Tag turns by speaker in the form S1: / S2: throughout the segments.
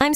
S1: I'm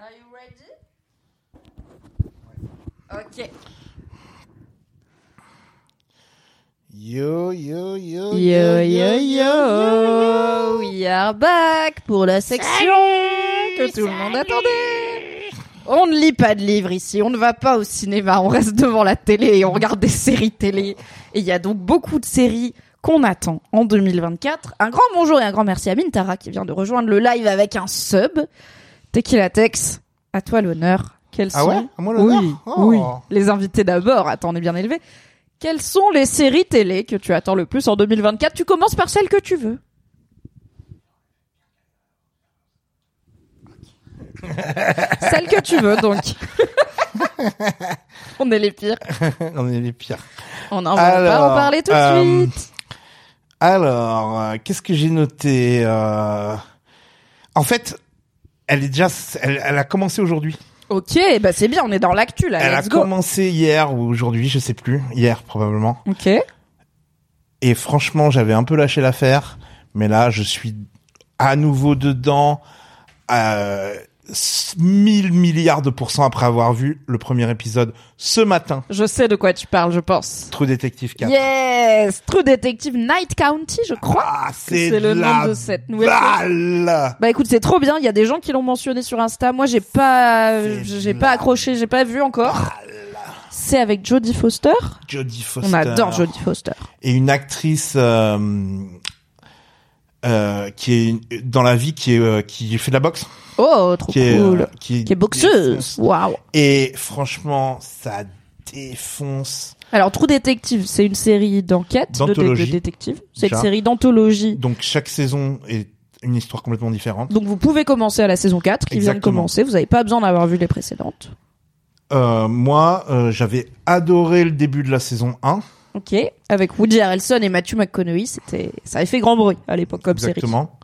S2: Are you ready? Ok.
S3: Yo, yo, yo,
S2: Yo yo yo, we are back pour la section que tout le monde attendait. On ne lit pas de livres ici, on ne va pas au cinéma, on reste devant la télé et on regarde des séries télé. Et il y a donc beaucoup de séries qu'on attend en 2024. Un grand bonjour et un grand merci à Mintara qui vient de rejoindre le live avec un sub. Tequila Tex, à toi l'honneur. Quels
S3: Ah
S2: sont
S3: ouais À moi l'honneur
S2: Oui,
S3: Oh.
S2: oui. Les invités d'abord. Attends, on est bien élevé. Quelles sont les séries télé que tu attends le plus en 2024 Tu commences par celle que tu veux. celle que tu veux, donc. on est les pires.
S3: On est les pires.
S2: On n'en va pas
S3: Alors,
S2: en parler tout de
S3: euh,
S2: suite.
S3: Alors, euh, qu'est-ce que j'ai noté Euh, En fait, elle est déjà, elle, elle a commencé aujourd'hui.
S2: Ok, bah c'est bien, on est dans l'actu là.
S3: Elle a
S2: Let's go.
S3: commencé hier ou aujourd'hui, je sais plus. Hier probablement.
S2: Ok.
S3: Et franchement, j'avais un peu lâché l'affaire, mais là, je suis à nouveau dedans. Euh, 1000 milliards de pourcents après avoir vu le premier épisode ce matin.
S2: Je sais de quoi tu parles, je pense.
S3: True Detective 4.
S2: Yes, True Detective Night County, je crois.
S3: Ah, c'est
S2: C'est le nom
S3: la
S2: de cette nouvelle
S3: balle.
S2: Bah écoute, c'est trop bien. Il y a des gens qui l'ont mentionné sur Insta. Moi, j'ai pas,
S3: C'est
S2: j'ai
S3: de
S2: pas
S3: la
S2: accroché, j'ai pas vu encore. C'est avec Jodie Foster.
S3: Jodie Foster.
S2: On adore Jodie Foster.
S3: Et une actrice euh, euh, qui est une- dans la vie qui est euh, qui fait de la boxe,
S2: Oh, trop
S3: qui est euh,
S2: cool.
S3: qui,
S2: Qui est boxeuse. Waouh.
S3: Et franchement, ça défonce.
S2: Alors, True Detective, c'est une série d'enquête de, dé- de
S3: D'anthologie.
S2: détective. C'est une
S3: Déjà.
S2: série d'anthologie.
S3: Donc chaque saison est une histoire complètement différente.
S2: Donc, vous pouvez commencer à la saison 4 qui vient de
S3: Exactement.
S2: commencer. Vous n'avez pas besoin d'avoir vu les précédentes.
S3: Euh, moi, euh, j'avais adoré le début de la saison 1.
S2: Ok. Avec Woody Harrelson et Matthew McConaughey, c'était, ça avait fait grand bruit à l'époque comme série.
S3: Exactement.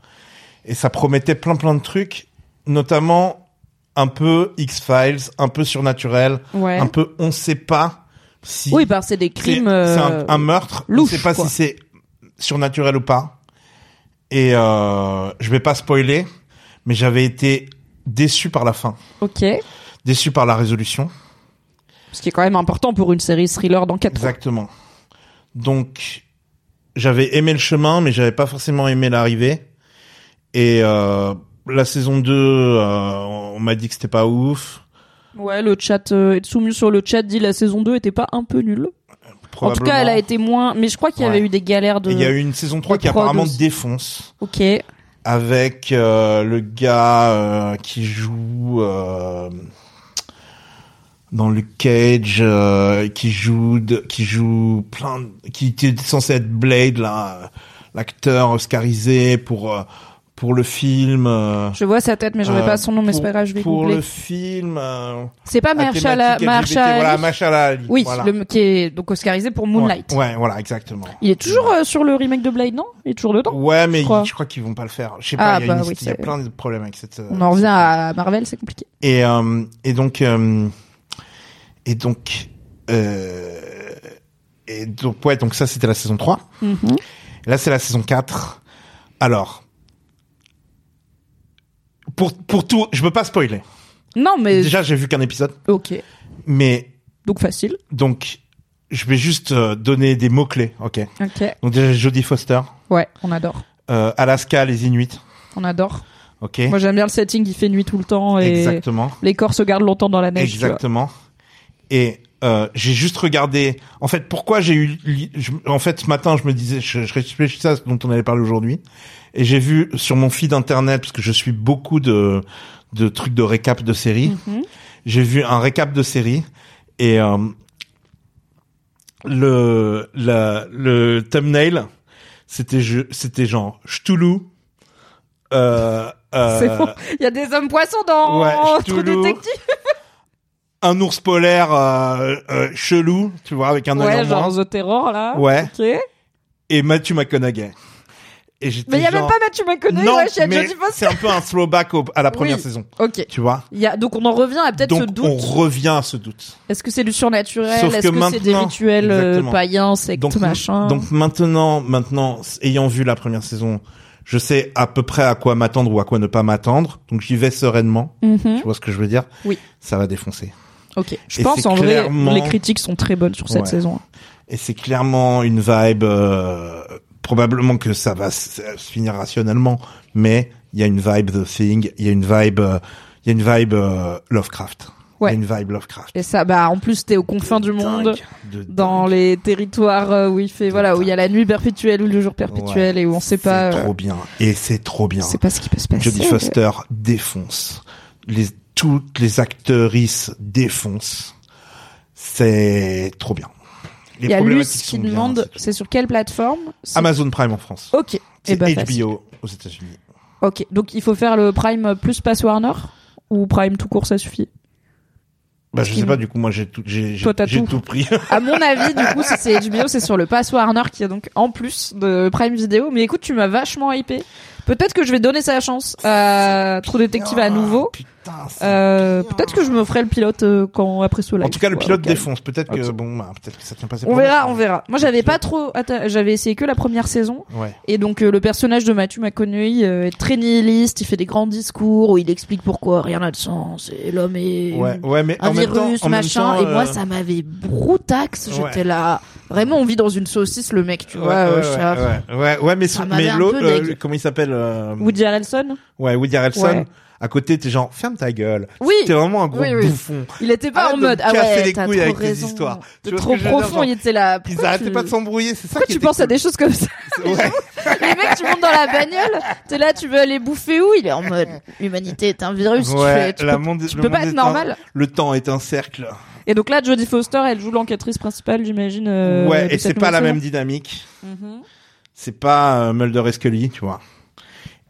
S3: Et ça promettait plein plein de trucs, notamment un peu X-Files, un peu surnaturel,
S2: Ouais.
S3: un peu on sait pas si
S2: Oui, bah, c'est des
S3: c'est
S2: crimes.
S3: c'est
S2: euh,
S3: un, un meurtre,
S2: louche,
S3: on sait pas
S2: quoi.
S3: si c'est surnaturel ou pas. Et euh, je vais pas spoiler, mais j'avais été déçu par la fin,
S2: Ok.
S3: déçu par la résolution.
S2: Ce qui est quand même important pour une série thriller d'enquête.
S3: Exactement. Donc, j'avais aimé le chemin, mais j'avais pas forcément aimé l'arrivée. Et euh, la saison 2, euh, on m'a dit que c'était pas ouf.
S2: Ouais, le chat euh, Etsumu sur le chat dit la saison 2 était pas un peu nulle. En tout cas, elle a été moins mais je crois qu'il y avait
S3: Ouais.
S2: eu des galères de
S3: Et Il y a eu une saison 3
S2: de
S3: qui apparemment
S2: prod.
S3: défonce
S2: OK. Ouais,
S3: avec euh, le gars euh, qui joue euh, dans le Cage, euh, qui joue de- qui joue plein, de- qui était censé être Blade là, euh, l'acteur oscarisé pour euh, pour le film. euh,
S2: Je vois sa tête, mais je ne
S3: euh,
S2: vois Ah, pas son nom, mais c'est
S3: pour-
S2: pas grave, je vais
S3: Pour
S2: googler.
S3: le film. euh,
S2: C'est pas
S3: à
S2: Mahershala,
S3: thématique LGBT,
S2: Mahershala
S3: Voilà,
S2: Ali.
S3: Mahershala Ali,
S2: Oui,
S3: voilà.
S2: le- qui est donc oscarisé pour Moonlight.
S3: Ouais, ouais, voilà, exactement.
S2: Il est toujours euh, sur le remake de Blade, non Il est toujours dedans
S3: Ouais, mais
S2: je
S3: je
S2: crois.
S3: crois, qu'ils vont pas le faire. Je sais
S2: Ah,
S3: pas, il y a,
S2: bah
S3: une-
S2: oui,
S3: il y a
S2: c'est-
S3: plein de problèmes avec cette. euh,
S2: On en revient à Marvel, c'est compliqué.
S3: Et, euh, et donc, euh, et donc, euh, et donc, ouais, donc ça c'était la saison 3.
S2: Mhm.
S3: Et là c'est la saison 4. Alors, pour, pour tout, je peux pas spoiler.
S2: Non, mais
S3: Déjà, j'ai vu qu'un épisode,
S2: ok,
S3: mais
S2: donc facile.
S3: donc, je vais juste euh, donner des mots-clés, ok?
S2: Ok,
S3: Donc déjà, Jodie Foster,
S2: ouais, on adore,
S3: euh, Alaska, les Inuits,
S2: on adore.
S3: ok?
S2: Moi j'aime bien le setting, il fait nuit tout le temps et
S3: Exactement.
S2: les corps se gardent longtemps dans la neige. tu vois.
S3: Exactement. Et euh, j'ai juste regardé. En fait, pourquoi j'ai eu. li- je- en fait, ce matin, je me disais, je, je réfléchissais à ce dont on allait parler aujourd'hui, et j'ai vu sur mon feed internet, parce que je suis beaucoup de de trucs de récap de séries.
S2: Mhm.
S3: J'ai vu un récap de séries et euh, le la, le thumbnail, c'était je- c'était genre Ch'toulou. Euh, euh,
S2: C'est faux. Il y a des hommes poissons dans
S3: Ouais,
S2: True
S3: Cthulhu.
S2: Detective.
S3: un ours polaire euh, euh, chelou, tu vois, avec un œil
S2: Ouais,
S3: en moins.
S2: genre The Terror là.
S3: Ouais.
S2: Ok. Mais
S3: Et Matthew McConaughey. Et j'étais
S2: il y a
S3: genre...
S2: même pas Mathieu McConaughey
S3: Non,
S2: ouais, chez
S3: mais
S2: Jodie Foster.
S3: c'est un peu un throwback au- à la première
S2: Oui.
S3: saison,
S2: Ok.
S3: tu vois.
S2: Il y a, donc on en revient à peut-être
S3: Donc
S2: ce doute.
S3: on revient à ce doute.
S2: Est-ce que c'est du surnaturel
S3: Sauf
S2: Est-ce
S3: que
S2: que, c'est des
S3: maintenant-
S2: rituels euh,
S3: Exactement.
S2: païens, sectes,
S3: Donc,
S2: machin
S3: donc maintenant, maintenant, s- ayant vu la première saison, je sais à peu près à quoi m'attendre ou à quoi ne pas m'attendre. Donc j'y vais sereinement.
S2: Mhm.
S3: Tu vois ce que je veux dire
S2: Oui.
S3: Ça va défoncer.
S2: Ok. Je
S3: Et
S2: pense
S3: c'est
S2: en vrai,
S3: clairement-
S2: les critiques sont très bonnes sur cette
S3: Ouais.
S2: saison.
S3: Et c'est clairement une vibe. euh, probablement que ça va s- se finir rationnellement, mais il y a une vibe The Thing, il y a une vibe, euh, il y a une vibe euh, Lovecraft. Il
S2: Ouais.
S3: y a une vibe Lovecraft.
S2: Et ça, bah en plus t'es aux confins du monde,
S3: Dingue, de
S2: dans
S3: dingue.
S2: les territoires euh, où il fait voilà où il y a la nuit perpétuelle ou le jour perpétuel et où on sait pas.
S3: C'est
S2: euh,
S3: trop bien. Et c'est trop bien.
S2: on sait pas ce qui peut se passer.
S3: Jodie Foster défonce. Les, toutes les actrices défoncent. C'est trop bien. Les
S2: Il y a
S3: problématiques
S2: Luce qui
S3: sont bien,
S2: demande,
S3: c'est-
S2: c'est sur quelle plateforme C'est-
S3: Amazon Prime en France.
S2: Ok.
S3: C'est
S2: Eh ben, facile.
S3: HBO aux États-Unis.
S2: Ok. Donc il faut faire le Prime plus Pass Warner ou Prime tout court, ça suffit.
S3: Bah,
S2: Parce
S3: je sais
S2: qu'il-
S3: pas, du coup, moi, j'ai tout, j'ai, j'ai,
S2: Toi, t'as
S3: j'ai
S2: tout.
S3: tout pris.
S2: À mon avis, du coup, si c'est HBO, c'est sur le Pass Warner qui est donc en plus de Prime Video. Mais écoute, tu m'as vachement hypé. Peut-être que je vais donner sa chance euh, à True Detective à nouveau.
S3: Putain, c'est
S2: Euh,
S3: bien.
S2: Peut-être que je me ferai le pilote euh, quand après ce live.
S3: En tout cas, le
S2: Ouais,
S3: pilote
S2: ok.
S3: défonce. Peut-être que,
S2: Ok.
S3: bon, bah, peut-être que ça tient pas ses
S2: On
S3: promesses,
S2: verra,
S3: mais-
S2: on verra. Moi, j'avais pas trop. atta- J'avais essayé que la première saison.
S3: Ouais.
S2: Et donc euh, le personnage de Mathieu McConaughey euh, est très nihiliste, il fait des grands discours où il explique pourquoi rien n'a de sens et l'homme est
S3: Ouais, ouais, mais
S2: un
S3: en même temps,
S2: virus,
S3: en même
S2: machin.
S3: temps,
S2: et moi
S3: euh,
S2: ça m'avait broutax, j'étais
S3: Ouais.
S2: là. Vraiment, on vit dans une saucisse, le mec, tu
S3: Ouais,
S2: vois. euh,
S3: ouais,
S2: je
S3: ouais,
S2: sais pas.
S3: ouais, ouais, ouais, mais, son-
S2: m'avait
S3: mais
S2: un
S3: l'autre,
S2: peu
S3: euh,
S2: dégue.
S3: comment il s'appelle euh,
S2: Woody Harrelson,
S3: Ouais, Woody Harrelson.
S2: Ouais.
S3: À côté, t'es genre, ferme ta gueule.
S2: Oui.
S3: T'es vraiment un gros
S2: Oui, oui.
S3: bouffon.
S2: il était pas
S3: Arrête
S2: en
S3: de me
S2: mode ah
S3: casser
S2: ouais,
S3: les
S2: t'as
S3: couilles
S2: trop
S3: avec tes
S2: raison.
S3: histoires.
S2: De
S3: Tu vois ce
S2: trop
S3: que je veux dire,
S2: profond,
S3: genre,
S2: il était là.
S3: Ils
S2: Pourquoi
S3: arrêtaient
S2: tu-
S3: pas de s'embrouiller, c'est ça
S2: Pourquoi
S3: qui
S2: tu
S3: était
S2: penses à
S3: cool.
S2: des choses comme ça
S3: Ouais.
S2: Les mecs, tu montes dans la bagnole, t'es là, tu veux aller bouffer où Il est en mode l'humanité est un virus. tu
S3: Ouais,
S2: fais- tu
S3: la
S2: peux-
S3: monde-
S2: tu
S3: le
S2: peux pas
S3: monde
S2: être
S3: est un-
S2: normal.
S3: Le temps est un cercle.
S2: Et donc là, Jodie Foster, elle joue l'enquêtrice principale, j'imagine. euh, de
S3: ouais, et
S2: cette
S3: c'est pas la
S2: nouvelle
S3: même dynamique.
S2: Mhm.
S3: C'est pas euh, Mulder et Scully, tu vois.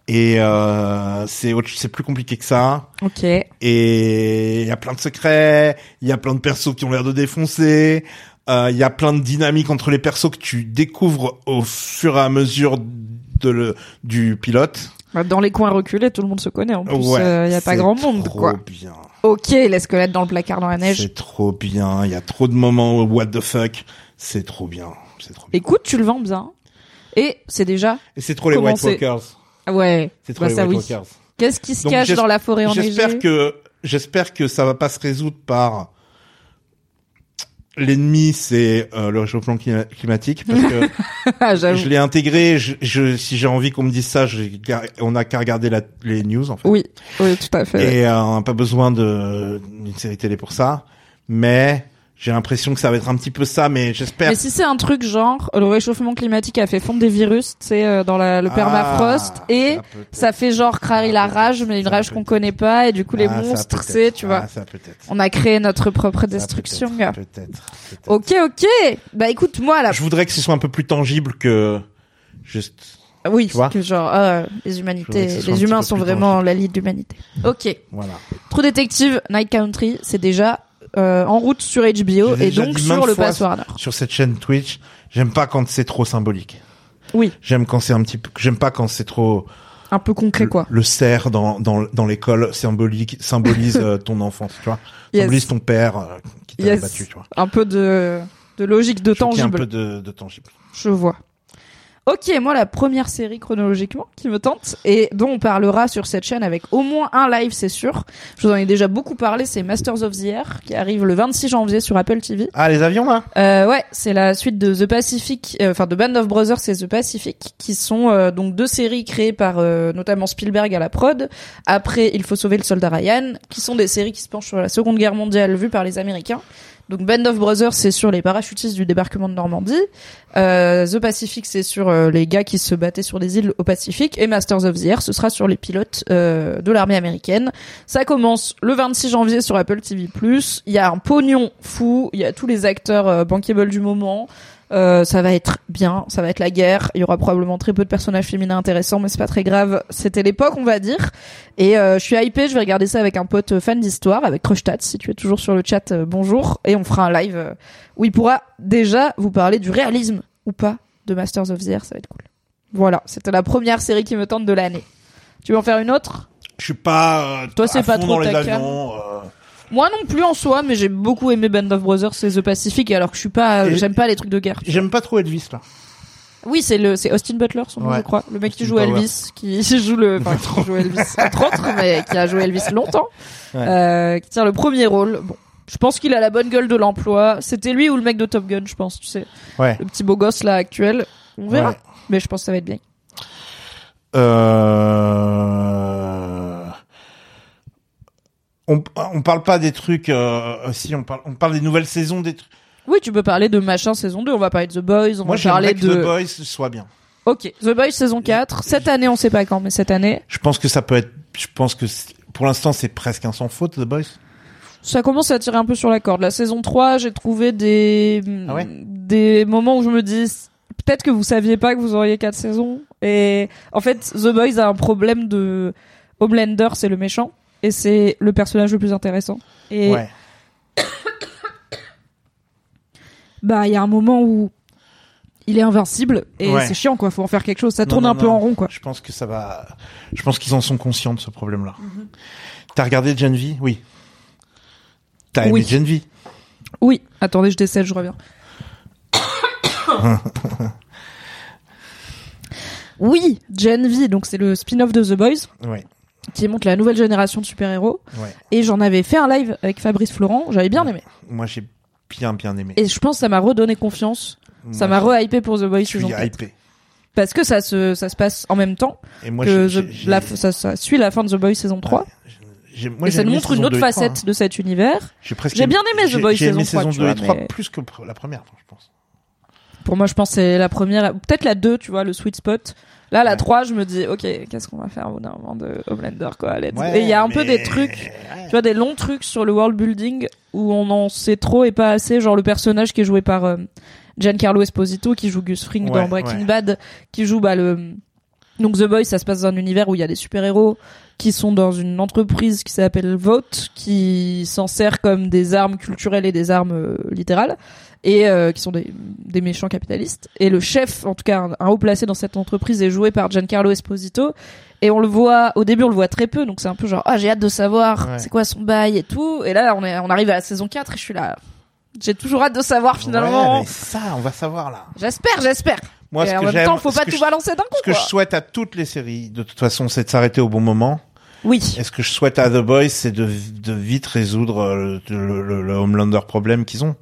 S3: Et euh, c'est autre- c'est plus compliqué que ça.
S2: saison. Ok.
S3: Et il y a plein de secrets, il y a plein de persos qui ont l'air de défoncer, euh, il y a plein de dynamiques entre les persos que tu découvres au fur et à mesure de le, du pilote.
S2: Bah, Dans les coins reculés, tout le monde se connaît. En plus, euh, il
S3: ouais,
S2: y a pas
S3: c'est
S2: grand monde,
S3: trop
S2: quoi.
S3: Bien.
S2: Ok, les squelettes dans le placard dans la neige.
S3: C'est trop bien. Il y a trop de moments où what the fuck. C'est trop bien. C'est trop bien.
S2: Écoute, tu le vends bien. Et c'est déjà.
S3: Et c'est trop les
S2: comment
S3: White
S2: c'est
S3: Walkers.
S2: Ah Ouais.
S3: C'est trop
S2: bah,
S3: les
S2: ça
S3: White
S2: oui.
S3: Walkers.
S2: Qu'est-ce qui se
S3: Donc,
S2: cache
S3: j'es-
S2: dans la forêt enneigée
S3: J'espère que j'espère que ça va pas se résoudre par l'ennemi, c'est euh, le réchauffement clima- climatique parce que
S2: Ah,
S3: je
S2: j'avoue.
S3: l'ai intégré. Je, je- si j'ai envie qu'on me dise ça, j'ai gar- on a qu'à regarder la- les news en fait.
S2: Oui, oui, tout à fait.
S3: Et euh, on n'a pas besoin de d'une série télé pour ça. Mais j'ai l'impression que ça va être un petit peu ça. Mais j'espère.
S2: Mais si c'est un truc genre le réchauffement climatique a fait fondre des virus, tu sais, euh, dans la- le
S3: Ah,
S2: permafrost, et
S3: ça peut-être.
S2: ça fait genre crari la rage, mais une
S3: Ça
S2: rage qu'on
S3: peut-être.
S2: connaît pas, et du coup les
S3: Ah, ça
S2: monstres,
S3: peut-être.
S2: c'est, tu
S3: Ah,
S2: vois,
S3: Ça peut-être.
S2: on a créé notre propre
S3: Ça
S2: destruction.
S3: peut-être,
S2: gars.
S3: Peut-être. Ah, peut-être.
S2: Ok, ok. Bah écoute, moi là,
S3: Je voudrais que ce soit un peu plus tangible que juste
S2: Oui,
S3: Tu vois
S2: que genre ah, les humanités,
S3: Je voudrais que ce soit un
S2: les
S3: petit
S2: humains
S3: peu
S2: sont
S3: plus
S2: vraiment la ligue d'humanité. Ok.
S3: Voilà.
S2: True Detective, Night Country, c'est déjà euh, en route sur
S3: Je
S2: HBO
S3: l'ai
S2: et
S3: déjà
S2: donc
S3: dit maintes
S2: sur le
S3: fois
S2: Pass Warner.
S3: Sur cette chaîne Twitch, j'aime pas quand c'est trop symbolique.
S2: Oui.
S3: J'aime quand c'est un petit peu, j'aime pas quand c'est trop.
S2: Un peu concret
S3: Le,
S2: quoi.
S3: le cerf dans dans dans l'école symbolique symbolise euh, ton enfance, tu vois.
S2: Yes.
S3: Symbolise ton père euh, qui t'a
S2: Yes.
S3: battu, tu vois.
S2: Un peu de de logique de
S3: Je trouve qu'il y a
S2: tangible.
S3: Un peu de, de tangible.
S2: Je vois. Ok, moi la première série chronologiquement qui me tente et dont on parlera sur cette chaîne avec au moins un live, c'est sûr. Je vous en ai déjà beaucoup parlé, c'est Masters of the Air qui arrive le 26 janvier sur Apple TV.
S3: Ah les avions là.
S2: Euh, ouais, c'est la suite de The Pacific, euh, enfin de Band of Brothers et The Pacific, qui sont euh, donc deux séries créées par euh, notamment Spielberg à la prod. Après, Il faut sauver le soldat Ryan, qui sont des séries qui se penchent sur la Seconde Guerre mondiale vue par les Américains. Donc Band of Brothers, c'est sur les parachutistes du débarquement de Normandie. Euh, the Pacific, c'est sur euh, les gars qui se battaient sur des îles au Pacifique. Et Masters of the Air, ce sera sur les pilotes euh, de l'armée américaine. Ça commence le 26 janvier sur Apple TV+. Il y a un pognon fou, il y a tous les acteurs euh, bankable du moment. Euh, ça va être bien, ça va être la guerre. Il y aura probablement très peu de personnages féminins intéressants, mais c'est pas très grave. C'était l'époque, on va dire. Et euh, je suis hypée, je vais regarder ça avec un pote euh, fan d'histoire, avec Crushtat, si tu es toujours sur le chat, euh, bonjour. Et on fera un live euh, où il pourra déjà vous parler du réalisme ou pas de Masters of the Air, ça va être cool. Voilà, c'était la première série qui me tente de l'année. Tu veux en faire une autre
S3: Je suis pas. euh,
S2: Toi,
S3: à
S2: c'est pas
S3: fond
S2: trop
S3: dans les
S2: ta cam.
S3: avions. euh,
S2: Moi non plus en soi, mais j'ai beaucoup aimé Band of Brothers et The Pacific, alors que je suis pas,
S3: Et-
S2: j'aime pas les trucs de guerre.
S3: J'aime pas trop Elvis là.
S2: Oui, c'est le, c'est Austin Butler, son nom,
S3: Ouais.
S2: je crois, le mec qui
S3: Austin
S2: joue
S3: Powers.
S2: Elvis, qui joue le, enfin, qui joue Elvis entre autres, mais qui a joué Elvis longtemps,
S3: Ouais.
S2: euh, qui tient le premier rôle. Bon, je pense qu'il a la bonne gueule de l'emploi. C'était lui ou le mec de Top Gun, je pense, tu sais,
S3: Ouais.
S2: le petit beau gosse là actuel. On verra,
S3: Ouais.
S2: mais je pense que ça va être bien.
S3: Euh... On, on parle pas des trucs. Euh, si on parle, on parle des nouvelles saisons des trucs.
S2: Oui, tu peux parler de machin saison 2, on va parler de The Boys, on
S3: Moi,
S2: va parler
S3: j'aimerais que
S2: de...
S3: The Boys soit bien.
S2: Ok, The Boys saison 4, cette année on sait pas quand, mais cette année,
S3: Je pense que ça peut être. Je pense que c'est- pour l'instant, c'est presque un sans faute The Boys.
S2: Ça commence à tirer un peu sur la corde. La saison 3, j'ai trouvé des
S3: Ah ouais
S2: des moments où je me dis peut-être que vous saviez pas que vous auriez quatre saisons et en fait The Boys a un problème de Homelander, c'est le méchant et c'est le personnage le plus intéressant. Et
S3: Ouais.
S2: bah il y a un moment où il est invincible et
S3: Ouais.
S2: c'est chiant quoi, faut en faire quelque chose, ça
S3: Non,
S2: tourne
S3: non,
S2: un peu
S3: non.
S2: en rond quoi.
S3: Je pense que ça va. Je pense qu'ils en sont conscients de ce problème-là.
S2: Mm-hmm.
S3: T'as regardé Genvi Oui. T'as
S2: Oui.
S3: aimé Genvi
S2: Oui, attendez, je décèle, je reviens. oui, Gen V, donc c'est le spin-off de The Boys
S3: Ouais.
S2: qui montre la nouvelle génération de super-héros.
S3: Ouais.
S2: Et j'en avais fait un live avec Fabrice Florent, j'avais bien aimé.
S3: Moi, j'ai bien bien aimé.
S2: Et je pense que ça m'a redonné confiance, ça
S3: Moi,
S2: m'a re-hypé pour The Boys
S3: Je
S2: saison
S3: suis
S2: 4.
S3: hypé.
S2: Parce que ça se, ça se passe en même temps
S3: Et moi,
S2: que
S3: j'ai-
S2: The-
S3: j'ai-
S2: la- ça, ça suit la fin de The Boys saison 3.
S3: Ah, j'ai- moi,
S2: et
S3: j'ai
S2: ça nous
S3: aimé
S2: montre une
S3: saison
S2: autre
S3: 2 et 3,
S2: facette
S3: hein.
S2: de cet univers.
S3: J'ai presque
S2: J'ai bien aimé The
S3: j'ai-
S2: Boys
S3: J'ai aimé
S2: saison
S3: saison 2
S2: trois,
S3: et
S2: tu vois,
S3: 3
S2: mais-
S3: plus que pr- la première, je pense.
S2: Pour moi, je pense que c'est la première, peut-être la 2, tu vois, le sweet spot. Là, la
S3: Ouais.
S2: 3, je me dis, ok, qu'est-ce qu'on va faire au bout d'un moment de Homelander, quoi, let's go.
S3: Ouais,
S2: Et il y a un peu
S3: mais-
S2: des trucs,
S3: Ouais.
S2: tu vois, des longs trucs sur le world building où on en sait trop et pas assez, genre le personnage qui est joué par euh, Giancarlo Esposito, qui joue Gus Fring
S3: Ouais,
S2: dans Breaking
S3: ouais.
S2: Bad, qui joue, bah, le... Donc The Boys, ça se passe dans un univers où il y a des super-héros qui sont dans une entreprise qui s'appelle Vote, qui s'en sert comme des armes culturelles et des armes euh, littérales et euh, qui sont des, des méchants capitalistes. Et le chef, en tout cas un, un haut placé dans cette entreprise, est joué par Giancarlo Esposito. Et on le voit, au début on le voit très peu, donc c'est un peu genre, ah j'ai hâte de savoir
S3: Ouais.
S2: c'est quoi son bail et tout. Et là on, est, on arrive à la saison 4 et je suis là, j'ai toujours hâte de savoir
S3: Ouais,
S2: finalement.
S3: mais ça, on va savoir là.
S2: J'espère, j'espère.
S3: Moi,
S2: et
S3: ce
S2: en
S3: que
S2: même temps,
S3: j'aime,
S2: faut
S3: ce
S2: pas
S3: que
S2: tout
S3: je-
S2: balancer d'un coup.
S3: ce que je
S2: quoi.
S3: souhaite à toutes les séries, de toute façon, c'est de s'arrêter au bon moment.
S2: Oui.
S3: Et ce que je souhaite à The Boys, c'est de, de vite résoudre euh, le, le- le- le Homelander problème qu'ils ont.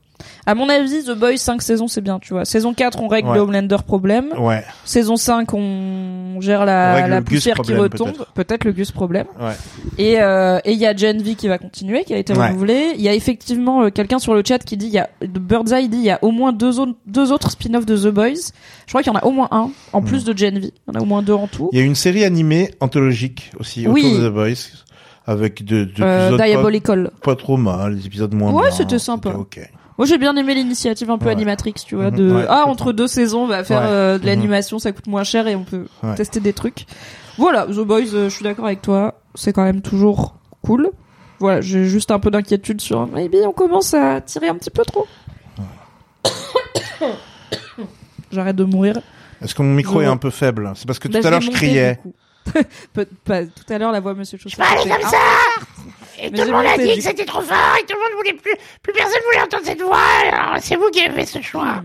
S2: À mon avis, The Boys 5 saisons c'est bien, tu vois. Saison 4 on règle
S3: Ouais.
S2: le Homelander problème.
S3: Ouais,
S2: Saison 5 on gère
S3: On
S2: la,
S3: règle
S2: la
S3: le Gus
S2: poussière qui
S3: problème,
S2: retombe.
S3: peut-être.
S2: Peut-être le Gus problème.
S3: ouais.
S2: Et euh, et il y a Gen V qui va continuer, qui a été
S3: Ouais.
S2: renouvelée. Il y a effectivement euh, quelqu'un sur le chat qui dit, il y a de Birdseye dit, il y a au moins deux autres deux autres spin-offs de The Boys. Je crois qu'il y en a au moins un en plus de Gen V. Il y en a au moins deux en tout.
S3: Hmm. Il y a une série animée anthologique aussi
S2: Oui.
S3: autour de The Boys avec de, de
S2: Euh,
S3: épisodes pas-
S2: Diabolical.
S3: pas, trop mal, des épisodes moins
S2: Ouais,
S3: bien,
S2: c'était sympa.
S3: Ok.
S2: Moi, j'ai bien aimé l'initiative un peu
S3: Ouais.
S2: animatrix, tu vois,
S3: Mhm,
S2: de
S3: ouais,
S2: ah
S3: je
S2: entre deux saisons, on va faire
S3: Ouais.
S2: euh, de
S3: Mhm.
S2: l'animation, ça coûte moins cher et on peut
S3: Ouais.
S2: tester des trucs. Voilà, The Boys, euh, je suis d'accord avec toi, c'est quand même toujours cool. Voilà, j'ai juste un peu d'inquiétude sur maybe on commence à tirer un petit peu trop. J'arrête de mourir.
S3: Est-ce que mon micro
S2: Je-
S3: est un peu faible C'est parce que
S2: Bah,
S3: tout à l'heure
S2: l'ai
S3: je
S2: monté,
S3: criais.
S2: du coup. Peut- pas- tout à l'heure, la voix Monsieur Chaussette. était- Mais j'ai monté, du coup.
S4: c'était trop fort et tout le monde voulait plus, plus personne voulait entendre cette voix. Alors c'est vous qui avez fait ce choix.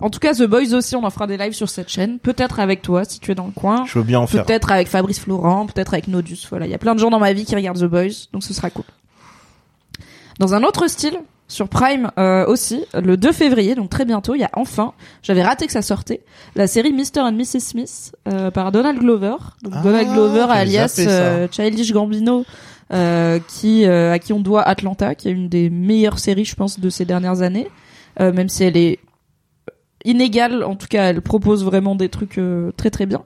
S2: En tout cas, The Boys aussi, on en fera des lives sur cette chaîne. Peut-être avec toi, si tu es dans le coin.
S3: Je veux bien en faire.
S2: Peut-être avec Fabrice Florent, peut-être avec Nodus. Voilà, il y a plein de gens dans ma vie qui regardent The Boys, donc ce sera cool. Dans un autre style, sur Prime euh, aussi, le 2 février, donc très bientôt, il y a enfin, j'avais raté que ça sortait, la série Mr. and Mrs. Smith euh, par Donald Glover. Donc
S3: Ah,
S2: Donald Glover,
S3: j'avais
S2: alias
S3: zappé ça.
S2: euh, Childish Gambino, euh, qui euh, à qui on doit Atlanta, qui est une des meilleures séries, je pense, de ces dernières années, euh, même si elle est inégale, en tout cas, elle propose vraiment des trucs euh, très très bien.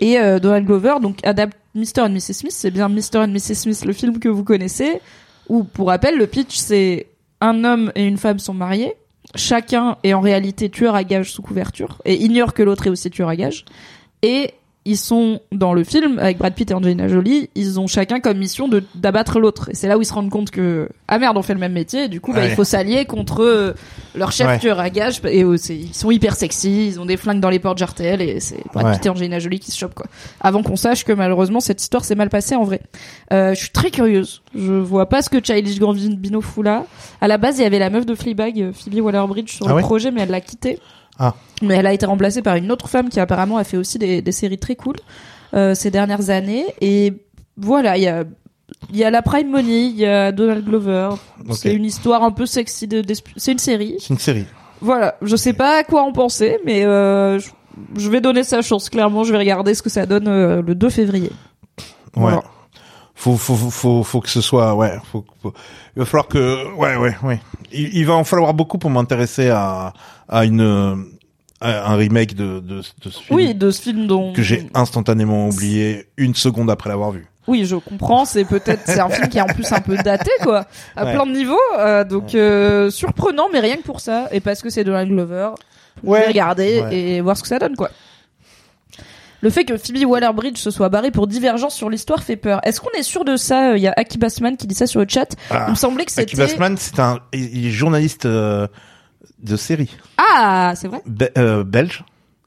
S2: Et euh, Donald Glover, donc adapte Mr. and Mrs. Smith, c'est bien Mr. and Mrs. Smith, le film que vous connaissez, où, pour rappel, le pitch, c'est un homme et une femme sont mariés, chacun est en réalité tueur à gage sous couverture, et ignore que l'autre est aussi tueur à gage, et ils sont dans le film avec Brad Pitt et Angelina Jolie, ils ont chacun comme mission de d'abattre l'autre. Et c'est là où ils se rendent compte que ah merde, on fait le même métier. Et du coup, bah,
S3: Ouais.
S2: il faut s'allier contre euh, leur chef
S3: Ouais.
S2: tueur à gage. Et euh, c'est- ils sont hyper sexy, ils ont des flingues dans les portes jartelles et c'est Brad
S3: Ouais.
S2: Pitt et Angelina Jolie qui se chopent quoi. Avant qu'on sache que malheureusement cette histoire s'est mal passée en vrai. Euh, je suis très curieuse. Je vois pas ce que Childish Gambino fout là. À la base, il y avait la meuf de Fleabag, euh, Phoebe Waller-Bridge, sur
S3: Ah
S2: le
S3: ouais
S2: projet, mais elle l'a quittée.
S3: Ah.
S2: Mais elle a été remplacée par une autre femme qui apparemment a fait aussi des, des séries très cool euh, ces dernières années. Et voilà, il y a, il y a la Prime Money, il y a Donald Glover.
S3: Ok.
S2: C'est une histoire un peu sexy. De, d'esp- c'est une série.
S3: C'est une série.
S2: Voilà, je sais pas à quoi en penser, mais euh, je, je vais donner sa chance. Clairement, je vais regarder ce que ça donne euh, le 2 février.
S3: Ouais.
S2: Voilà.
S3: Faut, faut, faut, faut, faut que ce soit, ouais, faut, faut- il va falloir que, ouais, ouais, ouais. Il, il va en falloir beaucoup pour m'intéresser à, à une, euh, à un remake de, de, de ce film.
S2: Oui, de ce film dont
S3: Que j'ai instantanément oublié une seconde après l'avoir vu.
S2: Oui, je comprends. C'est peut-être c'est un film qui est en plus un peu daté quoi, à
S3: Ouais.
S2: plein de niveaux. euh, donc euh, surprenant, mais rien que pour ça et parce que c'est Donald Glover, je vais regarder
S3: Ouais.
S2: et voir ce que ça donne quoi. Le fait que Phoebe Waller-Bridge se soit barrée pour divergence sur l'histoire fait peur. Est-ce qu'on est sûr de ça Euh, Il y a Aki Bassman qui dit ça sur le chat.
S3: Ah.
S2: Il me semblait que
S3: Aki
S2: c'était
S3: Bassman, c'est un, il il est journaliste euh, de série.
S2: Ah, c'est vrai,
S3: Be- euh, belge.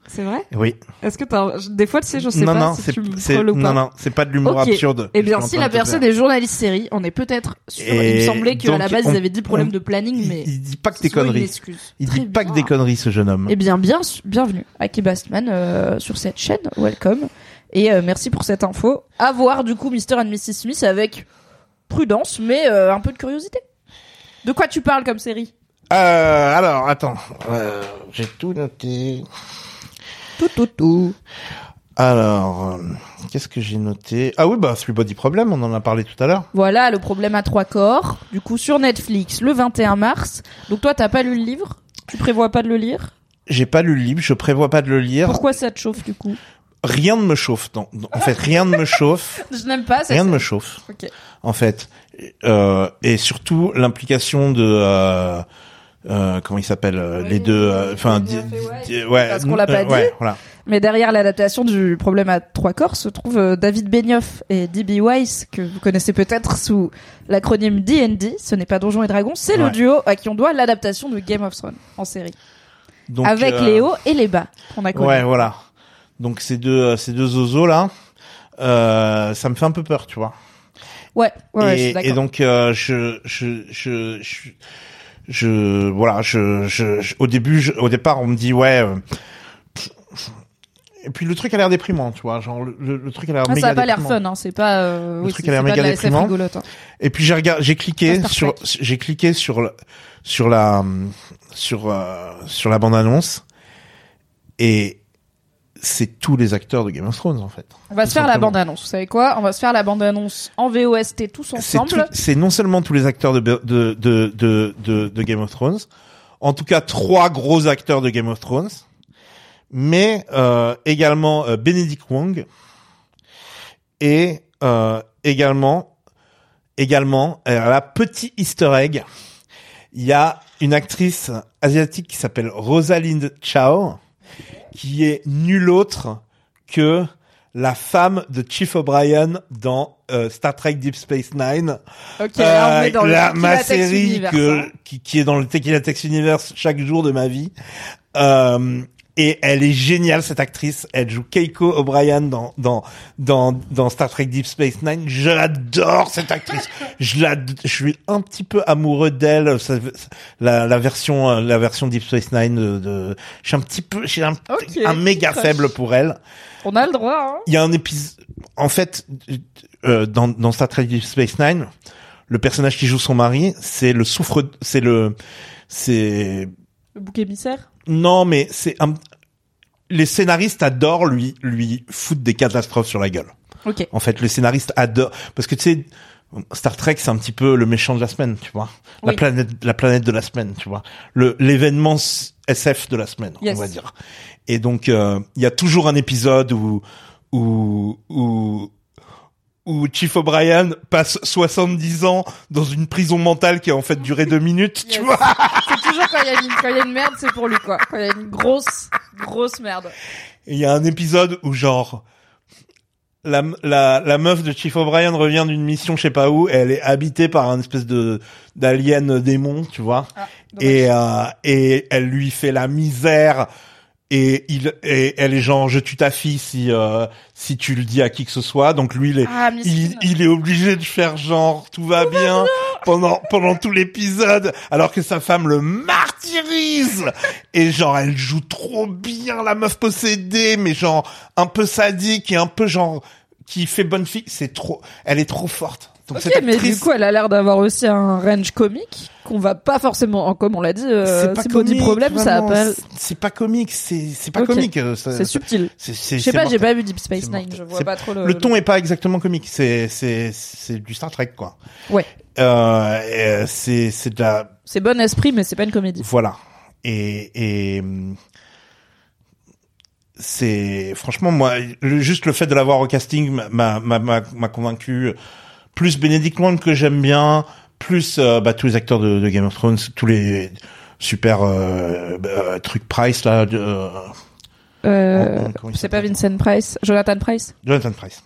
S2: c'est vrai.
S3: Oui.
S2: Est-ce que t'as je- des fois tu sais, je sais
S3: non,
S2: pas
S3: non,
S2: si
S3: c'est,
S2: tu me
S3: c'est-
S2: trolles ou pas.
S3: non, non, c'est pas de l'humour
S2: Ok.
S3: absurde.
S2: Eh
S3: que je
S2: bien,
S3: suis
S2: si
S3: en train
S2: la
S3: de te
S2: personne
S3: faire.
S2: est journaliste série, on est peut-être sûr. Il me
S3: Et
S2: semblait qu'à la
S3: donc,
S2: base,
S3: on-
S2: ils avaient dit problème
S3: on-
S2: de planning, mais.
S3: Il, il dit pas que
S2: c'est
S3: des
S2: souvent une
S3: conneries.
S2: excuse.
S3: Il
S2: Très
S3: dit pas que
S2: bien.
S3: des conneries, ce jeune homme.
S2: Eh bien, bien, bienvenue Aki Bastman euh, sur cette chaîne. Welcome. Et euh, merci pour cette info. À voir, du coup, Mr. and Mrs. Smith avec prudence, mais euh, un peu de curiosité. De quoi tu parles comme série
S3: Euh, alors, attends. Euh, J'ai tout noté.
S2: Tout, tout, tout.
S3: Alors, euh, qu'est-ce que j'ai noté Ah oui, bah, Three Body Problem, on en a parlé tout à l'heure.
S2: Voilà, le problème à trois corps. Du coup, sur Netflix, le 21 mars. Donc, toi, t'as pas lu le livre Tu prévois pas de le lire
S3: J'ai pas lu le livre, je prévois pas de le lire.
S2: Pourquoi ça te chauffe, du coup
S3: rien ne me chauffe. non, non, en fait, rien ne me chauffe.
S2: Je n'aime pas ça.
S3: Rien ne me chauffe.
S2: Ok.
S3: En fait, Euh, et surtout l'implication de euh, euh, comment il s'appelle euh, les deux. euh, Enfin, di- di- ouais.
S2: Parce qu'on l'a pas
S3: euh,
S2: dit.
S3: ouais, voilà.
S2: Mais derrière l'adaptation du problème à trois corps se trouvent euh, David Benioff et D.B. Weiss, que vous connaissez peut-être sous l'acronyme D&D, ce n'est pas Donjons et Dragons, c'est le
S3: Ouais.
S2: duo à qui on doit l'adaptation de Game of Thrones en série.
S3: Donc,
S2: avec
S3: euh,
S2: les hauts et les bas qu'on a connus.
S3: Ouais, voilà. Donc ces deux, euh, ces deux zozos là, euh, ça me fait un peu peur, tu vois.
S2: Ouais, ouais, ouais, je suis
S3: et, et
S2: d'accord.
S3: donc euh, je, je, je, je, je- voilà, je, je, je- au début, je- au départ, on me dit ouais. euh, pff, pff. et puis le truc a l'air déprimant, tu vois. Genre le, le- le truc a l'air
S2: Ah, ça
S3: méga
S2: a pas l'air
S3: déprimant.
S2: fun, hein, c'est pas, euh,
S3: Le
S2: oui,
S3: truc
S2: c'est-
S3: a l'air
S2: c'est pas de
S3: méga
S2: la SF
S3: déprimant.
S2: rigolote, hein.
S3: Et puis j'ai regardé, j'ai cliqué
S2: Pas Star
S3: sur, j'ai cliqué sur, le- sur la, sur, euh, sur la bande annonce, et c'est tous les acteurs de Game of Thrones en fait.
S2: On va
S3: Tout
S2: se faire la
S3: simplement.
S2: bande annonce. Vous savez quoi? On va se faire la bande annonce en VOST tous
S3: C'est
S2: ensemble.
S3: tout- C'est non seulement tous les acteurs de, Be- de, de, de, de, de Game of Thrones, en tout cas trois gros acteurs de Game of Thrones, mais euh, également euh, Benedict Wong et euh, également également euh, la petit Easter egg Il y a une actrice asiatique qui s'appelle Rosalind Chao, qui est nulle autre que la femme de Chief O'Brien dans euh, Star Trek Deep Space Nine.
S5: Ok, là, on
S3: Euh,
S5: est dans le
S3: la-
S5: Tequila
S3: ma
S5: Tex
S3: série
S5: Universe,
S3: que-
S5: hein.
S3: qui, qui est dans le Tequila Tex Universe chaque jour de ma vie. Euh, et elle est géniale cette actrice. Elle joue Keiko O'Brien dans dans dans dans Star Trek Deep Space Nine. J'adore cette actrice. Je la je suis un petit peu amoureux d'elle. Ça- La, la version euh, la version Deep Space Nine de, de- je suis un petit peu j'ai un,
S2: Ok,
S3: un méga
S2: crush.
S3: faible pour elle
S2: On a le droit, hein.
S3: il y a un épisode en fait euh, dans dans Star Trek Deep Space Nine le personnage qui joue son mari c'est le souffre c'est le c'est
S2: Le bouc émissaire.
S3: non mais c'est un les scénaristes adorent lui lui foutre des catastrophes sur la gueule
S2: Ok.
S3: en fait les scénaristes adorent parce que tu sais Star Trek, c'est un petit peu le méchant de la semaine, tu vois. La
S2: Oui.
S3: planète, la planète de la semaine, tu vois. Le l'événement s- SF de la semaine,
S2: Yes.
S3: on va dire. Et donc, euh, il y a toujours un épisode où où où où Chief O'Brien passe 70 ans dans une prison mentale qui a en fait duré deux minutes, tu
S2: Yes.
S3: vois.
S2: C'est toujours quand il y a une, quand il y a une merde, c'est pour lui, quoi. Quand il y a une grosse, grosse merde.
S3: Et il y a un épisode où genre la, la, la meuf de Chief O'Brien revient d'une mission je sais pas où et elle est habitée par un espèce de d'alien démon, tu vois. et euh, et elle lui fait la misère et il et elle est genre je tue ta fille si euh, si tu le dis à qui que ce soit. Donc lui il est
S2: Ah,
S3: il,
S2: Miss
S3: il est obligé de faire genre tout
S2: Oh,
S3: va bien pendant pendant tout l'épisode alors que sa femme le martyrise et genre elle joue trop bien la meuf possédée mais genre un peu sadique et un peu genre qui fait bonne fille c'est trop elle est trop forte donc cette
S2: mais
S3: actrice
S2: du coup, elle a l'air d'avoir aussi un range comique qu'on va pas forcément, comme on l'a dit, euh, c'est pas du problème, ça
S3: vraiment,
S2: appelle.
S3: c'est- c'est pas comique c'est c'est pas
S2: Ok.
S3: comique euh, ça-
S2: C'est subtil.
S3: c'est- c'est-
S2: Je sais
S3: c'est
S2: pas, euh, j'ai
S3: mortel.
S2: pas vu Deep Space
S3: C'est
S2: Nine,
S3: mortel.
S2: je vois
S3: C'est-
S2: pas trop le.
S3: le ton est pas exactement comique, c'est c'est c'est du Star Trek quoi.
S2: Ouais.
S3: Euh, et, euh, c'est c'est de la
S2: C'est bon esprit, mais c'est pas une comédie.
S3: Voilà. Et, et hum, c'est franchement moi le- juste le fait de l'avoir au casting m'a m'a m'a- m'a convaincu plus Benedict Wong que j'aime bien plus euh, bah, tous les acteurs de, de Game of Thrones tous les super euh, euh, trucs Price là de, euh,
S2: Euh,
S3: comment- comment il
S2: c'est pas
S3: s'appelle
S2: Vincent Price, Jonathan Price.
S3: Jonathan Price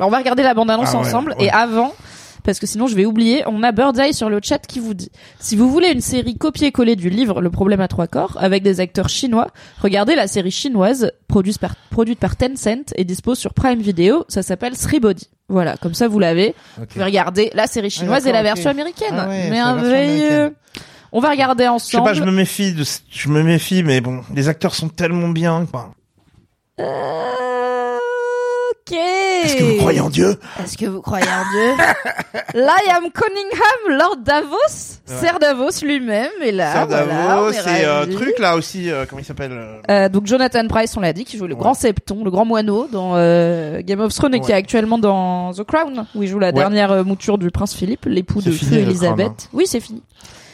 S2: Alors, on va regarder la bande-annonce
S3: Ah ouais,
S2: ensemble
S3: ouais.
S2: et avant. Parce que sinon je vais oublier, on a Birdseye sur le chat qui vous dit si vous voulez une série copier-coller du livre Le problème à trois corps avec des acteurs chinois, regardez la série chinoise produite par, produite par Tencent et dispose sur Prime Video, ça s'appelle Three Body. Voilà, comme ça vous l'avez. Vous pouvez regarder la série chinoise et la
S3: Ah, d'accord, ok.
S2: version américaine.
S3: Ah ouais, c'est la version
S2: Merveilleux.
S3: américaine.
S2: On va regarder
S3: je sais
S2: ensemble.
S3: pas je me méfie de ce- je me méfie mais bon les acteurs sont tellement bien quoi.
S2: Euh, Ok.
S3: est-ce que vous croyez en Dieu
S5: Est-ce que vous croyez en Dieu
S2: Liam Cunningham, Lord Davos, Ser Davos lui-même est là.
S3: Sir
S2: bah, voilà, on
S3: Davos
S2: est
S3: et euh,
S2: ravis.
S3: truc là aussi euh, comment il s'appelle euh,
S2: Euh, donc Jonathan Price, on l'a dit, qui joue le
S3: Ouais.
S2: grand septon, le grand moineau dans euh, Game of Thrones et qui
S3: Ouais.
S2: est actuellement dans The Crown, où il joue la
S3: Ouais.
S2: dernière euh, mouture du prince Philippe, l'époux
S3: C'est
S2: de
S3: fini,
S2: feu
S3: The Crown,
S2: Elisabeth.
S3: hein.
S2: Oui, c'est fini.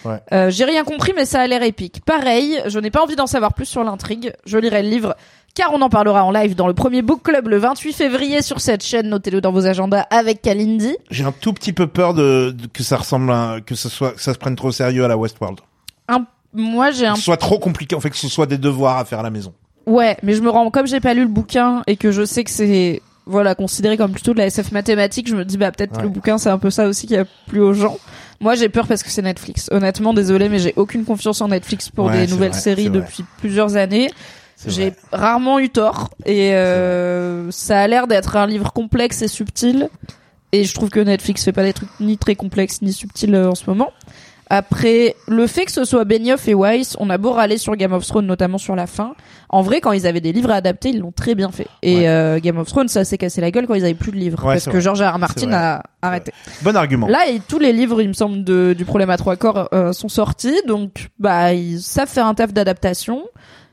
S3: Ouais.
S2: Euh, J'ai rien compris, mais ça a l'air épique. Pareil, je n'ai pas envie d'en savoir plus sur l'intrigue. Je lirai le livre, car on en parlera en live dans le premier book club le 28 février sur cette chaîne. Notez-le dans vos agendas avec Kalindi.
S3: J'ai un tout petit peu peur de, de- que ça ressemble à que ce soit que ça se prenne trop sérieux à la Westworld.
S2: Un- Moi, j'ai un
S3: Que ce soit trop compliqué en fait que ce soit des devoirs à faire à la maison.
S2: Ouais, mais je me rends comme j'ai pas lu le bouquin et que je sais que c'est voilà considéré comme plutôt de la SF mathématique, je me dis bah peut-être
S3: Ouais.
S2: le bouquin c'est un peu ça aussi qui a plu aux gens. Moi j'ai peur parce que c'est Netflix. Honnêtement, désolé mais j'ai aucune confiance en Netflix pour
S3: Ouais,
S2: des
S3: c'est
S2: nouvelles
S3: vrai,
S2: séries
S3: c'est vrai.
S2: depuis plusieurs années.
S3: C'est
S2: J'ai
S3: vrai.
S2: rarement eu tort et euh, ça a l'air d'être un livre complexe et subtil et je trouve que Netflix fait pas des trucs ni très complexes ni subtils euh, en ce moment. Après, le fait que ce soit Benioff et Weiss, on a beau râler sur Game of Thrones, notamment sur la fin. En vrai, quand ils avaient des livres à adapter, ils l'ont très bien fait. Et
S3: Ouais.
S2: euh, Game of Thrones, ça s'est cassé la gueule quand ils avaient plus de livres.
S3: Ouais,
S2: parce
S3: c'est
S2: que
S3: vrai.
S2: George R. R. Martin
S3: vrai.
S2: a arrêté.
S3: Bon argument.
S2: Là, et tous les livres, il me semble, de, du problème à trois corps euh, sont sortis. Donc, bah, ils savent faire un taf d'adaptation.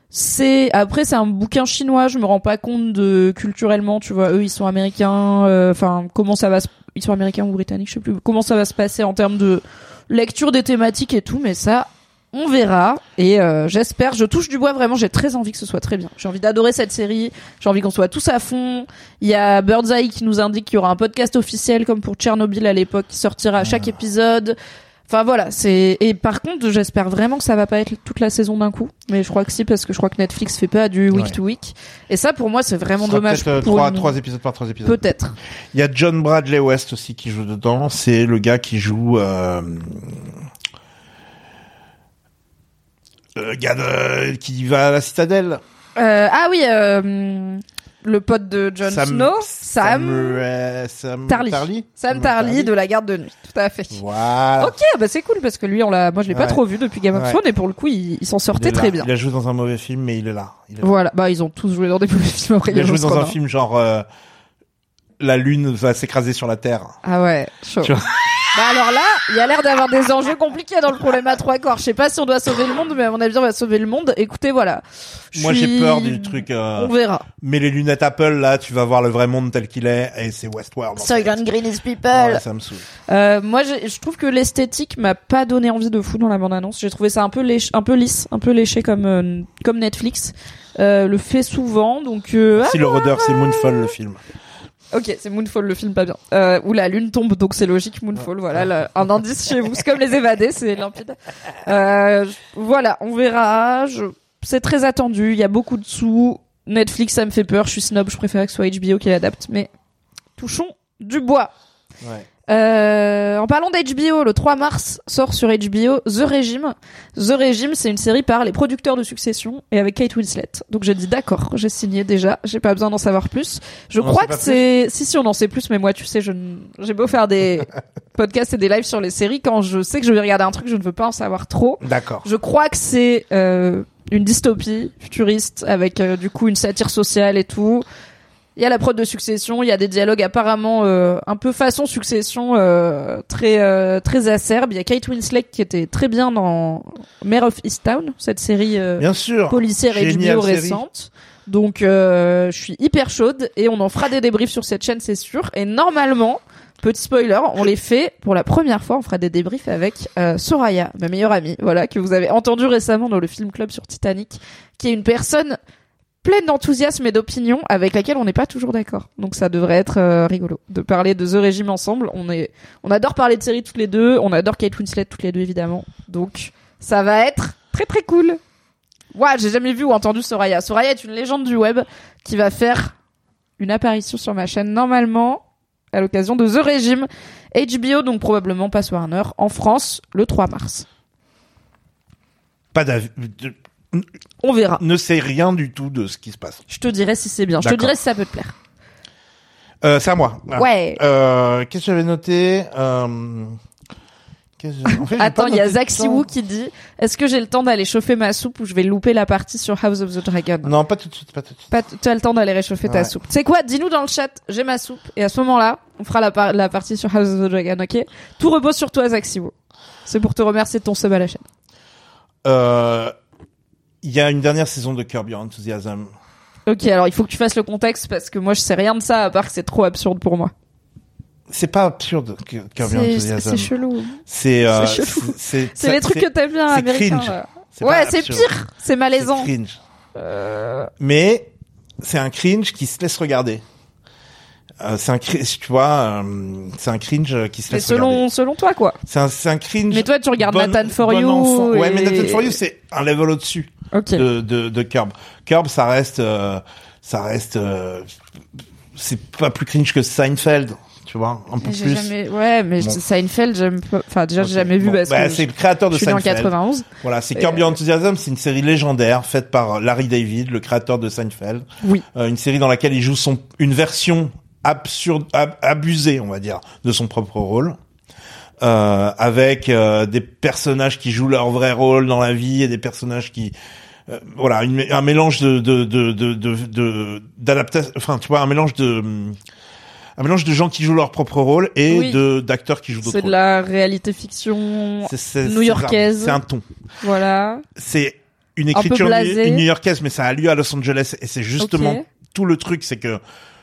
S2: C'est après c'est un bouquin chinois, je me rends pas compte de culturellement, tu vois, eux ils sont américains, euh, enfin comment ça va se... ils sont américains ou britanniques, je sais plus. Comment ça va se passer en termes de lecture des thématiques et tout, mais ça on verra et euh, j'espère, je touche du bois vraiment, j'ai très envie que ce soit très bien. J'ai envie d'adorer cette série, j'ai envie qu'on soit tous à fond. Il y a
S3: Ah.
S2: Birdseye qui nous indique qu'il y aura un podcast officiel comme pour Tchernobyl à l'époque qui sortira à chaque épisode. Enfin voilà, c'est et par contre, j'espère vraiment que ça va pas être toute la saison d'un coup, mais je crois que si parce que je crois que Netflix fait pas du week
S3: Ouais.
S2: to week et ça pour moi c'est vraiment
S3: Ce sera
S2: dommage
S3: peut-être, euh,
S2: pour
S3: trois,
S2: une-
S3: trois épisodes par trois épisodes.
S2: peut-être.
S3: Il y a John Bradley West aussi qui joue dedans. C'est le gars qui joue. euh, Le gars de- qui va à la citadelle.
S2: Euh, ah oui, euh, le pote de Jon
S3: Sam-
S2: Snow, Sam,
S3: Samuel- Sam
S2: Tarly.
S3: Tarly.
S2: Sam Tarly de la garde de nuit. Tout à fait.
S3: Voilà.
S2: Ok, bah c'est cool parce que lui, on l'a, moi je l'ai pas
S3: Ouais.
S2: trop vu depuis Game of
S3: Ouais.
S2: Thrones et pour le coup, il, il s'en
S3: Il est
S2: sortait
S3: là.
S2: très bien.
S3: Il a joué dans un mauvais film, mais il est là. Il, est là.
S2: Voilà, bah ils ont tous joué dans des mauvais films après.
S3: Il a
S2: les
S3: joué
S2: choses
S3: dans
S2: qu'on
S3: un film genre euh, La Lune va s'écraser sur la Terre.
S2: Ah ouais, chaud.
S3: Tu vois.
S2: Bah alors là, il y a l'air d'avoir des enjeux compliqués dans le problème à trois corps. Je sais pas si on doit sauver le monde, mais à mon avis, on va sauver le monde. Écoutez, voilà. Je
S3: Moi, j'ai
S2: suis-
S3: peur du truc. euh,
S2: On verra.
S3: mets les lunettes Apple là, tu vas voir le vrai monde tel qu'il est, et c'est Westworld. en fait.
S5: Green is people.
S3: Ouais, ça me saoule.
S2: Euh, moi, j'ai- je trouve que l'esthétique m'a pas donné envie de fou dans la bande-annonce. J'ai trouvé ça un peu, léché, un peu lisse, un peu léché comme, euh, comme Netflix. Euh, le fait souvent, donc... euh,
S3: Si le rôdeur, c'est Moonfall le film.
S2: ah, ok, c'est Moonfall, le film pas bien. Euh, où la lune tombe, donc c'est logique, Moonfall, voilà, le- un indice chez vous. C'est comme les évadés, c'est limpide. Euh, je- voilà, on verra. Je... C'est très attendu, il y a beaucoup de sous. Netflix, ça me fait peur, je suis snob, je préfère que ce soit HBO qui l'adapte, mais touchons du bois.
S3: Ouais.
S2: Euh, en parlant d'HBO, le 3 mars sort sur HBO The Regime. The Regime, c'est une série par les producteurs de Succession et avec Kate Winslet. Donc j'ai dit d'accord, j'ai signé déjà, j'ai pas besoin d'en savoir plus. Je
S3: On en
S2: crois
S3: sait
S2: que
S3: pas
S2: c'est si si on en sait plus mais moi tu sais je ne- j'ai beau faire des podcasts et des lives sur les séries quand je sais que je vais regarder un truc, je ne veux pas en savoir trop.
S3: D'accord.
S2: Je crois que c'est euh, une dystopie futuriste avec euh, du coup une satire sociale et tout. Il y a la prod de Succession, il y a des dialogues apparemment euh, un peu façon Succession euh, très euh, très acerbe. Il y a Kate Winslet qui était très bien dans Mare of Easttown, cette série euh,
S3: Bien sûr.
S2: policière et
S3: Géniale
S2: HBO
S3: série.
S2: récente. Donc euh, je suis hyper chaude et on en fera des débriefs sur cette chaîne, c'est sûr. Et normalement, petit spoiler, on les fait pour la première fois, on fera des débriefs avec euh, Soraya, ma meilleure amie, voilà que vous avez entendu récemment dans le film club sur Titanic, qui est une personne pleine d'enthousiasme et d'opinion avec laquelle on n'est pas toujours d'accord. Donc ça devrait être euh, rigolo de parler de The Régime ensemble. On est on adore parler de séries toutes les deux, on adore Kate Winslet toutes les deux évidemment. Donc ça va être très très cool. Ouais, j'ai jamais vu ou entendu Soraya. Soraya est une légende du web qui va faire une apparition sur ma chaîne normalement à l'occasion de The Régime. HBO, donc probablement pas Warner, en France le 3 mars.
S3: Pas d'avis. de-
S2: On verra.
S3: Ne sais rien du tout de ce qui se passe.
S2: Je te dirai si c'est bien. Je te
S3: D'accord.
S2: dirai si ça peut te plaire.
S3: Euh, c'est à moi. Ah.
S2: Ouais.
S3: Euh, Qu'est-ce que j'avais noté euh... qu'est-ce que- en fait, j'ai
S2: Attends,
S3: pas
S2: il y a
S3: noté
S2: Zach
S3: de temps.
S2: Siwoo qui dit Est-ce que j'ai le temps d'aller chauffer ma soupe ou je vais louper la partie sur House of the Dragon
S3: Non, pas tout de suite, pas tout de suite.
S2: Pas t- tu as le temps d'aller réchauffer ta
S3: Ouais.
S2: soupe. C'est quoi Dis-nous dans le chat, j'ai ma soupe. Et à ce moment-là, on fera la, par- la partie sur House of the Dragon, ok Tout repose sur toi, Zach Siwo. C'est pour te remercier de ton sub à la chaîne.
S3: Euh, Il y a une dernière saison de Curb Your Enthusiasm.
S2: Ok, alors il faut que tu fasses le contexte parce que moi je sais rien de ça à part que c'est trop absurde pour moi.
S3: C'est pas absurde, Cu- Curb Your
S2: C'est c'est
S3: Enthusiasm.
S2: chelou.
S3: C'est euh,
S2: C'est chelou.
S3: c'est-
S2: C'est les trucs que t'aimes bien
S3: c'est
S2: américains.
S3: cringe.
S2: là.
S3: c'est
S2: Ouais,
S3: pas
S2: c'est
S3: absurde.
S2: pire. C'est malaisant.
S3: C'est cringe. Mais c'est un cringe qui se laisse regarder. Euh, c'est un cringe, tu vois, euh, c'est un cringe qui se
S2: Mais
S3: laisse
S2: selon,
S3: regarder.
S2: selon toi, quoi.
S3: C'est un, c'est un cringe.
S2: Mais toi, tu regardes
S3: bon-
S2: Nathan For
S3: bon
S2: You.
S3: enfant. Ouais,
S2: et-
S3: mais Nathan For You, c'est un level au-dessus
S2: Ok.
S3: de, de, de Curb. Curb, ça reste, euh, ça reste, euh, c'est pas plus cringe que Seinfeld, tu vois, un peu
S2: Mais J'ai
S3: plus.
S2: jamais... Ouais, mais
S3: Bon.
S2: Seinfeld, j'aime pas. Enfin, déjà, j'ai
S3: Ok,
S2: jamais vu
S3: bon.
S2: parce
S3: Bah,
S2: que
S3: c'est le créateur
S2: je
S3: de
S2: suis né en euh,
S3: Seinfeld.
S2: 91.
S3: Voilà, c'est Curb Your Enthusiasm, c'est une série légendaire faite par Larry David, le créateur de Seinfeld.
S2: Oui.
S3: Euh, une série dans laquelle il joue son une version absurde, ab- abusée, on va dire, de son propre rôle, euh, avec euh, des personnages qui jouent leur vrai rôle dans la vie et des personnages qui euh, voilà, une- un mélange de de de de de- de- d'adaptation, enfin tu vois, un mélange de hum, un mélange de gens qui jouent leur propre rôle et
S2: Oui.
S3: de d'acteurs qui jouent d'autres
S2: C'est de
S3: rôles.
S2: la réalité-fiction.
S3: C'est- c'est- c'est
S2: new-yorkaise.
S3: ça, C'est un ton
S2: Voilà.
S3: c'est une
S2: Un peu
S3: écriture
S2: blasé.
S3: new- new-yorkaise, mais ça a lieu à Los Angeles et c'est justement
S2: Ok.
S3: tout le truc, c'est que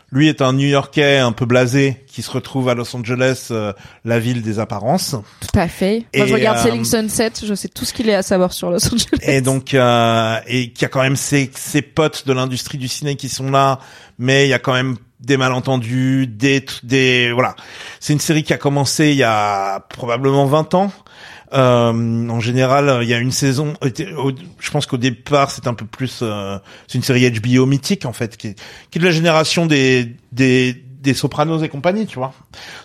S3: lui est un New-Yorkais un peu blasé qui se retrouve à Los Angeles, euh, la ville des apparences.
S2: Tout à fait. Moi, je
S3: Et,
S2: regarde
S3: euh,
S2: Selling Sunset, je sais tout ce qu'il est à savoir sur Los Angeles.
S3: Et donc, euh, et qui a quand même ses, ses potes de l'industrie du ciné qui sont là, mais il y a quand même des malentendus, des, des, voilà. C'est une série qui a commencé il y a probablement 20 ans, Euh, en général, il y a une saison. euh, au- Je pense qu'au départ, c'est un peu plus. euh, c'est une série HBO mythique en fait, qui est, qui est de la génération des des des Sopranos et compagnie, tu vois.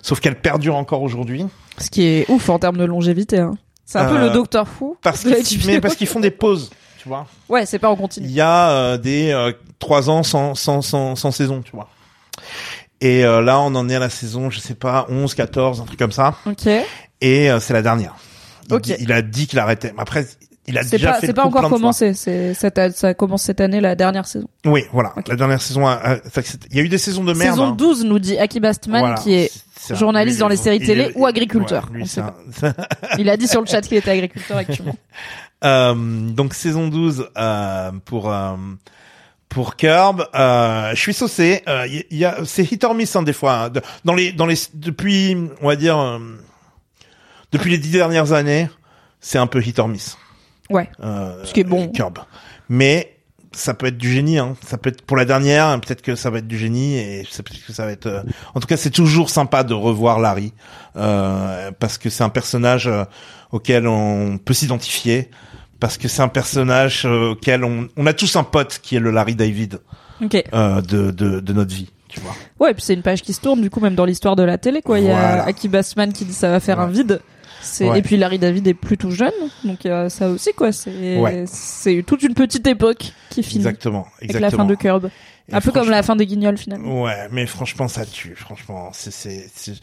S3: Sauf qu'elle perdure encore aujourd'hui.
S2: Ce qui est ouf en termes de longévité. hein. C'est un peu
S3: Euh,
S2: le Docteur Fou.
S3: parce
S2: de la
S3: qu'ils, mais
S2: HBO.
S3: parce qu'ils font des pauses, tu vois.
S2: Ouais, c'est pas en
S3: Il
S2: continu.
S3: y a euh, des euh, trois ans sans, sans, sans, sans saison, tu vois. Et euh, là, on en est à la saison, je sais pas, 11, 14, un truc comme ça.
S2: Ok.
S3: Et euh, c'est la dernière. Il,
S2: Ok.
S3: dit- il a dit qu'il arrêtait. Mais Après, il a
S2: C'est
S3: déjà
S2: pas, c'est
S3: fait le
S2: pas
S3: coup
S2: encore
S3: plein de fois.
S2: commencé. C'est, ça, t'a- ça commence cette année, la dernière saison.
S3: Oui, voilà. La dernière saison, a- a- fait que c'est- il y a eu des saisons de merde.
S2: saison
S3: hein.
S2: 12, nous dit Aki Bastman,
S3: Voilà.
S2: qui est,
S3: C'est un-
S2: journaliste
S3: lui,
S2: dans les séries
S3: il
S2: télé
S3: est-
S2: ou agriculteur.
S3: ouais, lui,
S2: On
S3: c'est
S2: sait
S3: un-
S2: il a dit sur le chat qu'il était agriculteur actuellement.
S3: Euh, donc saison 12 euh, pour euh, pour Curb, euh, je suis saucé. Euh, y- y a, c'est hit or miss hein, des fois. hein. De- Dans les dans les depuis on va dire euh, depuis les dix dernières années, c'est un peu hit or miss.
S2: Ouais.
S3: Euh,
S2: Ce qui est bon.
S3: Curb, mais ça peut être du génie. Hein. Ça peut être pour la dernière. hein, Peut-être que ça va être du génie et ça- peut-être que ça va être. euh, En tout cas, c'est toujours sympa de revoir Larry euh, parce que c'est un personnage euh, auquel on peut s'identifier parce que c'est un personnage euh, auquel on, on a tous un pote qui est le Larry David
S2: Ok.
S3: euh, de, de, de notre vie, tu vois.
S2: Ouais, et puis c'est une page qui se tourne, du coup, même dans l'histoire de la télé, quoi. Il y
S3: Voilà.
S2: a Aki Bastman qui dit ça va faire
S3: Ouais.
S2: un vide. C'est-
S3: Ouais.
S2: Et puis Larry David est plutôt jeune, donc il y a ça aussi, quoi. C'est,
S3: Ouais.
S2: c'est toute une petite époque qui finit
S3: Exactement,
S2: avec la
S3: exactement.
S2: fin de Curb.
S3: Et
S2: Un peu comme
S3: franchement-
S2: la fin des Guignols, finalement.
S3: Ouais, mais franchement, ça tue. Franchement, c'est c'est c'est-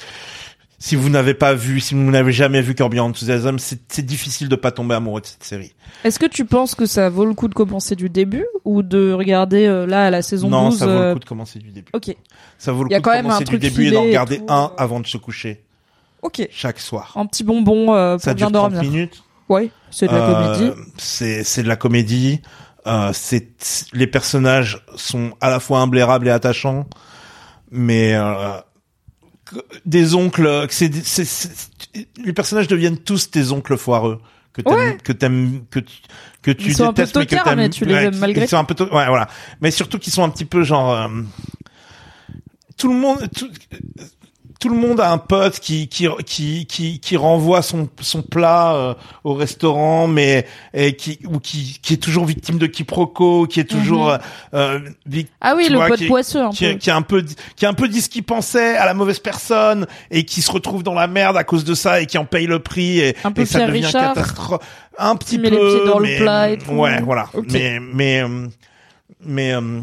S3: si vous n'avez pas vu, si vous n'avez jamais vu Curb Your Enthusiasm, c'est c'est difficile de pas tomber amoureux de cette série.
S2: Est-ce que tu penses que ça vaut le coup de commencer du début ou de regarder euh, là à la saison
S3: non,
S2: 12
S3: ça vaut
S2: euh,
S3: le coup de commencer du début.
S2: Ok,
S3: Ça vaut le
S2: y a
S3: coup
S2: quand
S3: de
S2: même un
S3: commencer du
S2: truc
S3: début et d'en
S2: filé et
S3: regarder
S2: tout,
S3: un
S2: euh.
S3: avant de se coucher
S2: ok.
S3: chaque soir.
S2: Un petit bonbon euh, pour
S3: Ça
S2: bien
S3: dure 30
S2: dormir.
S3: minutes.
S2: Ouais, c'est de la
S3: Euh,
S2: comédie.
S3: C'est c'est de la comédie. Euh, c'est les personnages sont à la fois imblairables et attachants, mais euh, que- des oncles. que c'est c'est- c'est- les personnages deviennent tous tes oncles foireux que t'aimes que t'aimes que tu, que tu
S2: Ils sont un peu
S3: détestes mais que
S2: tocards,
S3: t'aimes
S2: mais tu les
S3: ouais,
S2: aimes
S3: qui-
S2: malgré
S3: ils sont un peu to- ouais voilà mais surtout qu'ils sont un petit peu genre euh, tout le monde tout, tout le monde a un pote qui qui qui qui, qui renvoie son son plat euh, au restaurant mais et qui ou qui qui est toujours victime de quiproquo qui est toujours euh, vic-
S2: Ah oui,
S3: tu
S2: le
S3: vois,
S2: pot
S3: qui-
S2: de poisseux Mhm. un
S3: qui,
S2: peu.
S3: est- qui a un peu di- qui a un peu dit ce qu'il pensait à la mauvaise personne et qui se retrouve dans la merde à cause de ça et qui en paye le prix et,
S2: Un peu
S3: et ça
S2: Pierre
S3: devient
S2: Richard.
S3: catastrophe un petit
S2: met
S3: peu
S2: les pieds dans le
S3: mais-
S2: plat et tout.
S3: ouais voilà
S2: Ok.
S3: mais mais euh, mais euh,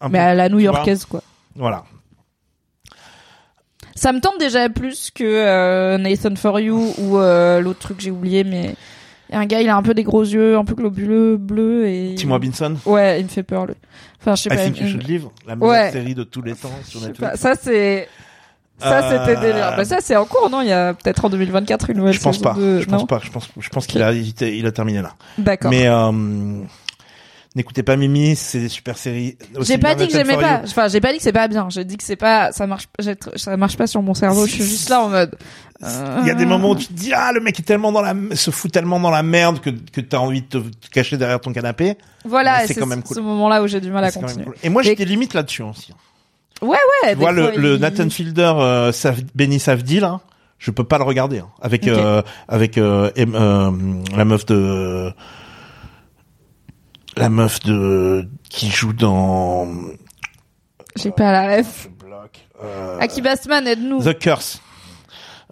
S3: un
S2: Mais
S3: peu-
S2: à la
S3: tu vois,
S2: new-yorkaise, quoi.
S3: voilà
S2: Ça me tente déjà plus que euh, Nathan For You ou euh, l'autre truc que j'ai oublié, mais il y a un gars, il a un peu des gros yeux, un peu globuleux, bleu et.
S3: Tim Robinson
S2: Ouais, il me fait peur, lui. Enfin, je sais
S3: I
S2: pas.
S3: think
S2: il-
S3: you should live la meilleure
S2: Ouais.
S3: série de tous les temps sur
S2: je sais
S3: Netflix
S2: pas, ça, c'est. Ça,
S3: Euh,
S2: c'était délire. Bah, ça, c'est en cours, non Il y a peut-être en 2024 une nouvelle
S3: je pense
S2: saison
S3: pas
S2: de-
S3: je pense
S2: non
S3: pas je pense je pense qu'il a il a- il a terminé là
S2: D'accord.
S3: mais euh, n'écoutez pas Mimi c'est des super séries aussi
S2: J'ai pas
S3: bien
S2: dit que
S3: Nathan
S2: j'aimais
S3: For You.
S2: pas. Enfin, j'ai pas dit que c'est pas bien. J'ai dit que c'est pas. Ça marche. j'ai- Ça marche pas sur mon cerveau. Je suis juste là en mode. euh,
S3: Il y a des moments où tu te dis ah le mec est tellement dans la se fout tellement dans la merde que que t'as envie de te, te cacher derrière ton canapé.
S2: Voilà.
S3: Mais
S2: et
S3: c'est
S2: C'est
S3: quand même
S2: ce-
S3: cool.
S2: ce moment-là où j'ai du mal à
S3: C'est quand même
S2: continuer.
S3: cool. Et moi
S2: Et-
S3: j'étais limite là-dessus aussi.
S2: Ouais,
S3: Tu
S2: des
S3: vois le,
S2: fois, il-
S3: le Nathan Fielder euh, Sav- Benny Safdie là, je peux pas le regarder hein. avec
S2: Ok.
S3: euh, avec euh, Em- euh, la meuf de la meuf de qui joue dans
S2: J'ai pas la ref.
S3: je bloque, euh,
S2: Ah, Aki Bastman, aide-nous.
S3: The Curse.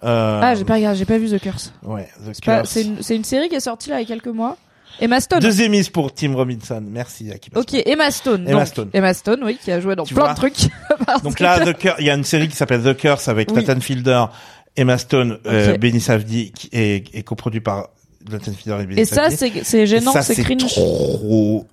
S3: Euh,
S2: Ah, j'ai pas regardé, j'ai pas vu The Curse.
S3: ouais, The
S2: C'est pas-
S3: Curse.
S2: C'est une, c'est une série qui est sortie là il y a quelques mois. Emma Stone.
S3: Deuxième mise pour Tim Robinson. Merci Aki Bass.
S2: Ok, Emma Stone.
S3: Emma
S2: donc.
S3: Stone.
S2: Emma Stone, oui, qui a joué dans
S3: Tu
S2: plein
S3: vois.
S2: de trucs. Parce
S3: Donc
S2: que-
S3: là, The Curse- il y a une série qui s'appelle The Curse avec
S2: Oui.
S3: Nathan Fielder, Emma Stone, euh,
S2: Ok.
S3: Benny Safdie, qui est, est coproduit par Nathan Fielder et Benny
S2: Et ça,
S3: Safdie.
S2: c'est c'est
S3: Et
S2: gênant,
S3: ça,
S2: c'est cringe.
S3: trop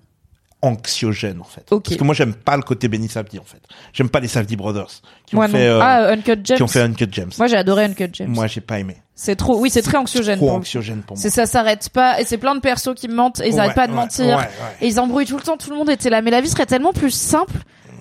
S3: anxiogène en fait.
S2: Ok.
S3: Parce que moi, j'aime pas le côté Benny Safdie en fait. J'aime pas les Safdie Brothers qui
S2: Moi
S3: ont
S2: non.
S3: fait, euh,
S2: Ah, Uncut Gems.
S3: qui ont fait Uncut Gems.
S2: Moi, j'ai adoré Uncut Gems.
S3: Moi, j'ai pas aimé.
S2: C'est trop, oui, c'est très anxiogène.
S3: Trop
S2: pour le coup.
S3: anxiogène pour moi.
S2: C'est ça s'arrête pas et c'est plein de persos qui mentent et ils
S3: Ouais,
S2: arrêtent pas de
S3: ouais,
S2: mentir
S3: ouais, ouais.
S2: et ils embrouillent tout le temps tout le monde était là mais la vie serait tellement plus simple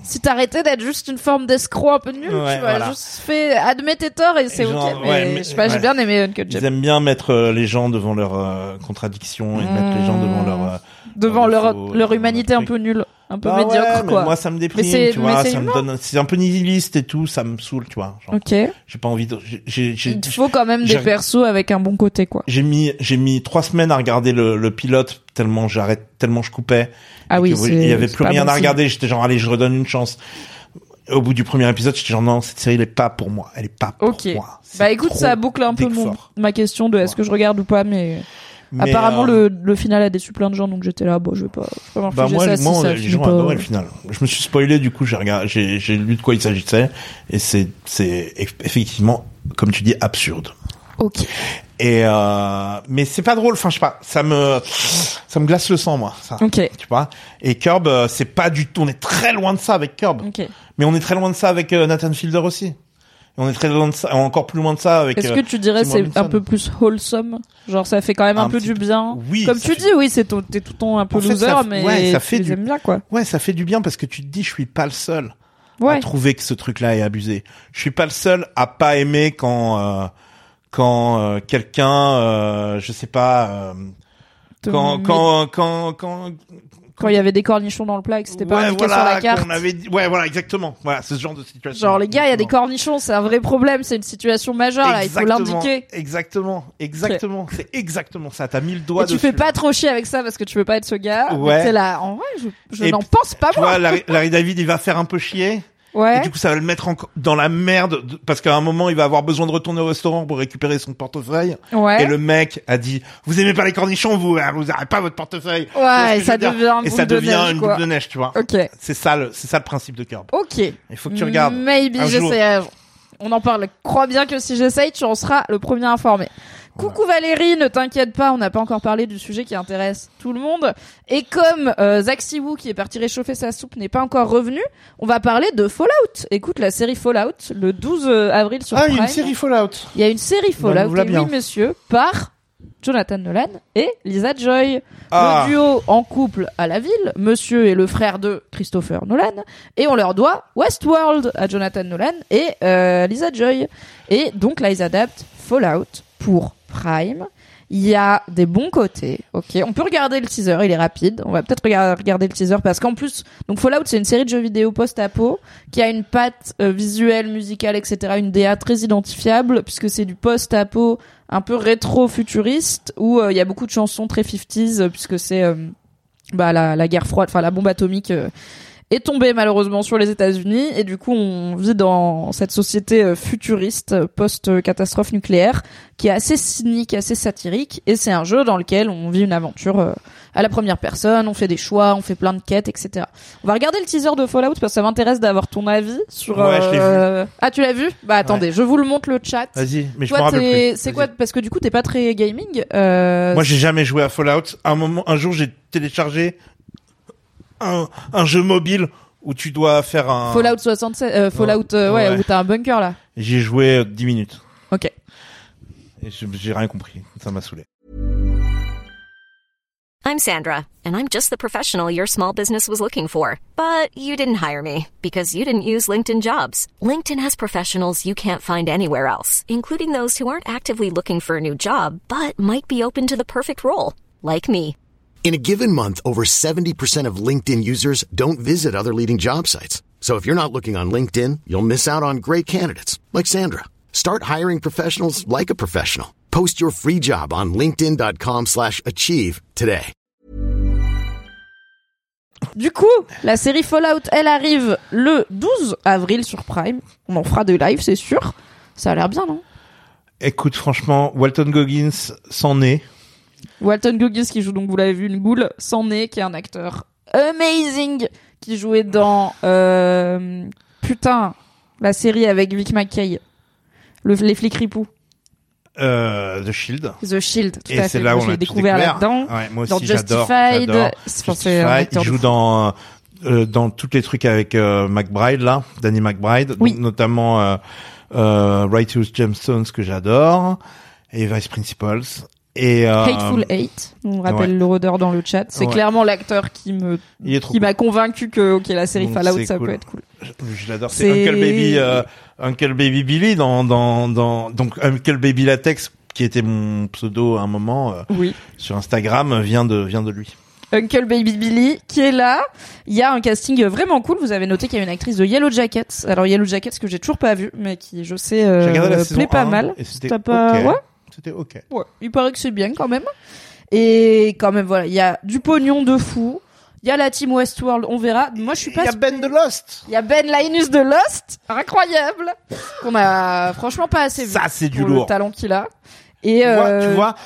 S2: si t'arrêtais d'être juste une forme d'escroc un peu nul
S3: Ouais,
S2: tu vois
S3: voilà.
S2: juste fait admets tes torts et c'est
S3: Genre,
S2: ok mais,
S3: ouais, mais-
S2: je sais pas j'ai
S3: ouais.
S2: bien aimé Uncut
S3: Ils
S2: Gems
S3: aiment bien mettre euh, les gens devant leurs euh, contradictions et mettre les gens devant
S2: Mmh.
S3: leurs euh,
S2: devant
S3: leur
S2: leur
S3: défaut,
S2: leur
S3: leur
S2: humanité un peu nulle un peu
S3: Bah ouais,
S2: médiocre
S3: mais
S2: quoi.
S3: moi ça me déprime,
S2: Mais c'est-
S3: tu
S2: mais
S3: vois,
S2: c'est
S3: ça me donne, c'est un peu nihiliste et tout, ça me saoule, tu vois. Genre,
S2: Ok.
S3: J'ai pas envie de, j'ai- j'ai, j'ai,
S2: Il te faut quand même des
S3: j'ai-
S2: persos avec un bon côté quoi.
S3: j'ai mis, j'ai mis trois semaines à regarder le, le pilote tellement j'arrête, tellement je coupais.
S2: Ah
S3: Et
S2: oui,
S3: que-
S2: c'est-
S3: Il y avait
S2: c'est
S3: plus
S2: pas
S3: rien
S2: bon
S3: à
S2: signe.
S3: regarder, j'étais genre, allez, je redonne une chance. Au bout du premier épisode, j'étais genre, non, cette série, elle est pas pour moi, elle est pas pour
S2: Ok.
S3: moi. C'est
S2: Bah écoute,
S3: trop
S2: ça boucle un peu mon,
S3: d'efforts.
S2: ma question de est-ce que je regarde ou pas, mais,
S3: Mais,
S2: apparemment le,
S3: euh,
S2: le final a déçu plein de gens, donc j'étais là, bon, je vais pas, je vais pas
S3: Bah
S2: m'infliger
S3: moi,
S2: ça si
S3: moi
S2: ça
S3: les
S2: finit
S3: gens
S2: pas-
S3: adoraient le final. Je me suis spoilé du coup, j'ai regardé, j'ai, j'ai lu de quoi il s'agissait et c'est c'est eff- effectivement comme tu dis absurde.
S2: Ok.
S3: Et euh, mais c'est pas drôle, enfin je sais pas, ça me ça me glace le sang moi ça.
S2: Ok.
S3: Tu vois Et Curb euh, c'est pas du tout on est très loin de ça avec Curb.
S2: Ok.
S3: Mais on est très loin de ça avec euh, Nathan Fielder aussi. Et on est très loin de ça, encore plus loin de ça avec
S2: Est-ce
S3: euh,
S2: que tu dirais
S3: Tim
S2: c'est un
S3: Robinson.
S2: peu plus wholesome Genre ça fait quand même un,
S3: Un
S2: peu
S3: petit
S2: du
S3: peu.
S2: bien.
S3: Oui,
S2: Comme
S3: ça
S2: tu
S3: fait-
S2: dis, oui, c'est ton, t'es tout le temps un peu
S3: En fait,
S2: loser,
S3: ça-
S2: mais
S3: ouais, ça
S2: tu
S3: fait
S2: les
S3: du-
S2: aimes bien quoi.
S3: Ouais, ça fait du bien parce que tu te dis je suis pas le seul. à
S2: Ouais.
S3: trouver que ce truc-là est abusé. Je suis pas le seul à pas aimer quand euh, quand euh, quelqu'un, euh, je sais pas, euh,
S2: Te
S3: quand,
S2: met-
S3: quand quand quand
S2: quand il y avait des cornichons dans le plat et que c'était pas
S3: Ouais,
S2: indiqué
S3: voilà,
S2: sur la
S3: qu'on
S2: carte.
S3: avait dit- ouais, voilà, exactement. Voilà, ce genre de situation.
S2: Genre les gars, il y a des cornichons, c'est un vrai problème, c'est une situation majeure là, il faut
S3: Exactement,
S2: l'indiquer.
S3: Exactement, exactement. C'est exactement ça. T'as mis le doigt
S2: Et tu
S3: dessus.
S2: fais pas trop chier avec ça parce que tu veux pas être ce gars.
S3: Ouais.
S2: mais T'es là, en vrai, je, je
S3: Et
S2: n'en
S3: puis,
S2: pense pas
S3: Tu
S2: moi.
S3: vois, Larry, Larry David, il va faire un peu chier. Et
S2: Ouais.
S3: du coup, ça va le mettre en, dans la merde de- parce qu'à un moment, il va avoir besoin de retourner au restaurant pour récupérer son portefeuille.
S2: ouais.
S3: Et le mec a dit, vous aimez pas les cornichons, vous, hein, vous n'aurez pas votre portefeuille. Tu vois
S2: Ouais,
S3: ce que
S2: et
S3: je
S2: ça
S3: veux dire
S2: devient une
S3: Et ça
S2: boule Oh, de
S3: devient
S2: neige,
S3: une
S2: quoi.
S3: boule de neige, tu vois.
S2: Ok. Mm,
S3: C'est ça le, c'est ça le principe de Curb.
S2: Ok.
S3: Il faut que tu regardes.
S2: Maybe
S3: Un jour.
S2: j'essaierai. On en parle. Crois bien que si j'essaye, tu en seras le premier informé. Coucou Valérie, ne t'inquiète pas, on n'a pas encore parlé du sujet qui intéresse tout le monde. Et comme euh, Zach Siwoo, qui est parti réchauffer sa soupe, n'est pas encore revenu, on va parler de Fallout. Écoute, la série Fallout, le 12 avril sur
S3: Ah, il y
S2: Prime.
S3: a une série Fallout.
S2: Il y a une série Fallout,
S3: Donne-nous-la
S2: et
S3: bien.
S2: oui monsieur, par Jonathan Nolan et Lisa Joy.
S3: Ah.
S2: Le duo en couple à la ville, monsieur et le frère de Christopher Nolan, et on leur doit Westworld à Jonathan Nolan et euh, Lisa Joy. Et donc là, ils adaptent Fallout pour Prime. Il y a des bons côtés, ok. On peut regarder le teaser, il est rapide. On va peut-être rega- regarder le teaser parce qu'en plus, donc Fallout, c'est une série de jeux vidéo post-apo qui a une patte euh, visuelle, musicale, etc., une DA très identifiable puisque c'est du post-apo un peu rétro-futuriste où euh, il y a beaucoup de chansons très 50s euh, puisque c'est euh, bah, la, la guerre froide, enfin la bombe atomique euh, est tombée malheureusement sur les États-Unis et du coup on vit dans cette société euh, futuriste euh, post-catastrophe nucléaire qui est assez cynique, assez satirique et c'est un jeu dans lequel on vit une aventure euh, à la première personne, on fait des choix, on fait plein de quêtes, etc. On va regarder le teaser de Fallout parce que ça m'intéresse d'avoir ton avis sur.
S3: Ouais, je l'ai vu.
S2: euh, Ah tu l'as vu Bah attendez, je vous le montre le chat.
S3: Vas-y, mais je
S2: Toi,
S3: me rappelle
S2: t'es-
S3: plus.
S2: C'est
S3: Vas-y.
S2: quoi Parce que du coup, t'es pas très gaming. Euh...
S3: Moi, j'ai jamais joué à Fallout. Un moment, un jour, j'ai téléchargé un, un jeu mobile où tu dois faire un.
S2: Fallout 67, euh, Fallout, euh, ouais,
S3: Ouais.
S2: où t'as un bunker là.
S3: J'ai joué euh, 10 minutes.
S2: Ok.
S3: Et je- j'ai rien compris. Ça m'a saoulé.
S1: I'm Sandra, and I'm just the professional your small business was looking for. But you didn't hire me because you didn't use LinkedIn jobs. LinkedIn has professionals you can't find anywhere else, including those who aren't actively looking for a new job but might be open to the perfect role, like me.
S6: In a given month, over 70% of LinkedIn users don't visit other leading job sites. So if you're not looking on LinkedIn, you'll miss out on great candidates like Sandra. Start hiring professionals like a professional. Post your free job on linkedin.com/achieve slash achieve today.
S2: Du coup, la série Fallout, elle arrive le 12 avril sur Prime. On en fera des lives, c'est sûr. Ça a l'air bien, non
S3: Écoute, franchement, Walton Goggins s'en est.
S2: Walton Goggins qui joue donc, vous l'avez vu, une goule sans nez, qui est un acteur amazing, qui jouait dans euh, putain la série avec Vic McKay, le, les flics ripoux,
S3: Euh, The Shield.
S2: The Shield. Tout
S3: Et
S2: à
S3: c'est
S2: fait.
S3: là où
S2: je
S3: on
S2: l'ai
S3: l'a tous
S2: découvert là-dedans.
S3: Ouais, moi
S2: dans
S3: aussi, j'adore.
S2: Justified.
S3: j'adore.
S2: Enfin, c'est un
S3: Justified.
S2: acteur
S3: Il
S2: de
S3: joue
S2: fou.
S3: dans euh, euh, dans tous les trucs avec euh, McBride là, Danny McBride,
S2: Oui.
S3: Donc, notamment euh, euh, Righteous Gemstones que j'adore et Vice Principals et euh,
S2: Hateful Eight. On rappelle
S3: ouais.
S2: le rôdeur dans le chat. C'est
S3: Ouais.
S2: clairement l'acteur qui me
S3: il est trop
S2: qui m'a convaincu que ok la série
S3: Donc,
S2: Fallout
S3: c'est
S2: ça
S3: cool.
S2: peut être cool.
S3: cool. je l'adore c'est
S2: C'est-
S3: Uncle Baby euh, Uncle Baby Billy dans dans dans donc Uncle Baby Latex qui était mon pseudo à un moment euh,
S2: Oui.
S3: sur Instagram vient de vient de lui
S2: Uncle Baby Billy, qui est là. Il y a un casting vraiment cool. Vous avez noté qu'il y a une actrice de Yellow Jackets. Alors Yellow Jackets que j'ai toujours pas vu, mais qui, je sais, euh,
S3: J'ai regardé la
S2: plaît
S3: saison
S2: pas
S3: 1,
S2: mal.
S3: et c'était
S2: T'as pas-
S3: ok.
S2: ouais.
S3: C'était ok.
S2: Ouais, il paraît que c'est bien quand même. Et quand même, voilà, il y a du pognon de fou. Il y a la team Westworld, on verra. Moi, je suis pas.
S3: Il y a Ben de Lost.
S2: Il y a Ben Linus de Lost, incroyable, qu'on a franchement pas assez vu
S3: Ça, c'est du
S2: pour le
S3: lourd.
S2: talent qu'il a. Et
S3: Tu vois, tu
S2: euh,
S3: vois,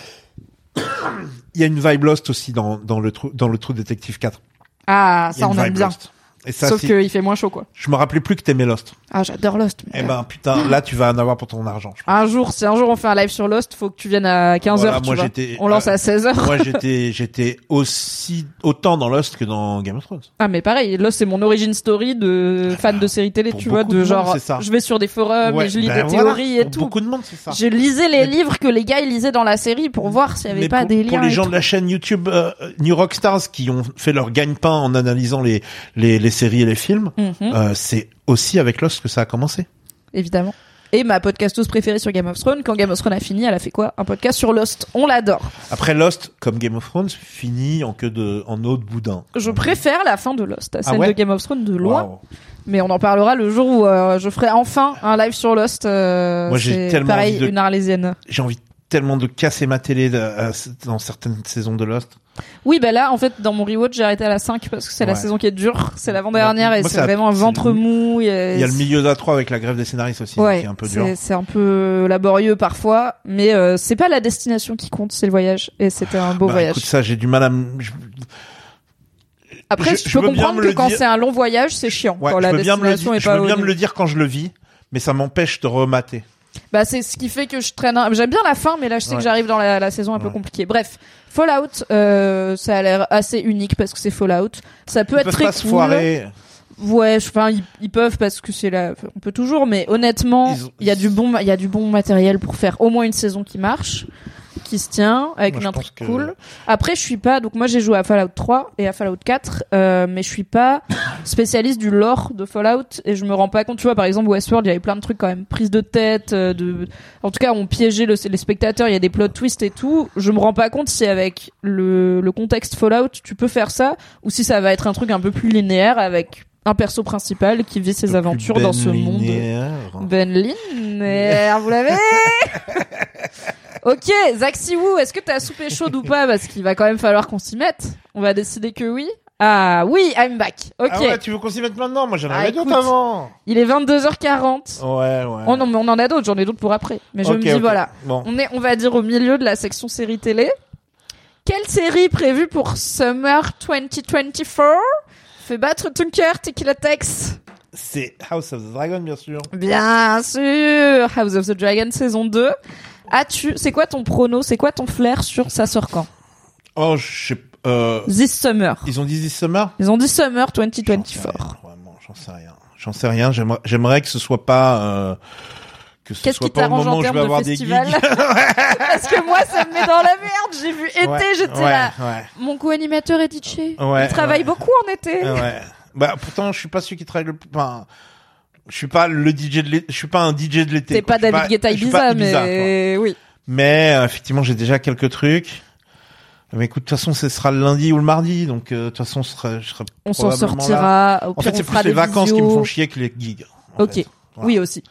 S3: il y a une vibe Lost aussi dans, dans le trou, dans le trou Détective 4.
S2: ah,
S3: Il y a
S2: ça on
S3: une
S2: aime
S3: vibe
S2: bien.
S3: Lost. Et ça,
S2: Sauf
S3: c'est-
S2: qu'il fait moins chaud, quoi.
S3: je me rappelais plus que t'aimais Lost.
S2: Ah, j'adore Lost. mais-
S3: Eh ben, putain, là, tu vas en avoir pour ton argent. je pense.
S2: Un jour, si un jour on fait un live sur Lost, faut que tu viennes à 15h,
S3: Voilà,
S2: tu
S3: moi,
S2: vois.
S3: j'étais-
S2: On lance
S3: euh,
S2: à 16h.
S3: Moi, j'étais, j'étais aussi, autant dans Lost que dans Game of Thrones.
S2: Ah mais pareil, Lost c'est mon origin story de fan de série télé,
S3: Pour
S2: tu vois,
S3: beaucoup
S2: de
S3: de monde,
S2: genre
S3: c'est ça.
S2: je vais sur des forums
S3: Ouais,
S2: et Ah, je lis
S3: ben
S2: des
S3: voilà,
S2: théories et
S3: pour
S2: tout.
S3: Beaucoup de monde, c'est ça.
S2: Je lisais les
S3: Mais-
S2: livres que les gars ils lisaient dans la série pour voir s'il y avait
S3: Mais
S2: pas
S3: pour,
S2: des liens.
S3: pour les
S2: et
S3: gens
S2: tout.
S3: de la chaîne YouTube euh, euh, New Rockstars qui ont fait leur gagne-pain en analysant les, les, les séries et les films,
S2: Mhm.
S3: euh, c'est aussi avec Lost que ça a commencé.
S2: évidemment. Et ma podcasteuse préférée sur Game of Thrones, quand Game of Thrones a fini, elle a fait quoi Un podcast sur Lost. On l'adore.
S3: Après Lost, comme Game of Thrones, finit en queue de en eau de boudin.
S2: Je préfère la fin de Lost à celle
S3: Ah ouais
S2: de Game of Thrones de loin,
S3: Waouh.
S2: mais on en parlera le jour où euh, je ferai enfin un live sur Lost. euh,
S3: Moi, j'ai
S2: c'est
S3: tellement
S2: pareil,
S3: envie de-
S2: une arlésienne.
S3: J'ai envie tellement de casser ma télé de- à- dans certaines saisons de Lost.
S2: Oui, bah là, en fait, dans mon rewatch, j'ai arrêté à la 5 parce que c'est la
S3: Ouais.
S2: saison qui est dure, c'est l'avant-dernière
S3: Moi,
S2: et
S3: moi,
S2: c'est
S3: ça-
S2: vraiment un
S3: c'est
S2: ventre
S3: le-
S2: mou. Il
S3: Il y a le milieu d'A3 avec la grève des scénaristes aussi,
S2: Ouais,
S3: qui est un peu dur.
S2: c'est c'est un peu laborieux parfois, mais euh, c'est pas la destination qui compte, c'est le voyage. Et c'était un beau
S3: Bah,
S2: voyage.
S3: Écoute, ça, j'ai du mal à. me- je-
S2: Après,
S3: Je-
S2: je,
S3: je
S2: peux
S3: veux bien
S2: comprendre
S3: me
S2: que
S3: le
S2: quand
S3: dire.
S2: c'est un long voyage, c'est chiant.
S3: Ouais,
S2: quand
S3: je
S2: la
S3: veux bien me le
S2: destination
S3: dire,
S2: est
S3: je
S2: pas
S3: veux
S2: au
S3: bien me
S2: niveau.
S3: le dire quand je le vis, mais ça m'empêche de remater.
S2: Bah, c'est ce qui fait que je traîne. un- J'aime bien la fin, mais là, je sais que
S3: Ouais.
S2: j'arrive dans la, la saison un peu
S3: Ouais.
S2: compliquée. Bref, Fallout, euh, ça a l'air assez unique parce que c'est Fallout. Ça peut
S3: Ils
S2: être
S3: peuvent
S2: très
S3: pas se
S2: cool.
S3: foirer.
S2: Ouais, je- enfin, ils, ils peuvent parce que c'est là. On peut toujours, mais honnêtement,
S3: Ils ont-
S2: il y a du bon, ma- il y a du bon matériel pour faire au moins une saison qui marche, qui se tient avec
S3: Moi,
S2: une
S3: je
S2: intrigue
S3: pense que-
S2: cool. Après, je suis pas. Donc moi, j'ai joué à Fallout 3 et à Fallout 4, euh, mais je suis pas spécialiste du lore de Fallout et je me rends pas compte. Tu vois, par exemple, Westworld, il y avait plein de trucs quand même, prise de tête, euh, de. En tout cas, on piégeait le- les spectateurs. Il y a des plot twists et tout. Je me rends pas compte si avec le, le contexte Fallout, tu peux faire ça ou si ça va être un truc un peu plus linéaire avec un perso principal qui vit ses
S3: Le plus ben
S2: aventures dans ce monde.
S3: linéaire.
S2: Ben linéaire, vous l'avez Ok, Zach Siwoo, est-ce que t'as soupé chaude ou pas Parce qu'il va quand même falloir qu'on s'y mette. On va décider que oui. Ah oui, I'm back. Ok,
S3: Ah ouais, tu veux qu'on s'y mette maintenant Moi, j'en
S2: Ah,
S3: avais
S2: écoute.
S3: d'autres avant.
S2: il est 22h40.
S3: Ouais, ouais.
S2: Oh non, mais on en a d'autres, j'en ai d'autres pour après. Mais je
S3: Ok,
S2: me dis,
S3: ok.
S2: voilà,
S3: Bon.
S2: on est, on va dire, au milieu de la section série télé. Quelle série prévue pour Summer 2024 fait battre ton cœur, Tequila Tex
S3: C'est House of the Dragon, bien sûr.
S2: Bien sûr House of the Dragon saison 2. As-tu, c'est quoi ton prono, c'est quoi ton flair sur ça sort quand
S3: Oh, je sais. Euh,
S2: This Summer.
S3: ils ont dit This Summer
S2: Ils ont dit Summer
S3: J'en sais
S2: 2024.
S3: rien, Vraiment, j'en sais rien. J'en sais rien. J'aimerais- J'aimerais que ce soit pas. euh, que ce
S2: Qu'est-ce
S3: soit
S2: qui
S3: pas au
S2: t'arrange
S3: moment
S2: en
S3: où je
S2: termes
S3: vais avoir
S2: de
S3: des gigs.
S2: festival Parce que moi, ça me met dans la merde. J'ai vu été,
S3: Ouais,
S2: j'étais
S3: ouais,
S2: là.
S3: Ouais.
S2: Mon co-animateur est DJ.
S3: Ouais,
S2: il travaille
S3: ouais.
S2: beaucoup en été.
S3: Ah ouais. Bah pourtant, je suis pas celui qui travaille le plus. Enfin, je suis pas le DJ de l'été. Je suis pas un DJ de l'été.
S2: T'es
S3: quoi.
S2: pas
S3: Je suis
S2: David Guetta
S3: je suis
S2: Ibiza,
S3: pas quoi.
S2: mais oui.
S3: Mais euh, effectivement, j'ai déjà quelques trucs. Mais écoute, de toute façon, ce sera le lundi ou le mardi, donc euh, de toute façon, je serai, je serai
S2: On s'en
S3: probablement là.
S2: sortira. Au
S3: En
S2: pire,
S3: fait, c'est
S2: on fera
S3: plus les
S2: des
S3: vacances qui me
S2: visios.
S3: font chier que les gigs. en
S2: Ok.
S3: fait. Voilà.
S2: Oui aussi.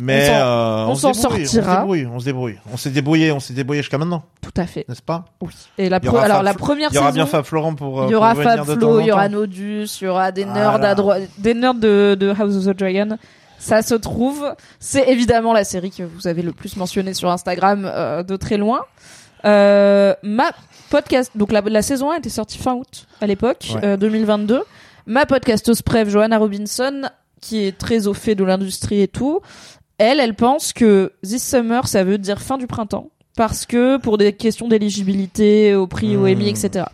S3: Mais
S2: On s'en-
S3: euh,
S2: on
S3: se
S2: s'en
S3: débrouille,
S2: sortira.
S3: On se débrouille. On s'est débrouillé. On s'est débrouillé. On s'est débrouillé jusqu'à maintenant,
S2: Tout à fait.
S3: n'est-ce pas
S2: Oui. Et la
S3: Il y
S2: pro-
S3: aura
S2: alors
S3: Fab
S2: la
S3: Flo-
S2: première
S3: Il y aura bien
S2: saison,
S3: Fab Florent pour. euh,
S2: il y
S3: pour
S2: aura
S3: revenir
S2: Fab
S3: de temps
S2: Flo,
S3: en
S2: il y aura
S3: temps. Ah
S2: Nodus, il y aura des nerds
S3: Voilà.
S2: à droite, des nerds de, de House of the Dragon. Ça se trouve, c'est évidemment la série que vous avez le plus mentionnée sur Instagram euh, de très loin. Euh, ma podcast, donc la, la saison 1 était sortie fin août à l'époque,
S3: Ouais.
S2: euh, 2022. Ma podcasteuse prév, Johanna Robinson, qui est très au fait de l'industrie et tout, elle, elle pense que this summer, ça veut dire fin du printemps, parce que pour des questions d'éligibilité au prix, au Emmy,
S3: Hmm.
S2: etc.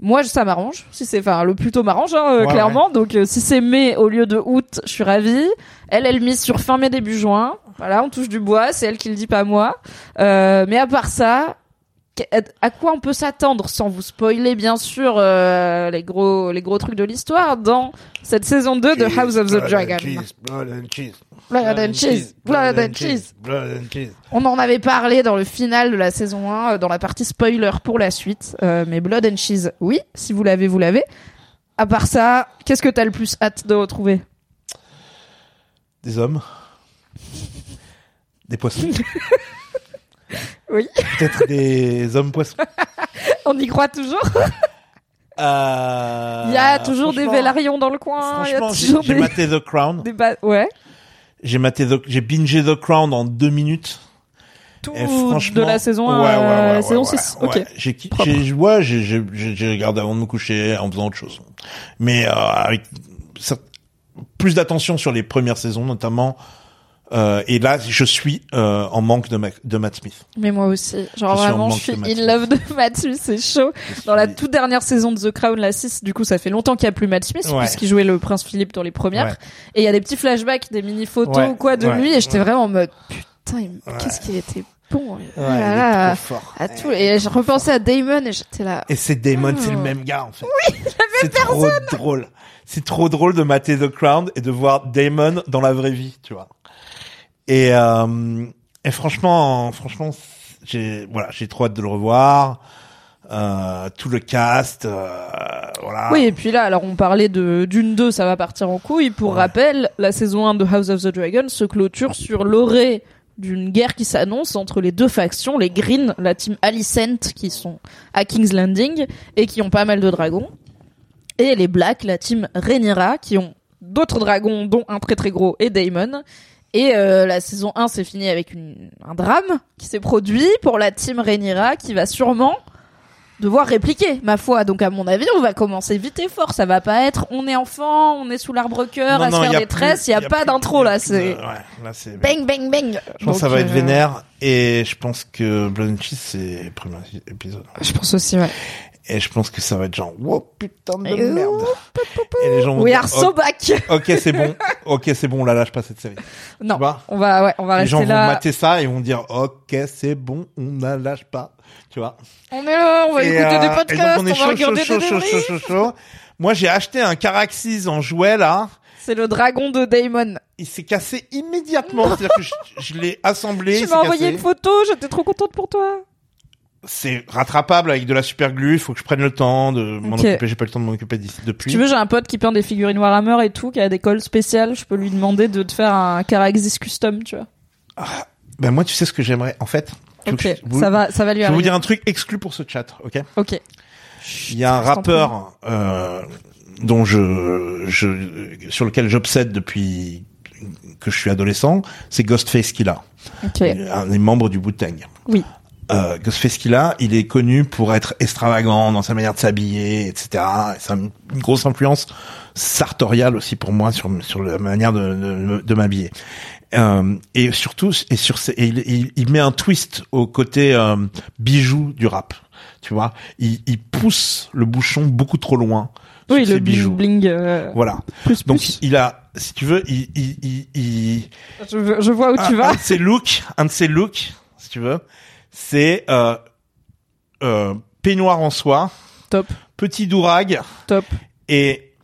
S2: Moi, ça m'arrange. Si c'est, enfin, le plus tôt m'arrange, hein, euh,
S3: Ouais,
S2: clairement. Donc, euh, si c'est mai au lieu de août, je suis ravie. Elle, elle mise sur fin mai début juin. Voilà, on touche du bois. C'est elle qui le dit, pas moi. Euh, mais à part ça, qu- à quoi on peut s'attendre sans vous spoiler bien sûr euh, les gros les gros trucs de l'histoire dans cette saison 2 de House of the Dragon.
S3: Blood and cheese.
S2: Blood and cheese, blood and cheese.
S3: Blood and cheese.
S2: On en avait parlé dans le final de la saison 1 euh, dans la partie spoiler pour la suite Euh, mais Blood and cheese, oui, si vous l'avez, vous l'avez. À part ça, qu'est-ce que t'as le plus hâte de retrouver
S3: Des hommes. Des poissons.
S2: Oui.
S3: Peut-être des hommes poissons.
S2: On y croit toujours.
S3: Euh,
S2: Il y a toujours des
S3: franchement-
S2: Vélarions dans le coin. Il y a
S3: Franchement, j'ai
S2: toujours
S3: j'ai Eh,
S2: des,
S3: maté The Crown.
S2: des ba- Ouais.
S3: J'ai maté The- j'ai bingé The Crown en deux minutes.
S7: Tout
S3: Et Eh, franchement,
S7: de la saison 1
S3: ouais, ouais,
S7: à
S3: ouais,
S7: la
S3: ouais,
S7: saison
S3: ouais,
S7: 6.
S3: ouais.
S7: Ok.
S3: J'ai qui-
S7: Propre.
S3: j'ai- ouais, j'ai j'ai- j'ai- j'ai regardé avant de me coucher en faisant autre chose. Mais euh, avec cer- plus d'attention sur les premières saisons notamment. Euh, et là, je suis euh, en manque de, Mac- de Matt Smith.
S2: Mais moi aussi. Genre
S3: Je suis en
S2: vraiment, je
S3: manque
S2: suis
S3: de
S2: in
S3: Mathieu.
S2: love de Mathieu, c'est chaud.
S3: Je
S2: Dans la
S3: suis-
S2: toute dernière saison de The Crown, la 6, du coup, ça fait longtemps qu'il n'y a plus Matt Smith,
S3: Ouais.
S2: puisqu'il jouait le prince Philippe dans les premières.
S3: Ouais.
S2: Et il y a des petits flashbacks, des mini-photos
S3: Ouais,
S2: ou quoi de
S3: ouais,
S2: lui, et j'étais
S3: ouais.
S2: vraiment en mode, putain, il- qu'est-ce qu'il était bon. Oh
S3: Ouais, il
S2: là
S3: est
S2: là,
S3: trop fort.
S2: à tout. Et je repensais à Damon, et j'étais là.
S3: Et c'est Damon, c'est
S2: Hmm.
S3: le même gars en fait. Oui, c'est trop drôle. C'est trop drôle de mater The Crown et de voir Damon dans la vraie vie, tu vois. Et, euh, et franchement, franchement, j'ai voilà, j'ai trop hâte de le revoir. Euh, tout le cast, euh, voilà.
S2: Oui, et puis là, alors on parlait de d'une deux, ça va partir en couille. Pour
S3: Ouais.
S2: rappel, la saison 1 de House of the Dragon se clôture sur l'orée d'une guerre qui s'annonce entre les deux factions, les Green, la team Alicent, qui sont à King's Landing et qui ont pas mal de dragons, et les Black, la team Rhaenyra, qui ont d'autres dragons, dont un très très gros et Daemon. Et euh, la saison 1 s'est finie avec une- un drame qui s'est produit pour la team Rhaenyra qui va sûrement devoir répliquer, ma foi. Donc à mon avis, on va commencer vite et fort. Ça va pas être on est enfant, on est sous l'arbre-cœur, à se faire
S3: y a
S2: des
S3: plus-
S2: tresses. Il y a, pas
S3: plus-
S2: d'intro
S3: y a
S2: là.
S3: plus de-
S2: C'est
S3: ouais, là, c'est-
S2: bang euh, bang bang.
S3: Je pense que ça va être vénère et je pense que Blood and Cheese c'est le premier épisode.
S2: Je pense aussi. Ouais.
S3: Et je pense que ça va être genre wow putain de
S2: Et-
S3: merde. Et les gens vont
S2: We
S3: dire,
S2: are so
S3: Ok,
S2: back.
S3: Ok, c'est bon. Ok, c'est bon. On la lâche pas cette série.
S2: Non,
S3: Tu vois
S2: on va ouais, on va
S3: Les gens
S2: rester
S3: vont
S2: Ah, là.
S3: mater ça et vont dire ok, c'est bon. On la lâche pas. Tu vois.
S2: On est là, on va
S3: Et,
S2: écouter
S3: euh,
S2: des
S3: et
S2: podcasts,
S3: donc,
S2: on,
S3: on est
S2: va
S3: chaud, chaud,
S2: regarder
S3: chaud,
S2: des
S3: chaud,
S2: débris.
S3: chaud, chaud, chaud. Moi, j'ai acheté un Caraxis en jouet là.
S2: C'est le dragon de Damon.
S3: Il s'est cassé immédiatement. C'est-à-dire que je, je l'ai assemblé.
S2: tu
S3: il
S2: m'as
S3: s'est
S2: envoyé
S3: cassé.
S2: une photo, j'étais trop contente pour toi.
S3: C'est rattrapable avec de la super glue. Il faut que je prenne le temps de m'en
S2: Ok.
S3: occuper. J'ai pas le temps de m'en occuper d'ici depuis.
S2: Si tu veux, j'ai un pote qui peint des figurines Warhammer et tout, qui a des cols spéciales, je peux lui demander de te faire un Caraxis custom, tu vois.
S3: Ben moi, tu sais ce que j'aimerais en fait. Tu veux
S2: Ok,
S3: que je- vous-
S2: ça va, ça va lui
S3: Je vais vous
S2: arriver.
S3: dire un truc exclu pour ce chat, ok
S2: Ok.
S3: Il y a un
S2: je t'en prie.
S3: rappeur euh, dont je, je sur lequel j'obsède depuis que je suis adolescent, c'est Ghostface Killah,
S2: Ok.
S3: un des membres du Wu-Tang.
S2: Oui.
S3: Euh, Ghostface Killah, il est connu pour être extravagant dans sa manière de s'habiller, etc. C'est un- une grosse influence sartoriale aussi pour moi sur sur la manière de de, de m'habiller. Euh, et surtout, et sur, ses- et il, il- il met un twist au côté euh, bijoux du rap. Tu vois, il, il pousse le bouchon beaucoup trop loin. sur
S2: Oui, le
S3: ses
S2: bijou
S3: bijoux.
S2: bling. euh,
S3: Voilà.
S2: Plus,
S3: Donc
S2: plus.
S3: il a, si tu veux, il, il, il, il-
S2: Je, veux- je vois où tu
S3: Ah, un,
S2: vas.
S3: un de ses looks, un de ses looks, si tu veux, c'est euh, euh, peignoir en soie,
S2: Top,
S3: petit dourag,
S2: top.
S3: et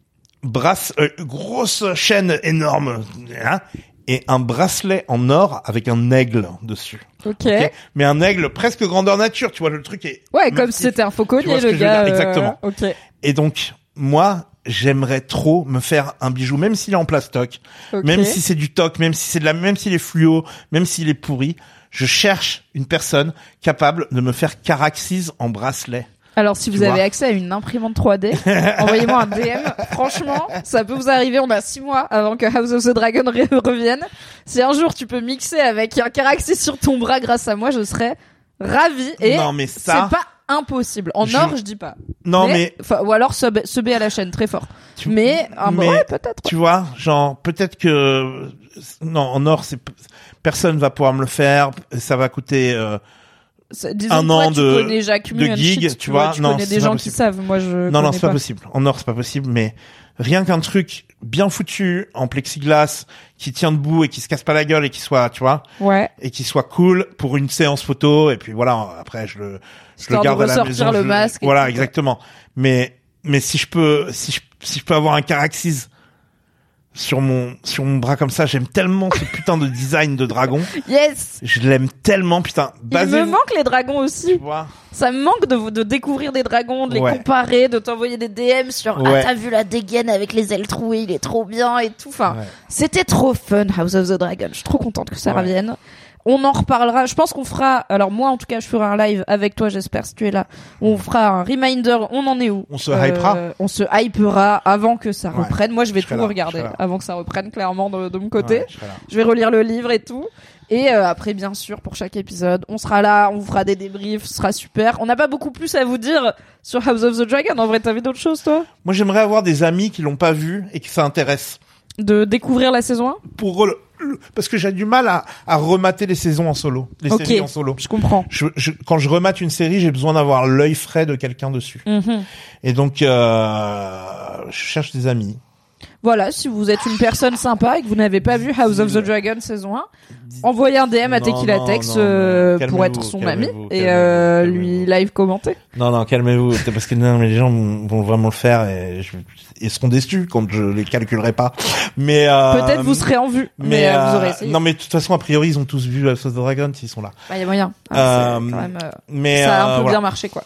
S3: brasse, euh, grosse chaîne énorme hein, et un bracelet en or avec un aigle dessus.
S2: Ok.
S3: ok Mais un aigle presque grandeur nature, tu vois, le truc est...
S2: Ouais, comme
S3: massif.
S2: si c'était un
S3: Tu vois
S2: fauconnier, le
S3: ce que je veux dire,
S2: gars. euh,
S3: exactement.
S2: Ok.
S3: Et donc, moi, j'aimerais trop me faire un bijou, même s'il est en plastoc,
S2: ok.
S3: même si c'est du toc, même si c'est de la, même s'il est fluo, même s'il est pourri. Je cherche une personne capable de me faire Caraxis en bracelet.
S2: Alors, si
S3: Tu
S2: vous avez
S3: vois.
S2: accès à une imprimante 3D, envoyez-moi un DM. Franchement, ça peut vous arriver. On a six mois avant que House of the Dragon re- revienne. Si un jour tu peux mixer avec un Caraxis sur ton bras grâce à moi, je serais ravie. Et
S3: non, mais
S2: c'est
S3: ça.
S2: pas impossible. En
S3: Je-
S2: or, je dis pas.
S3: Non, mais.
S2: enfin, ou alors sub, subé à la chaîne, très fort.
S3: tu-
S2: Mais, ah, bah,
S3: mais-
S2: ouais, peut-être.
S3: Tu vois, genre peut-être que non en or, c'est personne va pouvoir me le faire, ça va coûter euh,
S2: C'est- disons
S3: Un
S2: que toi,
S3: an
S2: tu
S3: de-
S2: connais Jacques
S3: de
S2: Mu and
S3: gig,
S2: shit,
S3: tu vois,
S2: tu
S3: non,
S2: connais
S3: c'est
S2: des
S3: pas
S2: gens
S3: possible.
S2: qui savent. Moi, je
S3: Non, non,
S2: connais
S3: c'est pas. possible. En or, c'est pas possible, mais rien qu'un truc bien foutu, en plexiglas, qui tient debout et qui se casse pas la gueule et qui soit, tu vois,
S2: Ouais.
S3: et qui soit cool pour une séance photo, et puis voilà, après, je le, je le
S8: Histoire de
S3: garde à la
S8: ressortir
S3: maison.
S8: le
S3: je-
S8: masque et
S3: Voilà,
S8: tout.
S3: exactement. Mais, mais si je peux, si je, si je peux avoir un caraxis sur mon, sur mon bras comme ça, j'aime tellement ce putain de design de dragon.
S2: Yes.
S3: Je l'aime tellement, putain.
S2: Il me
S3: Basez-vous,
S2: manque les dragons
S3: tu
S2: aussi.
S3: vois.
S2: Ça me manque de, de découvrir des dragons, de les
S3: Ouais.
S2: comparer, de t'envoyer des DM sur
S3: Ouais.
S2: Ah, t'as vu la dégaine avec les ailes trouées, il est trop bien et tout. Enfin,
S3: Ouais.
S2: c'était trop fun, House of the Dragon. Je suis trop contente que ça
S3: Ouais.
S2: revienne. On en reparlera. Je pense qu'on fera. Alors, moi, en tout cas, je ferai un live avec toi, j'espère, si tu es là. On fera un reminder. On en est où Euh,
S3: On se hypera.
S2: On se hypera avant que ça
S3: Ouais.
S2: reprenne. Moi, je vais
S3: Je serai
S2: tout
S3: là, je
S2: regarder
S3: serai là.
S2: avant que ça reprenne, clairement, de, de mon côté.
S3: Ouais, je serai là.
S2: Je vais relire le livre et tout. Et euh, après, bien sûr, pour chaque épisode, on sera là, on vous fera des débriefs, ce sera super. On n'a pas beaucoup plus à vous dire sur House of the Dragon. En vrai, t'as vu d'autres choses, toi
S3: Moi, j'aimerais avoir des amis qui l'ont pas vu et qui s'intéressent.
S2: De découvrir la saison 1
S3: Pour le- le- parce que j'ai du mal à, à remater les saisons en solo, les
S2: Ok.
S3: séries en solo.
S2: Je comprends.
S3: Je, je- quand je remate une série, j'ai besoin d'avoir l'œil frais de quelqu'un dessus.
S2: Mhm.
S3: Et donc, euh, je cherche des amis.
S2: Voilà, si vous êtes une personne sympa et que vous n'avez pas vu House of the Dragon saison 1, envoyez un DM à
S3: Non,
S2: Tequila
S3: non,
S2: Tex
S3: non,
S2: euh, pour
S3: non. Calmez-vous,
S2: être son ami
S3: calmez-vous,
S2: et
S3: calmez-vous,
S2: euh,
S3: calmez-vous.
S2: lui live commenter.
S3: Non, non, calmez-vous, c'est parce que non, mais les gens vont, vont vraiment le faire et je- ils seront déçus quand je les calculerai pas. Mais euh,
S2: Peut-être vous serez en vue, mais, euh, vous
S3: euh,
S2: aurez essayé.
S3: non, mais de toute façon, a priori, ils ont tous vu House of the Dragon s'ils sont là.
S2: Bah, y a moyen. Ah, c'est
S3: Euh,
S2: quand même, euh,
S3: Mais
S2: ça a un
S3: euh,
S2: peu
S3: voilà.
S2: bien marché quoi.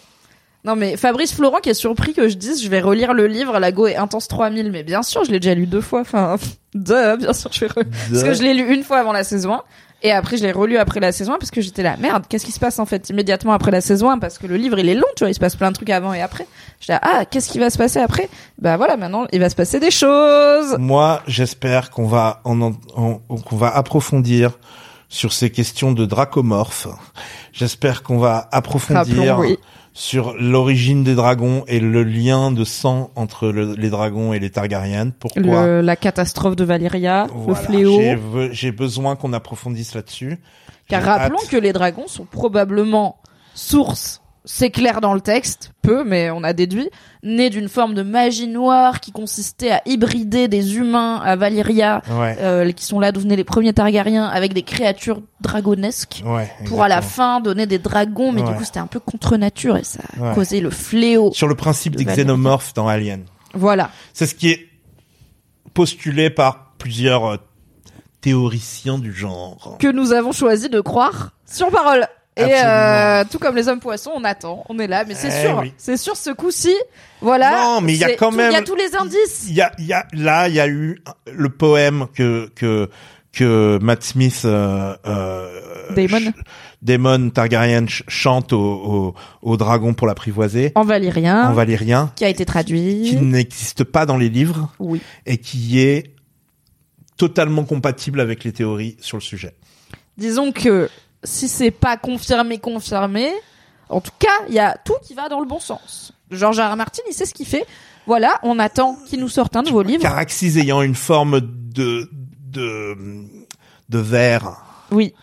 S2: Non mais Fabrice Florent qui est surpris que je dise je vais relire le livre La Go et Intense 3000 mais bien sûr je l'ai déjà lu deux fois enfin deux hein, bien sûr je vais re- parce que je l'ai lu une fois avant la saison 1 et après je l'ai relu après la saison 1 parce que j'étais là merde qu'est-ce qui se passe en fait immédiatement après la saison 1 parce que le livre il est long tu vois il se passe plein de trucs avant et après je là ah qu'est-ce qui va se passer après bah voilà maintenant il va se passer des choses
S3: Moi, j'espère qu'on va en, en- en- qu'on va approfondir sur ces questions de dracomorphes. J'espère qu'on va approfondir
S2: Rappelons, oui.
S3: sur l'origine des dragons et le lien de sang entre le- les dragons et les Targaryens. Pourquoi
S2: Le- la catastrophe de Valyria
S3: Voilà.
S2: le fléau
S3: J'ai ve- J'ai besoin qu'on approfondisse là-dessus.
S2: Car
S3: J'ai
S2: rappelons
S3: hâte.
S2: que les dragons sont probablement source, c'est clair dans le texte, peu, mais on a déduit, nés d'une forme de magie noire qui consistait à hybrider des humains à Valyria,
S3: Ouais.
S2: euh, qui sont là d'où venaient les premiers Targaryens, avec des créatures dragonesques.
S3: ouais.
S2: euh, Pour à la
S3: exactement.
S2: fin donner des dragons, mais du
S3: Ouais.
S2: coup c'était un peu contre nature et ça a
S3: Ouais.
S2: causé le fléau.
S3: Sur le principe
S2: de
S3: des
S2: Valyria.
S3: xénomorphes dans Alien.
S2: Voilà.
S3: C'est ce qui est postulé par plusieurs euh, théoriciens du genre.
S2: que nous avons choisi de croire sur parole. Et
S3: Absolument.
S2: euh, tout comme les hommes poissons, on attend, on est là, mais c'est
S3: Eh
S2: sûr,
S3: oui.
S2: c'est sûr ce coup-ci, voilà.
S3: Non, mais il y a
S2: c'est
S3: quand
S2: tout-
S3: même-
S2: Il y a tous les indices.
S3: Il y a, il y a, là, il y a eu le poème que, que, que Matt Smith, euh, euh,
S2: Damon.
S3: ch- Damon Targaryen ch- chante au, au, au dragon pour l'apprivoiser.
S2: En valyrien,
S3: En valyrien.
S2: qui a été traduit.
S3: Qui n'existe pas dans les livres.
S2: Oui.
S3: Et qui est totalement compatible avec les théories sur le sujet.
S2: Disons que si c'est pas confirmé, confirmé, en tout cas, il y a tout qui va dans le bon sens. George R. R. Martin, il sait ce qu'il fait. Voilà, on attend qu'il nous sorte un nouveau livre.
S3: Caraxis ayant une forme de, de, de verre.
S2: Oui.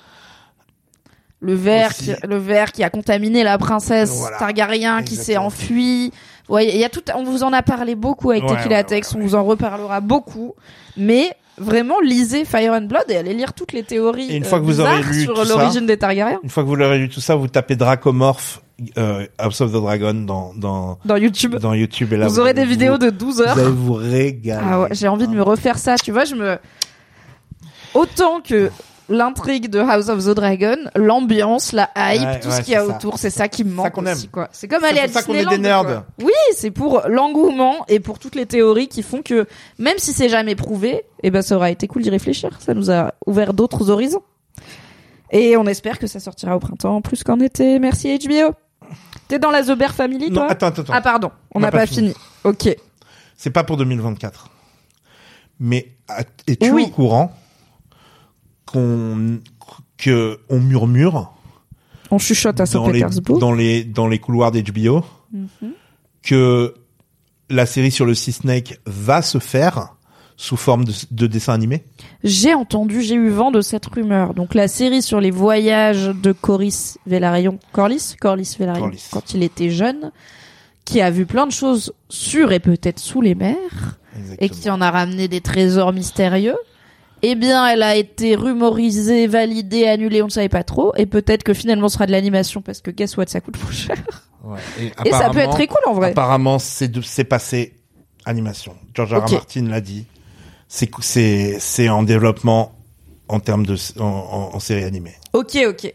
S2: Le verre, qui,
S3: Aussi.
S2: le verre qui a contaminé la princesse
S3: Voilà.
S2: Targaryen, qui s'est
S3: Exactement.
S2: enfuie. Ouais, il y a tout. On vous en a parlé beaucoup avec
S3: Ouais,
S2: Tequila
S3: ouais,
S2: Tex.
S3: ouais,
S2: On vous en reparlera beaucoup. Mais vraiment, lisez Fire and Blood et allez lire toutes les théories
S3: Et une fois
S2: euh,
S3: que vous aurez
S2: bizarres
S3: lu
S2: sur
S3: tout ça-
S2: l'origine des Targaryens
S3: Une fois que vous l'aurez lu tout ça, vous tapez Dracomorph, euh, House of the Dragon dans, dans,
S2: dans YouTube.
S3: dans YouTube. Et là,
S2: vous aurez des vidéos de 12 heures.
S3: Vous allez vous régaler.
S2: Ah ouais, j'ai envie de me refaire ça, tu vois, je me autant que l'intrigue de House of the Dragon, l'ambiance, la hype,
S3: Ouais,
S2: tout
S3: ouais,
S2: ce qu'il y a
S3: c'est ça.
S2: autour, c'est ça qui me manque
S3: qu'on aime.
S2: aussi quoi. C'est comme
S3: C'est
S2: aller à
S3: pour ça qu'on est
S2: Disneyland.
S3: des nerds.
S2: quoi. Oui, c'est pour l'engouement et pour toutes les théories qui font que même si c'est jamais prouvé, eh ben ça aura été cool d'y réfléchir, ça nous a ouvert d'autres horizons. Et on espère que ça sortira au printemps plus qu'en été. Merci HBO. T'es dans la Zober Family
S3: Non,
S2: toi
S3: attends, attends, attends.
S2: Ah pardon, on n'a pas, fini. OK.
S3: C'est pas pour 2024. Mais à- es-tu
S2: Oui.
S3: au courant qu'on que on murmure
S2: On chuchote à
S3: dans les,
S2: Saint-Pétersbourg.
S3: dans les dans les couloirs d'HBO
S2: Mhm.
S3: que la série sur le Sea Snake va se faire sous forme de, de dessin animé
S2: J'ai entendu, j'ai eu vent de cette rumeur. Donc la série sur les voyages de Coris Vélarion, Corlys, Corlys Vélarion,
S3: Corlys.
S2: quand il était jeune, qui a vu plein de choses sur et peut-être sous les mers, et qui en a ramené des trésors mystérieux. Eh bien, elle a été rumorisée, validée, annulée, on ne savait pas trop. Et peut-être que finalement, ce sera de l'animation parce que guess what, ça coûte moins cher.
S3: Ouais.
S2: Et ça peut être très cool en vrai.
S3: Apparemment, c'est de- c'est passé animation. George R.
S2: Ok.
S3: R. Martin l'a dit. C'est cou- c'est c'est en développement en termes de en, en- en série animée.
S2: Ok, ok.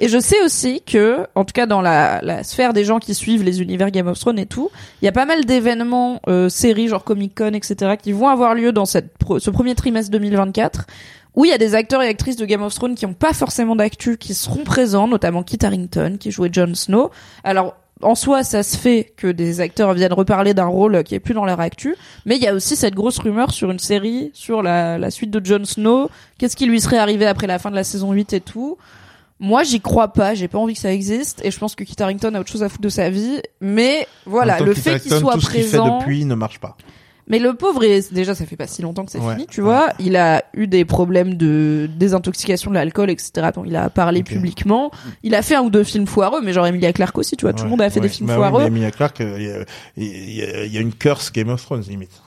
S2: Et je sais aussi que, en tout cas dans la, la sphère des gens qui suivent les univers Game of Thrones et tout, il y a pas mal d'événements, euh, séries genre Comic Con, etc., qui vont avoir lieu dans cette pro- ce premier trimestre 2024, où il y a des acteurs et actrices de Game of Thrones qui n'ont pas forcément d'actu, qui seront présents, notamment Kit Harington, qui jouait Jon Snow. Alors, en soi, ça se fait que des acteurs viennent reparler d'un rôle qui est plus dans leur actu, mais il y a aussi cette grosse rumeur sur une série, sur la, la suite de Jon Snow, qu'est-ce qui lui serait arrivé après la fin de la saison 8 et tout. Moi, j'y crois pas, j'ai pas envie que ça existe, et je pense que Kit Harington a autre chose à foutre de sa vie, mais
S3: En
S2: voilà,
S3: tant
S2: le
S3: que
S2: fait qu'il
S3: Titan,
S2: soit
S3: tout ce qu'il fait
S2: présent.
S3: depuis ne marche pas.
S2: Mais le pauvre, est... déjà, ça fait pas si longtemps que c'est
S3: Ouais,
S2: fini, tu
S3: ouais.
S2: vois. Il a eu des problèmes de désintoxication de l'alcool, etc. Donc, il a parlé
S3: Ok.
S2: publiquement. Il a fait un ou deux films foireux, mais genre Emilia Clarke aussi, tu vois. Tout le
S3: Ouais,
S2: monde a fait
S3: ouais.
S2: des films
S3: Bah oui,
S2: foireux.
S3: mais Emilia Clarke, euh, il y a- il y, a- il y a une curse Game of Thrones limite.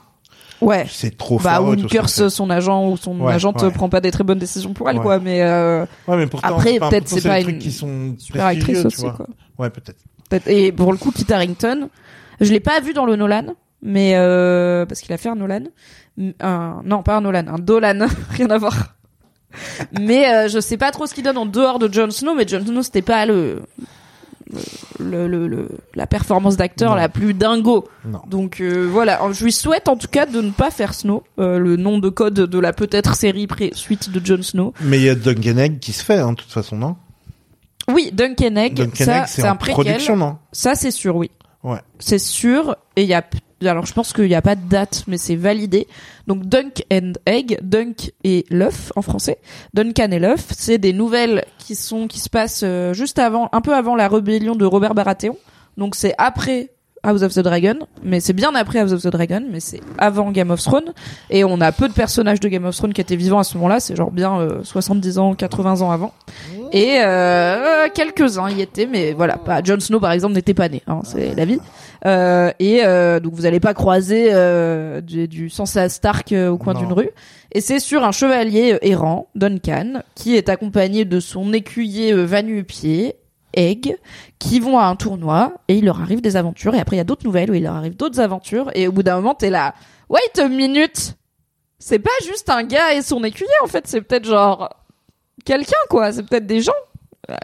S2: Ouais.
S3: C'est trop
S2: Bah,
S3: foireux,
S2: ou
S3: tout
S2: une
S3: ce qu'elle
S2: curse, son agent ou son
S3: Ouais,
S2: agente euh,
S3: ouais.
S2: prend pas des très bonnes décisions pour elle,
S3: Ouais.
S2: quoi. Mais euh,
S3: fait. Ouais, mais pourtant,
S2: Après,
S3: enfin,
S2: peut-être
S3: pourtant,
S2: c'est
S3: des
S2: pas
S3: trucs
S2: une
S3: qui sont
S2: super actrice
S3: prestigieux,
S2: aussi,
S3: tu vois.
S2: quoi.
S3: Ouais, peut-être.
S2: Peut-être- Et pour le coup, Kit Harington, je l'ai pas vu dans le Nolan, mais euh, parce qu'il a fait un Nolan, M- un non pas un Nolan, un Dolan, rien à voir. mais euh, je sais pas trop ce qu'il donne en dehors de Jon Snow, mais Jon Snow c'était pas le le, le, le- la performance d'acteur
S3: Non.
S2: la plus dingo.
S3: Non.
S2: Donc euh, voilà, je lui souhaite en tout cas de ne pas faire Snow, euh, le nom de code de la peut-être série pré- suite de Jon Snow.
S3: Mais il y a Duncan Egg qui se fait, hein, de toute façon, non
S2: Oui, Duncan Egg,
S3: Duncan
S2: ça
S3: Egg,
S2: c'est
S3: c'est
S2: un
S3: en
S2: préquel.
S3: production, non
S2: Ça, c'est sûr, oui.
S3: Ouais.
S2: C'est sûr. Et il y a. Alors, je pense qu'il n'y a pas de date, mais c'est validé. Donc, Dunk and Egg, Dunk et l'œuf en français, Duncan et l'œuf, c'est des nouvelles qui sont qui se passent euh, juste avant, un peu avant la rébellion de Robert Baratheon. Donc, c'est après House of the Dragon, mais c'est bien après House of the Dragon, mais c'est avant Game of Thrones. Et on a peu de personnages de Game of Thrones qui étaient vivants à ce moment-là. C'est genre bien euh, 70 ans, 80 ans avant. Et euh, quelques-uns y étaient, mais voilà. Pas, Jon Snow, par exemple, n'était pas né. hein, c'est la vie. Euh, et euh, donc, vous allez pas croiser euh, du, du Sansa Stark euh, au coin
S3: Non.
S2: d'une rue. Et c'est sur un chevalier euh, errant, Duncan, qui est accompagné de son écuyer euh, Vanupier, Egg, qui vont à un tournoi et il leur arrive des aventures. Et après, il y a d'autres nouvelles où il leur arrive d'autres aventures. Et au bout d'un moment, t'es là. Wait a minute! C'est pas juste un gars et son écuyer, en fait. C'est peut-être genre quelqu'un, quoi. C'est peut-être des gens.
S3: Ouais,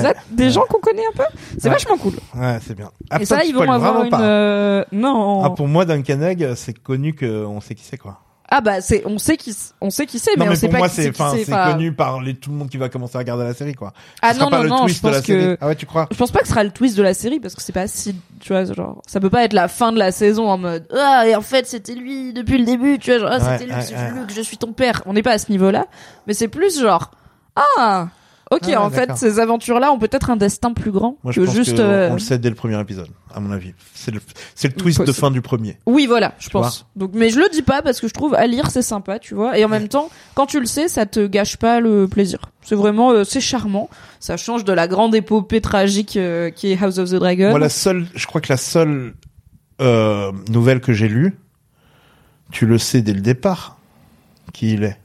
S2: Des, at- des gens qu'on connaît un peu. C'est
S3: Ouais.
S2: vachement cool.
S3: ouais, c'est bien.
S2: et
S3: Après,
S2: ça,
S3: tu
S2: ils vont
S3: spoil
S2: avoir
S3: vraiment
S2: une.
S3: pas.
S2: euh, Non.
S3: Ah,
S2: Ah,
S3: pour moi, Duncan Egg, c'est connu qu'on sait qui c'est, quoi.
S2: bah, c'est on sait qui s- on sait qui c'est, mais,
S3: non, mais
S2: on sait
S3: pour
S2: pas
S3: moi,
S2: qui
S3: c'est,
S2: qui
S3: enfin, c'est
S2: enfin.
S3: connu par les, tout le monde qui va commencer à regarder la série, quoi.
S2: Ah
S3: Ce sera
S2: non
S3: pas
S2: non
S3: le
S2: non, je
S3: twist de
S2: pense
S3: la
S2: que
S3: série. Ah ouais, tu crois
S2: je pense pas que ce sera le twist de la série parce que c'est pas si tu vois genre ça peut pas être la fin de la saison en mode ah et en fait c'était lui depuis le début tu vois genre ah,
S3: Ouais,
S2: c'était lui
S3: ouais,
S2: c'est
S3: ouais.
S2: Luke, je suis ton père on n'est pas à ce niveau là mais c'est plus genre ah ok
S3: Ah ouais,
S2: en fait
S3: d'accord.
S2: ces aventures là ont peut-être un destin plus grand
S3: Moi, je
S2: que
S3: pense
S2: juste
S3: que on-
S2: euh,
S3: on le sait dès le premier épisode, à mon avis. C'est le, c'est le twist de
S2: Possible.
S3: fin du premier.
S2: Oui, voilà, je pense.
S3: vois
S2: Donc, mais je le dis pas parce que je trouve à lire c'est sympa, tu vois. Et en même temps, quand tu le sais, ça te gâche pas le plaisir. C'est vraiment, euh, c'est charmant. Ça change de la grande épopée tragique euh, qui est House of the Dragon.
S3: Moi, la seule, je crois que la seule euh, nouvelle que j'ai lue, tu le sais dès le départ, qui il est.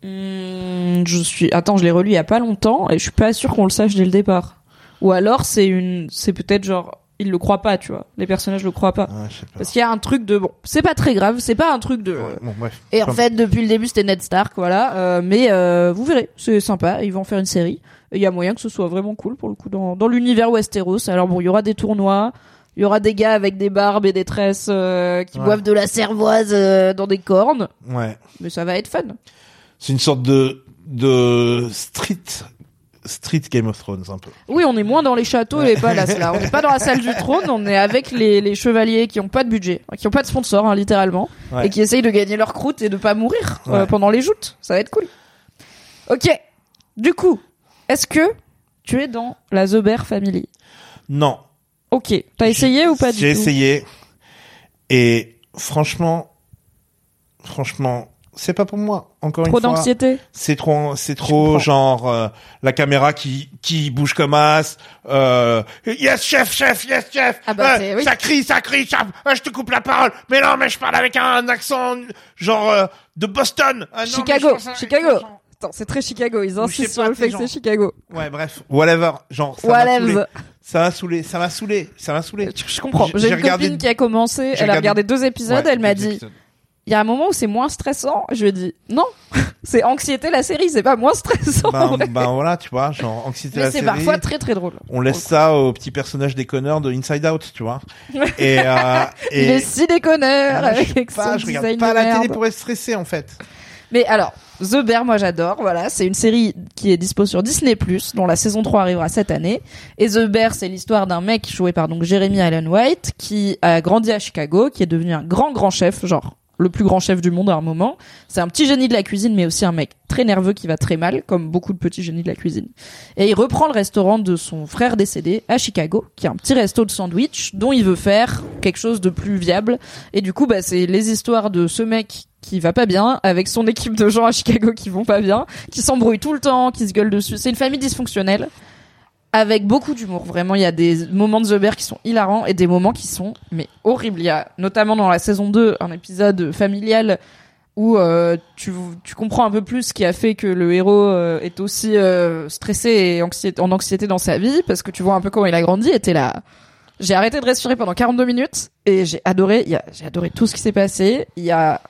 S2: Hmm, je suis, attends, je l'ai relu il y a pas longtemps et je suis pas sûr qu'on le sache dès le départ. Ou alors c'est une, c'est peut-être genre ils le croient pas, tu vois. Les personnages le croient pas.
S3: Ah, je sais pas.
S2: Parce qu'il y a un truc de bon, c'est pas très grave, c'est pas un truc de.
S3: Ouais, bon, bref.
S2: Et en
S3: Enfin,
S2: fait, depuis le début, c'était Ned Stark, voilà. Euh, mais euh, vous verrez, c'est sympa. Ils vont en faire une série. Et Il y a moyen que ce soit vraiment cool pour le coup dans, dans l'univers Westeros. Alors bon, il y aura des tournois, il y aura des gars avec des barbes et des tresses euh, qui
S3: Ouais.
S2: boivent de la cervoise euh, dans des cornes,
S3: ouais.
S2: mais ça va être fun.
S3: C'est une sorte de, de street, street Game of Thrones, un peu.
S2: Oui, on est moins dans les châteaux et les palaces là. On n'est pas dans la salle du trône, on est avec les, les chevaliers qui ont pas de budget, qui ont pas de sponsor hein, littéralement,
S3: Ouais.
S2: et qui essayent de gagner leur croûte et de pas mourir euh,
S3: Ouais.
S2: pendant les joutes. Ça va être cool. Ok. Du coup, est-ce que tu es dans la The Bear Family
S3: Non.
S2: Ok. T'as
S3: J'ai-
S2: essayé ou pas du
S3: J'ai
S2: tout
S3: essayé. Et franchement, franchement, c'est pas pour moi. Encore
S2: Trop
S3: une fois,
S2: d'anxiété.
S3: c'est trop, c'est trop genre euh, la caméra qui qui bouge comme as. Euh, yes chef, chef, yes chef.
S5: Ah bah,
S3: Euh,
S5: c'est- oui.
S3: Ça crie, ça crie, ça- ah, je te coupe la parole. Mais non, mais je parle avec un accent genre euh, de Boston. Ah, non, mais je
S2: Chicago,
S3: pense à-
S2: Chicago. Attends, c'est très Chicago. Ils
S3: je
S2: insistent
S3: sais
S2: sur
S3: pas,
S2: le fait que
S3: les gens.
S2: c'est Chicago.
S3: Ouais, bref, whatever, genre ça m'a saoulé.
S2: Whatever.
S3: Ça m'a saoulé, ça m'a saoulé, ça m'a saoulé.
S2: Je je comprends.
S3: J'ai-
S2: J'ai
S3: j'ai
S2: une
S3: regardé-
S2: copine qui a commencé,
S3: j'ai
S2: elle a
S3: regardé-
S2: regardé deux épisodes,
S3: Ouais,
S2: elle m'a
S3: deux
S2: dit,
S3: épisodes.
S2: il y a un moment où c'est moins stressant. Je lui ai dit, non, c'est anxiété la série, c'est pas moins stressant. en
S3: Ben,
S2: vrai.
S3: ben voilà, tu vois, genre anxiété
S2: Mais
S3: la
S2: c'est
S3: série.
S2: parfois très très drôle.
S3: on laisse ça aux petits personnages déconneurs de Inside Out, tu vois. Et, euh, et
S2: Il est si déconneur
S3: Voilà, je, sais
S2: avec
S3: pas,
S2: son
S3: je
S2: design
S3: regarde
S2: de
S3: pas la
S2: merde.
S3: télé pour être stressé en fait.
S2: Mais alors, The Bear, moi j'adore, voilà, c'est une série qui est dispo sur Disney+, dont la saison 3 arrivera cette année. Et The Bear, c'est l'histoire d'un mec joué par donc Jeremy Allen White, qui a grandi à Chicago, qui est devenu un grand grand chef, genre le plus grand chef du monde à un moment. C'est un petit génie de la cuisine, mais aussi un mec très nerveux qui va très mal, comme beaucoup de petits génies de la cuisine. Et il reprend le restaurant de son frère décédé à Chicago, qui est un petit resto de sandwich, dont il veut faire quelque chose de plus viable et du coup, bah, c'est les histoires de ce mec qui va pas bien, avec son équipe de gens à Chicago qui vont pas bien, qui s'embrouillent tout le temps, qui se gueulent dessus. C'est une famille dysfonctionnelle, avec beaucoup d'humour. Vraiment, il y a des moments de The Bear qui sont hilarants et des moments qui sont, mais horribles. Il y a, notamment dans la saison 2, un épisode familial où euh, tu, tu comprends un peu plus ce qui a fait que le héros euh, est aussi euh, stressé et anxié- en anxiété dans sa vie, parce que tu vois un peu comment il a grandi, et t'es là... J'ai arrêté de respirer pendant 42 minutes et j'ai adoré. il y a- J'ai adoré tout ce qui s'est passé. Il y a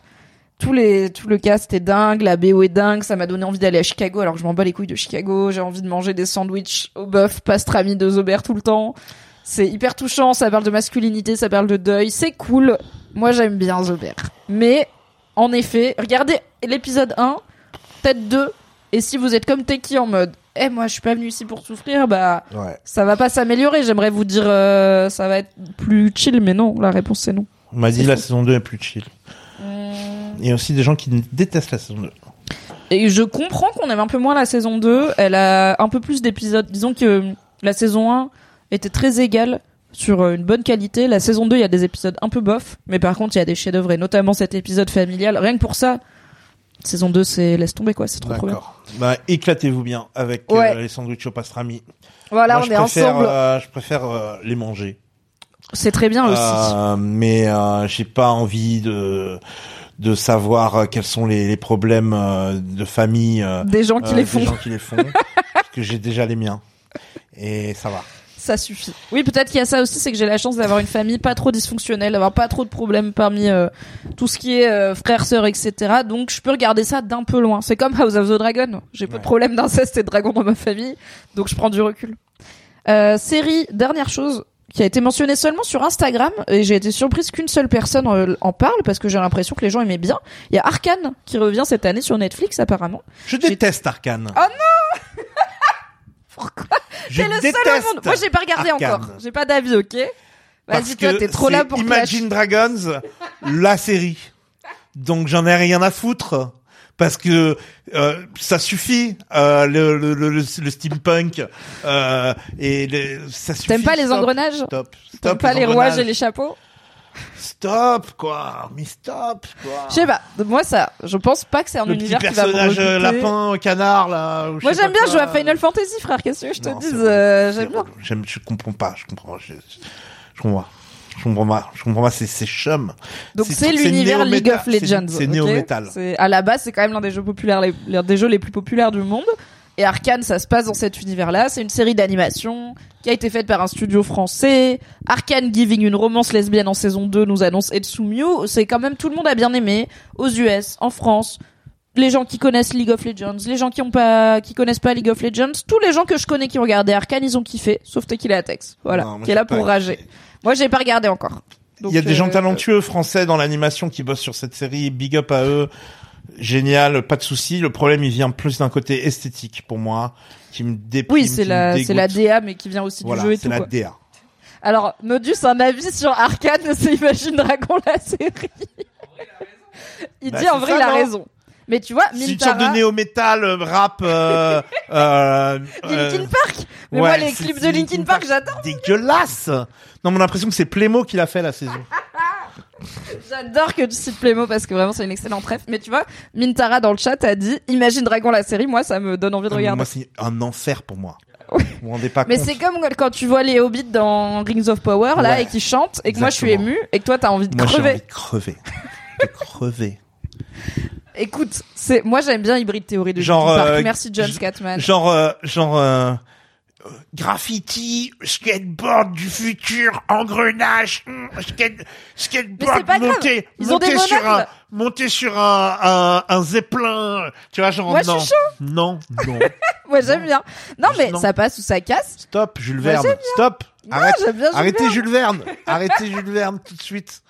S2: tous les tout le cast est dingue, la BO est dingue. Ça m'a donné envie d'aller à Chicago alors que je m'en bats les couilles de Chicago. J'ai envie de manger des sandwichs au bœuf, pastrami de Zobert tout le temps. C'est hyper touchant. Ça parle de masculinité, ça parle de deuil. C'est cool. Moi j'aime bien Zobert. Mais en effet, regardez l'épisode 1, peut-être 2. Et si vous êtes comme Teki en mode, eh moi je suis pas venu ici pour souffrir, bah
S3: Ouais.
S2: ça va pas s'améliorer, j'aimerais vous dire euh, ça va être plus chill, mais non, la réponse c'est non.
S3: On m'a dit la saison 2 est plus chill.
S2: Euh.
S3: Il y a aussi des gens qui détestent la saison 2.
S2: Et je comprends qu'on aime un peu moins la saison 2, elle a un peu plus d'épisodes. Disons que la saison 1 était très égale sur euh, une bonne qualité. La saison 2, il y a des épisodes un peu bof, mais par contre, il y a des chefs-d'œuvre, et notamment cet épisode familial. Rien que pour ça, saison 2, c'est laisse tomber quoi, c'est trop trop bien.
S3: D'accord. Bah, éclatez-vous bien avec euh,
S2: Ouais.
S3: les sandwichs au pastrami.
S2: Voilà,
S3: Moi,
S2: on
S3: je
S2: est
S3: préfère,
S2: ensemble.
S3: euh, je préfère euh, les manger.
S2: C'est très bien Ah, aussi.
S3: Euh, mais euh, j'ai pas envie de de savoir euh, quels sont les, les problèmes euh, de famille euh,
S2: Des gens qui
S3: euh,
S2: les
S3: des
S2: font.
S3: gens qui les font, parce que j'ai déjà les miens et ça va.
S2: ça suffit. Oui, peut-être qu'il y a ça aussi, c'est que j'ai la chance d'avoir une famille pas trop dysfonctionnelle, d'avoir pas trop de problèmes parmi euh, tout ce qui est euh, frères, sœurs, etc. Donc je peux regarder ça d'un peu loin. C'est comme House of the Dragon. J'ai peu
S3: Ouais.
S2: de problèmes d'inceste et de dragon dans ma famille, donc je prends du recul. Euh, série, dernière chose qui a été mentionnée seulement sur Instagram et j'ai été surprise qu'une seule personne euh, en parle parce que j'ai l'impression que les gens aimaient bien. Il y a Arkane qui revient cette année sur Netflix apparemment.
S3: Je déteste Arcane.
S2: Oh
S3: non Pourquoi Je
S2: T'es le
S3: déteste
S2: seul au monde. Moi j'ai pas regardé
S3: Arcane.
S2: encore. J'ai pas d'avis, ok.
S3: parce
S2: Vas-y toi,
S3: que
S2: t'es trop
S3: c'est
S2: là pour clash.
S3: Imagine Dragons, la série. Donc j'en ai rien à foutre. Parce que euh, ça suffit euh, le, le, le, le steampunk euh, et le- ça suffit.
S2: T'aimes pas les
S3: stop,
S2: engrenages
S3: Stop, stop.
S2: T'aimes pas les
S3: engrenages.
S2: rouages et les chapeaux
S3: Ah. Stop quoi, mais stop quoi.
S2: Je sais pas. Moi ça, je pense pas que c'est un
S3: le petit
S2: univers qui va me
S3: personnage euh,
S2: rebuter.
S3: lapin au canard là. ou je
S2: Moi
S3: sais
S2: j'aime
S3: pas
S2: bien jouer à
S3: quoi.
S2: Final Fantasy, frère. Qu'est-ce que je
S3: Non,
S2: te
S3: c'est
S2: dise
S3: relou,
S2: euh,
S3: c'est
S2: J'aime bien.
S3: relou. J'aime, je comprends pas, je comprends, je, je, je comprends pas. Je comprends pas, je comprends pas, c'est, c'est chum.
S2: Donc c'est l'univers
S3: néo-métal,
S2: League of
S3: c'est-
S2: Legends.
S3: C'est,
S2: ok
S3: néo-metal.
S2: C'est- À la base, c'est quand même l'un des jeux populaires, les- l'un des jeux les plus populaires du monde. Et Arkane, ça se passe dans cet univers-là. C'est une série d'animation qui a été faite par un studio français. Arkane Giving une romance lesbienne en saison 2 nous annonce Etsumio. C'est quand même tout le monde a bien aimé. Aux US, en France, les gens qui connaissent League of Legends, les gens qui ont pas, qui connaissent pas League of Legends, tous les gens que je connais qui ont regardé Arkane, ils ont kiffé. Sauf Tequila Atex. Voilà.
S3: Non, moi,
S2: qui est
S3: j'ai
S2: là
S3: pas
S2: pour
S3: aimé.
S2: rager. Moi, j'ai pas regardé encore.
S3: Il y a
S2: Donc,
S3: des gens
S2: euh,
S3: talentueux français dans l'animation qui bossent sur cette série, big up à eux. Génial, pas de souci. Le problème, il vient plus d'un côté esthétique pour moi, qui me déprime.
S2: Oui,
S3: qui
S2: c'est
S3: me
S2: la, c'est
S3: dégoûte.
S2: la DA, mais qui vient aussi
S3: Voilà,
S2: du jeu et
S3: c'est
S2: tout.
S3: la
S2: quoi.
S3: DA.
S2: Alors, Modus, un avis sur Arcane, c'est Imagine Dragon, la série. Il
S3: Bah,
S2: dit en
S3: c'est
S2: vrai,
S3: ça,
S2: il a
S3: non
S2: raison. Mais tu vois,
S3: C'est une sorte de
S2: Mintara,
S3: néo-metal, euh, rap, euh, euh, euh,
S2: Linkin Park. Mais moi, les clips de Linkin Park, j'adore.
S3: Dégueulasse. Non, mais on a l'impression que c'est Plémo qui l'a fait la saison.
S2: J'adore que tu cites Plémo parce que vraiment c'est une excellente ref. Mais tu vois, Mintara dans le chat a dit Imagine Dragon la série, moi ça me donne envie de
S3: Ah, mais
S2: regarder.
S3: Moi, c'est un enfer pour moi.
S2: Oui.
S3: Vous vous rendez pas
S2: Mais
S3: compte.
S2: c'est comme quand tu vois les hobbits dans Rings of Power là
S3: Ouais.
S2: et qui chantent et que moi je suis
S3: Exactement.
S2: ému et que toi t'as envie de
S3: Moi, j'ai
S2: crever.
S3: envie de crever. De crever.
S2: Écoute, c'est moi j'aime bien Hybrid Theory de
S3: Genre,
S2: Linkin Park.
S3: euh,
S2: Merci John
S3: je-
S2: Scatman.
S3: Genre, euh, genre, euh, euh, graffiti, skateboard du futur, engrenage, hum, skate-
S2: Mais c'est
S3: skateboard
S2: pas grave,
S3: monté,
S2: ils ont
S3: monté
S2: des
S3: sur
S2: monocles.
S3: un, monté sur un, un, un zeppelin. Tu vois, genre,
S2: Moi, je suis
S3: non,
S2: chaud.
S3: non, non.
S2: Moi j'aime bien. Non mais
S3: Non.
S2: ça passe ou ça casse.
S3: Stop, Jules
S2: Moi,
S3: Verne.
S2: j'aime
S3: Stop.
S2: Non, j'aime bien Jules
S3: arrêtez
S2: Verne.
S3: Jules Verne. Arrêtez Jules Verne tout de suite.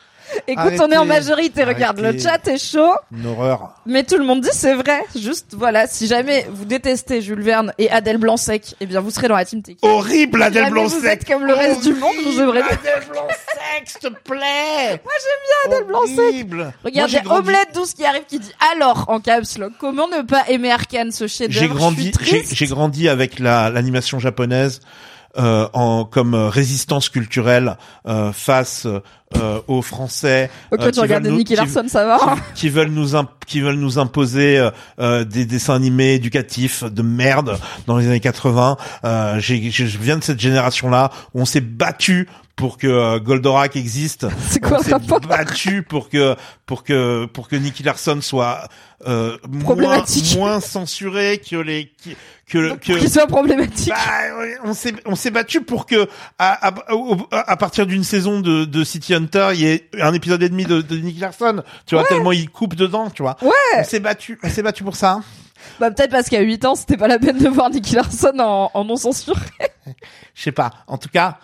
S2: Écoute, on est en
S3: Arrêtez.
S2: majorité. Regarde le
S3: Arrêtez.
S2: chat est chaud.
S3: Une horreur.
S2: Mais tout le monde dit c'est vrai. Juste voilà, si jamais vous détestez Jules Verne et Adèle Blanc-Sec, eh bien vous serez dans la team Tiki.
S3: Horrible, Adèle
S2: Jamais
S3: Blanc-Sec.
S2: vous êtes comme le reste du monde, vous
S3: Horrible,
S2: aimerez bien.
S3: Adèle Blanc-Sec, s'il te plaît.
S2: Moi j'aime bien Adèle Blanc-Sec.
S3: Horrible.
S2: Regarde, j'ai
S3: Moi, j'ai grandi-
S2: Omelette 12 qui arrive qui dit alors en caps lock. Comment ne pas aimer Arkane ce chef-d'œuvre
S3: J'ai
S2: Je suis
S3: grandi, j'ai
S2: triste.
S3: j'ai grandi avec la l'animation japonaise euh, en comme euh, résistance culturelle euh, face euh, aux Français
S2: Ok,
S3: euh,
S2: Oh, tu regardes
S3: veulent nous-
S2: Nicky
S3: qui-
S2: Larson, ça va. hein
S3: qui veulent nous imp- qui veulent nous imposer euh, euh, des dessins animés éducatifs de merde dans les années 80. Euh, j'ai- j'ai- je viens de cette génération là où on s'est battu pour que euh, Goldorak existe.
S2: C'est quoi
S3: On
S2: le
S3: s'est
S2: rapport
S3: battu pour que pour que pour que Nicky Larson soit euh, moins,
S2: Problématique.
S3: moins censuré que les qui- que le- que
S2: Qu'il soit problématique.
S3: bah, ouais, on s'est on s'est battu pour que à à, au- à partir d'une saison de, de City Hunter il y ait un épisode et demi de, de Nick Larson tu vois tellement il coupe dedans tu vois
S2: Ouais.
S3: on s'est battu on s'est battu pour ça hein.
S2: Bah peut-être parce qu'à 8 ans, c'était pas la peine de voir Nicky Larson en, en non censure.
S3: je sais pas en tout cas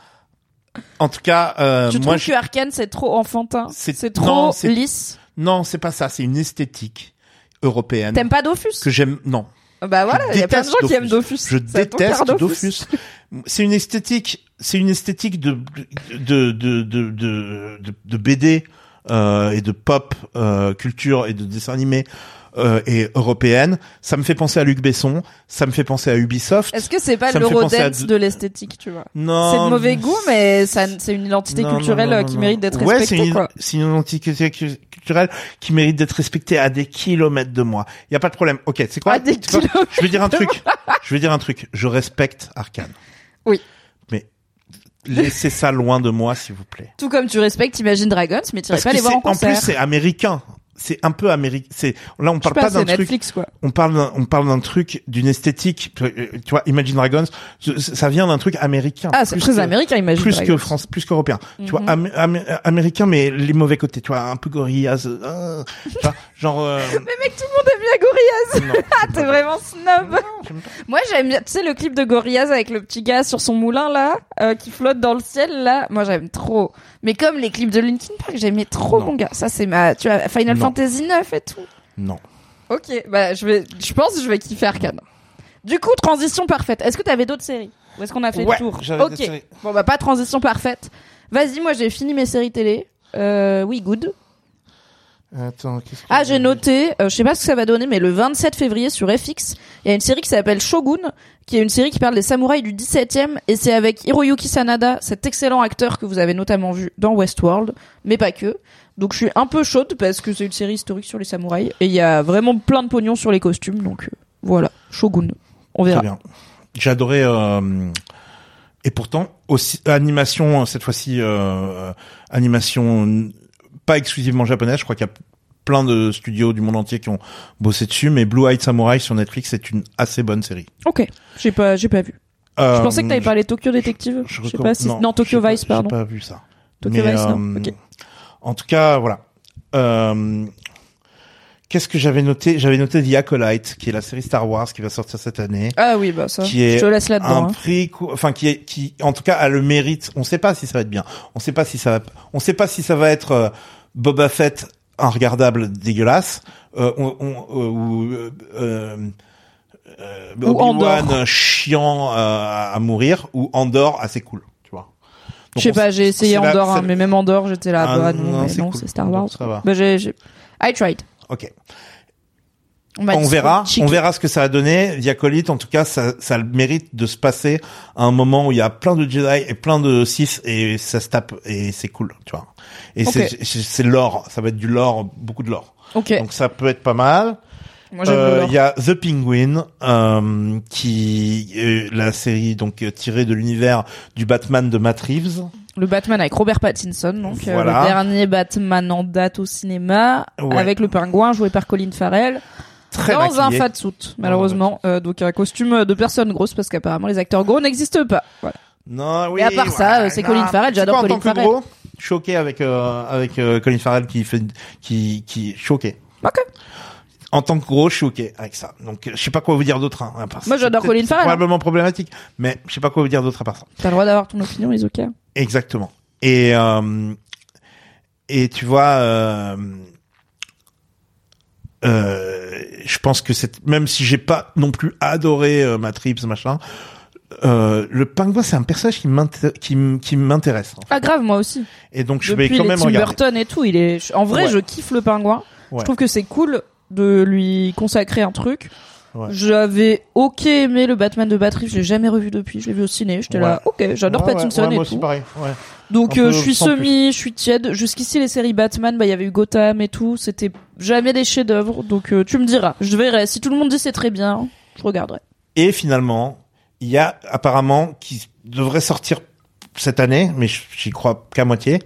S3: en tout cas euh,
S2: tu
S3: moi
S2: trouves
S3: je-
S2: que Arkane c'est trop enfantin
S3: C'est-
S2: C'est trop
S3: non, c'est-
S2: lisse.
S3: non c'est pas ça c'est une esthétique européenne
S2: T'aimes pas Dofus
S3: que j'aime non
S2: Bah voilà,
S3: Je
S2: il y a plein de gens
S3: déteste
S2: qui aiment Dofus. Ça
S3: Je
S2: tombe
S3: déteste
S2: par
S3: Dofus. C'est une esthétique, c'est une esthétique de de de de de, de- de BD euh, et de pop euh, culture et de dessin animé euh, et européenne. Ça me fait penser à Luc Besson, ça me fait penser à Ubisoft.
S2: Est-ce que c'est pas
S3: Ça me fait penser à
S2: l'eurodance
S3: de-
S2: de l'esthétique, tu vois
S3: Non,
S2: C'est de mauvais goût, mais ça, c'est une identité
S3: Non, non,
S2: culturelle
S3: non,
S2: euh,
S3: non,
S2: qui
S3: non.
S2: mérite d'être
S3: Ouais,
S2: respectée,
S3: c'est une-
S2: quoi.
S3: C'est une identité cu- culturelle qui mérite d'être respectée à des kilomètres de moi. Il y a pas de problème. Ok, c'est quoi
S2: À Ah, des
S3: Tu vois,
S2: kilomètres
S3: Je vais dire un truc. Je vais dire un truc. Je respecte Arkane.
S2: Oui.
S3: Mais laissez ça loin de moi, s'il vous plaît.
S2: Tout comme tu respectes Imagine Dragons, mais tu irais pas
S3: que
S2: les voir en
S3: c'est- en
S2: concert.
S3: plus c'est américain. C'est un peu américain. C'est là
S2: Je
S3: on
S2: sais
S3: parle pas, d'un
S2: c'est
S3: truc.
S2: Netflix, quoi.
S3: On parle d'un- on parle d'un truc d'une esthétique. Euh, Tu vois, Imagine Dragons, ce- ça vient d'un truc américain.
S2: Ah, c'est
S3: Plus
S2: très
S3: que-
S2: américain, Imagine
S3: plus
S2: Dragons.
S3: que France, plus qu'européen. Tu vois,
S2: Mhm.
S3: am- am- américain, mais les mauvais côtés. Tu vois, un peu gorillaz. euh, tu vois, genre. euh,
S2: Mais mec, tout le monde aime bien Gorillaz.
S3: non,
S2: Ah, t'es vraiment snob.
S3: j'aime pas.
S2: Moi, j'aime bien, tu sais, le clip de Gorillaz avec le petit gars sur son moulin, là, euh, qui flotte dans le ciel, là. Moi, j'aime trop. Mais comme les clips de Linkin Park, j'aimais trop,
S3: Non.
S2: mon gars. Ça, c'est ma, tu vois, Final
S3: Non.
S2: Fantasy 9 et tout.
S3: Non.
S2: Ok, bah je vais, je pense que je vais kiffer Arcane. Du coup, transition parfaite. Est-ce que t'avais d'autres séries Ou est-ce qu'on a fait
S3: Ouais,
S2: le tour
S3: j'avais
S2: Ok.
S3: des séries.
S2: Bon bah pas transition parfaite. Vas-y, moi j'ai fini mes séries télé. Euh, oui, good.
S3: Attends, qu'est-ce que-
S2: Ah, j'ai noté, euh, je sais pas ce que ça va donner, mais le 27 février sur FX, il y a une série qui s'appelle Shogun, qui est une série qui parle des samouraïs du 17e, et c'est avec Hiroyuki Sanada, cet excellent acteur que vous avez notamment vu dans Westworld, mais pas que. Donc je suis un peu chaude parce que c'est une série historique sur les samouraïs, et il y a vraiment plein de pognon sur les costumes, donc euh, voilà, Shogun, on
S3: Très
S2: verra.
S3: bien. J'adorais. euh, et pourtant, aussi animation euh, cette fois-ci, euh, animation euh, pas exclusivement japonaise. Je crois qu'il y a plein de studios du monde entier qui ont bossé dessus, mais Blue Eyed Samurai sur Netflix c'est une assez bonne série.
S2: Ok, j'ai pas, j'ai pas vu. Je
S3: Euh,
S2: pensais que t'avais
S3: je-
S2: parlé Tokyo Détective,
S3: je
S2: je, sais
S3: recomm-
S2: pas si... Non, Tokyo
S3: j'ai pas-
S2: Vice, pardon.
S3: J'ai pas vu ça. euh,
S2: Tokyo Vice, non. Ok.
S3: En tout cas, voilà. Euh, Qu'est-ce que j'avais noté J'avais noté The Acolyte, qui est la série Star Wars qui va sortir cette année.
S2: Ah oui, bah ça,
S3: Qui est
S2: je te laisse là-dedans.
S3: un
S2: hein.
S3: prix, cou- enfin qui est, qui en tout cas a le mérite. On sait pas si ça va être bien. On sait pas si ça va, on sait pas si ça va être euh, Boba Fett un regardable dégueulasse euh, on, on- euh, ou euh, euh, euh,
S2: Ou
S3: Obi-Wan euh, chiant euh, à à mourir ou Andorre assez cool, tu vois.
S2: Je
S3: Donc,
S2: sais
S3: on
S2: pas,
S3: s-
S2: j'ai essayé
S3: c'est la-
S2: Andorre, hein,
S3: c'est-
S2: mais même Andorre, j'étais là,
S3: Ah,
S2: bah
S3: non,
S2: non, mais
S3: c'est
S2: non,
S3: cool.
S2: c'est Star Wars.
S3: Donc, ça va.
S2: Bah j'ai, j'ai- I tried.
S3: Ok.
S5: On, va
S3: on
S5: dire-
S3: verra,
S5: Chic-
S3: on verra ce que ça a donné. Diacolite, en tout cas, ça, ça a le mérite de se passer à un moment où il y a plein de Jedi et plein de Sith et ça se tape et c'est cool, tu vois. Et
S2: Ok.
S3: c'est- c'est c'est l'or, ça va être du lore, beaucoup de lore.
S2: Ok.
S3: Donc ça peut être pas mal.
S2: Moi, j'aime le
S3: Euh,
S2: lore.
S3: Il y a The Penguin, euh, qui euh, la série donc euh, tirée de l'univers du Batman de Matt Reeves.
S2: Le Batman avec Robert Pattinson, donc euh,
S3: Voilà.
S2: le dernier Batman en date au cinéma,
S3: Ouais.
S2: avec le pingouin joué par Colin Farrell,
S3: Très
S2: dans
S3: maquillé. Ah,
S2: un fat suit, malheureusement, Euh, donc un costume de personne grosse parce qu'apparemment les acteurs gros n'existent pas. Voilà.
S3: Non, oui.
S2: Mais à part ça,
S3: voilà,
S2: euh, c'est
S3: non.
S2: Colin Farrell,
S3: C'est
S2: j'adore
S3: quoi en
S2: Colin
S3: tant que
S2: Farrell.
S3: gros Choqué avec euh, avec euh, Colin Farrell qui fait qui qui choqué.
S2: Ok.
S3: En tant que gros, je suis ok avec ça. Donc, euh, je sais pas quoi vous dire d'autre. Hein, à part ça.
S2: Moi, j'adore
S3: C'est peut-être-
S2: Colin Farrell,
S3: C'est probablement problématique, mais je sais pas quoi vous dire d'autre à part ça.
S2: T'as le droit d'avoir ton opinion, les OK.
S3: Exactement. Et euh, et tu vois, euh, euh, je pense que c'est même si j'ai pas non plus adoré euh, Matt Reeves, machin. Euh, le pingouin, c'est un personnage qui m'inté- qui m- qui m'intéresse. hein. en fait.
S2: Ah grave, moi aussi.
S3: Et donc, je
S2: Depuis
S3: vais quand
S2: les
S3: même
S2: Tim
S3: regarder.
S2: Burton et tout, il est. En vrai,
S3: Ouais.
S2: je kiffe le pingouin.
S3: Ouais.
S2: Je trouve que c'est cool de lui consacrer un truc.
S3: Ouais.
S2: J'avais ok aimé le Batman de Batterie, je l'ai jamais revu depuis, je l'ai vu au ciné, j'étais là, ok, j'adore
S3: Ouais, ouais,
S2: Pattinson
S3: ouais, moi
S2: et
S3: aussi,
S2: tout.
S3: pareil, ouais.
S2: Donc
S3: Un
S2: euh,
S3: peu
S2: je suis
S3: sans
S2: semi, je suis tiède. Jusqu'ici les séries Batman, bah il y avait eu Gotham et tout, c'était jamais des chefs-d'œuvre. Donc euh, tu me diras, je verrai. Si tout le monde dit c'est très bien, je regarderai.
S3: Et finalement, il y a apparemment qui devrait sortir cette année, mais j- j'y crois qu'à moitié,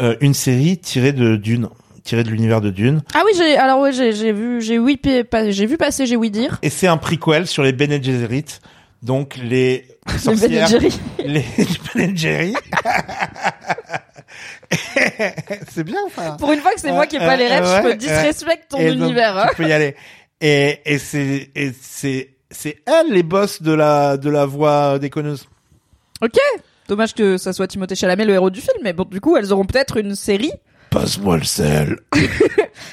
S3: euh, une série tirée de Dune, tirée de l'univers de Dune.
S2: Ah oui, j'ai alors ouais, j'ai j'ai vu j'ai oui pa- j'ai vu passer, j'ai oui dire.
S3: Et c'est un prequel sur les Bene Gesserit, donc les sorcières,
S2: Les Ben Jerry.
S3: les Ben Bene Gesserit. c'est bien ça.
S2: Pour une fois que c'est
S3: Euh,
S2: moi qui ai pas
S3: euh,
S2: les rêves, je
S3: ouais,
S2: peux disrespect ton
S3: Et donc,
S2: univers. hein.
S3: Tu peux y aller. Et, et c'est, et c'est, c'est elle les boss de la, de la voix déconneuse.
S2: Ok. Dommage que ça soit Timothée Chalamet le héros du film, mais bon du coup elles auront peut-être une série.
S3: Passe-moi le sel.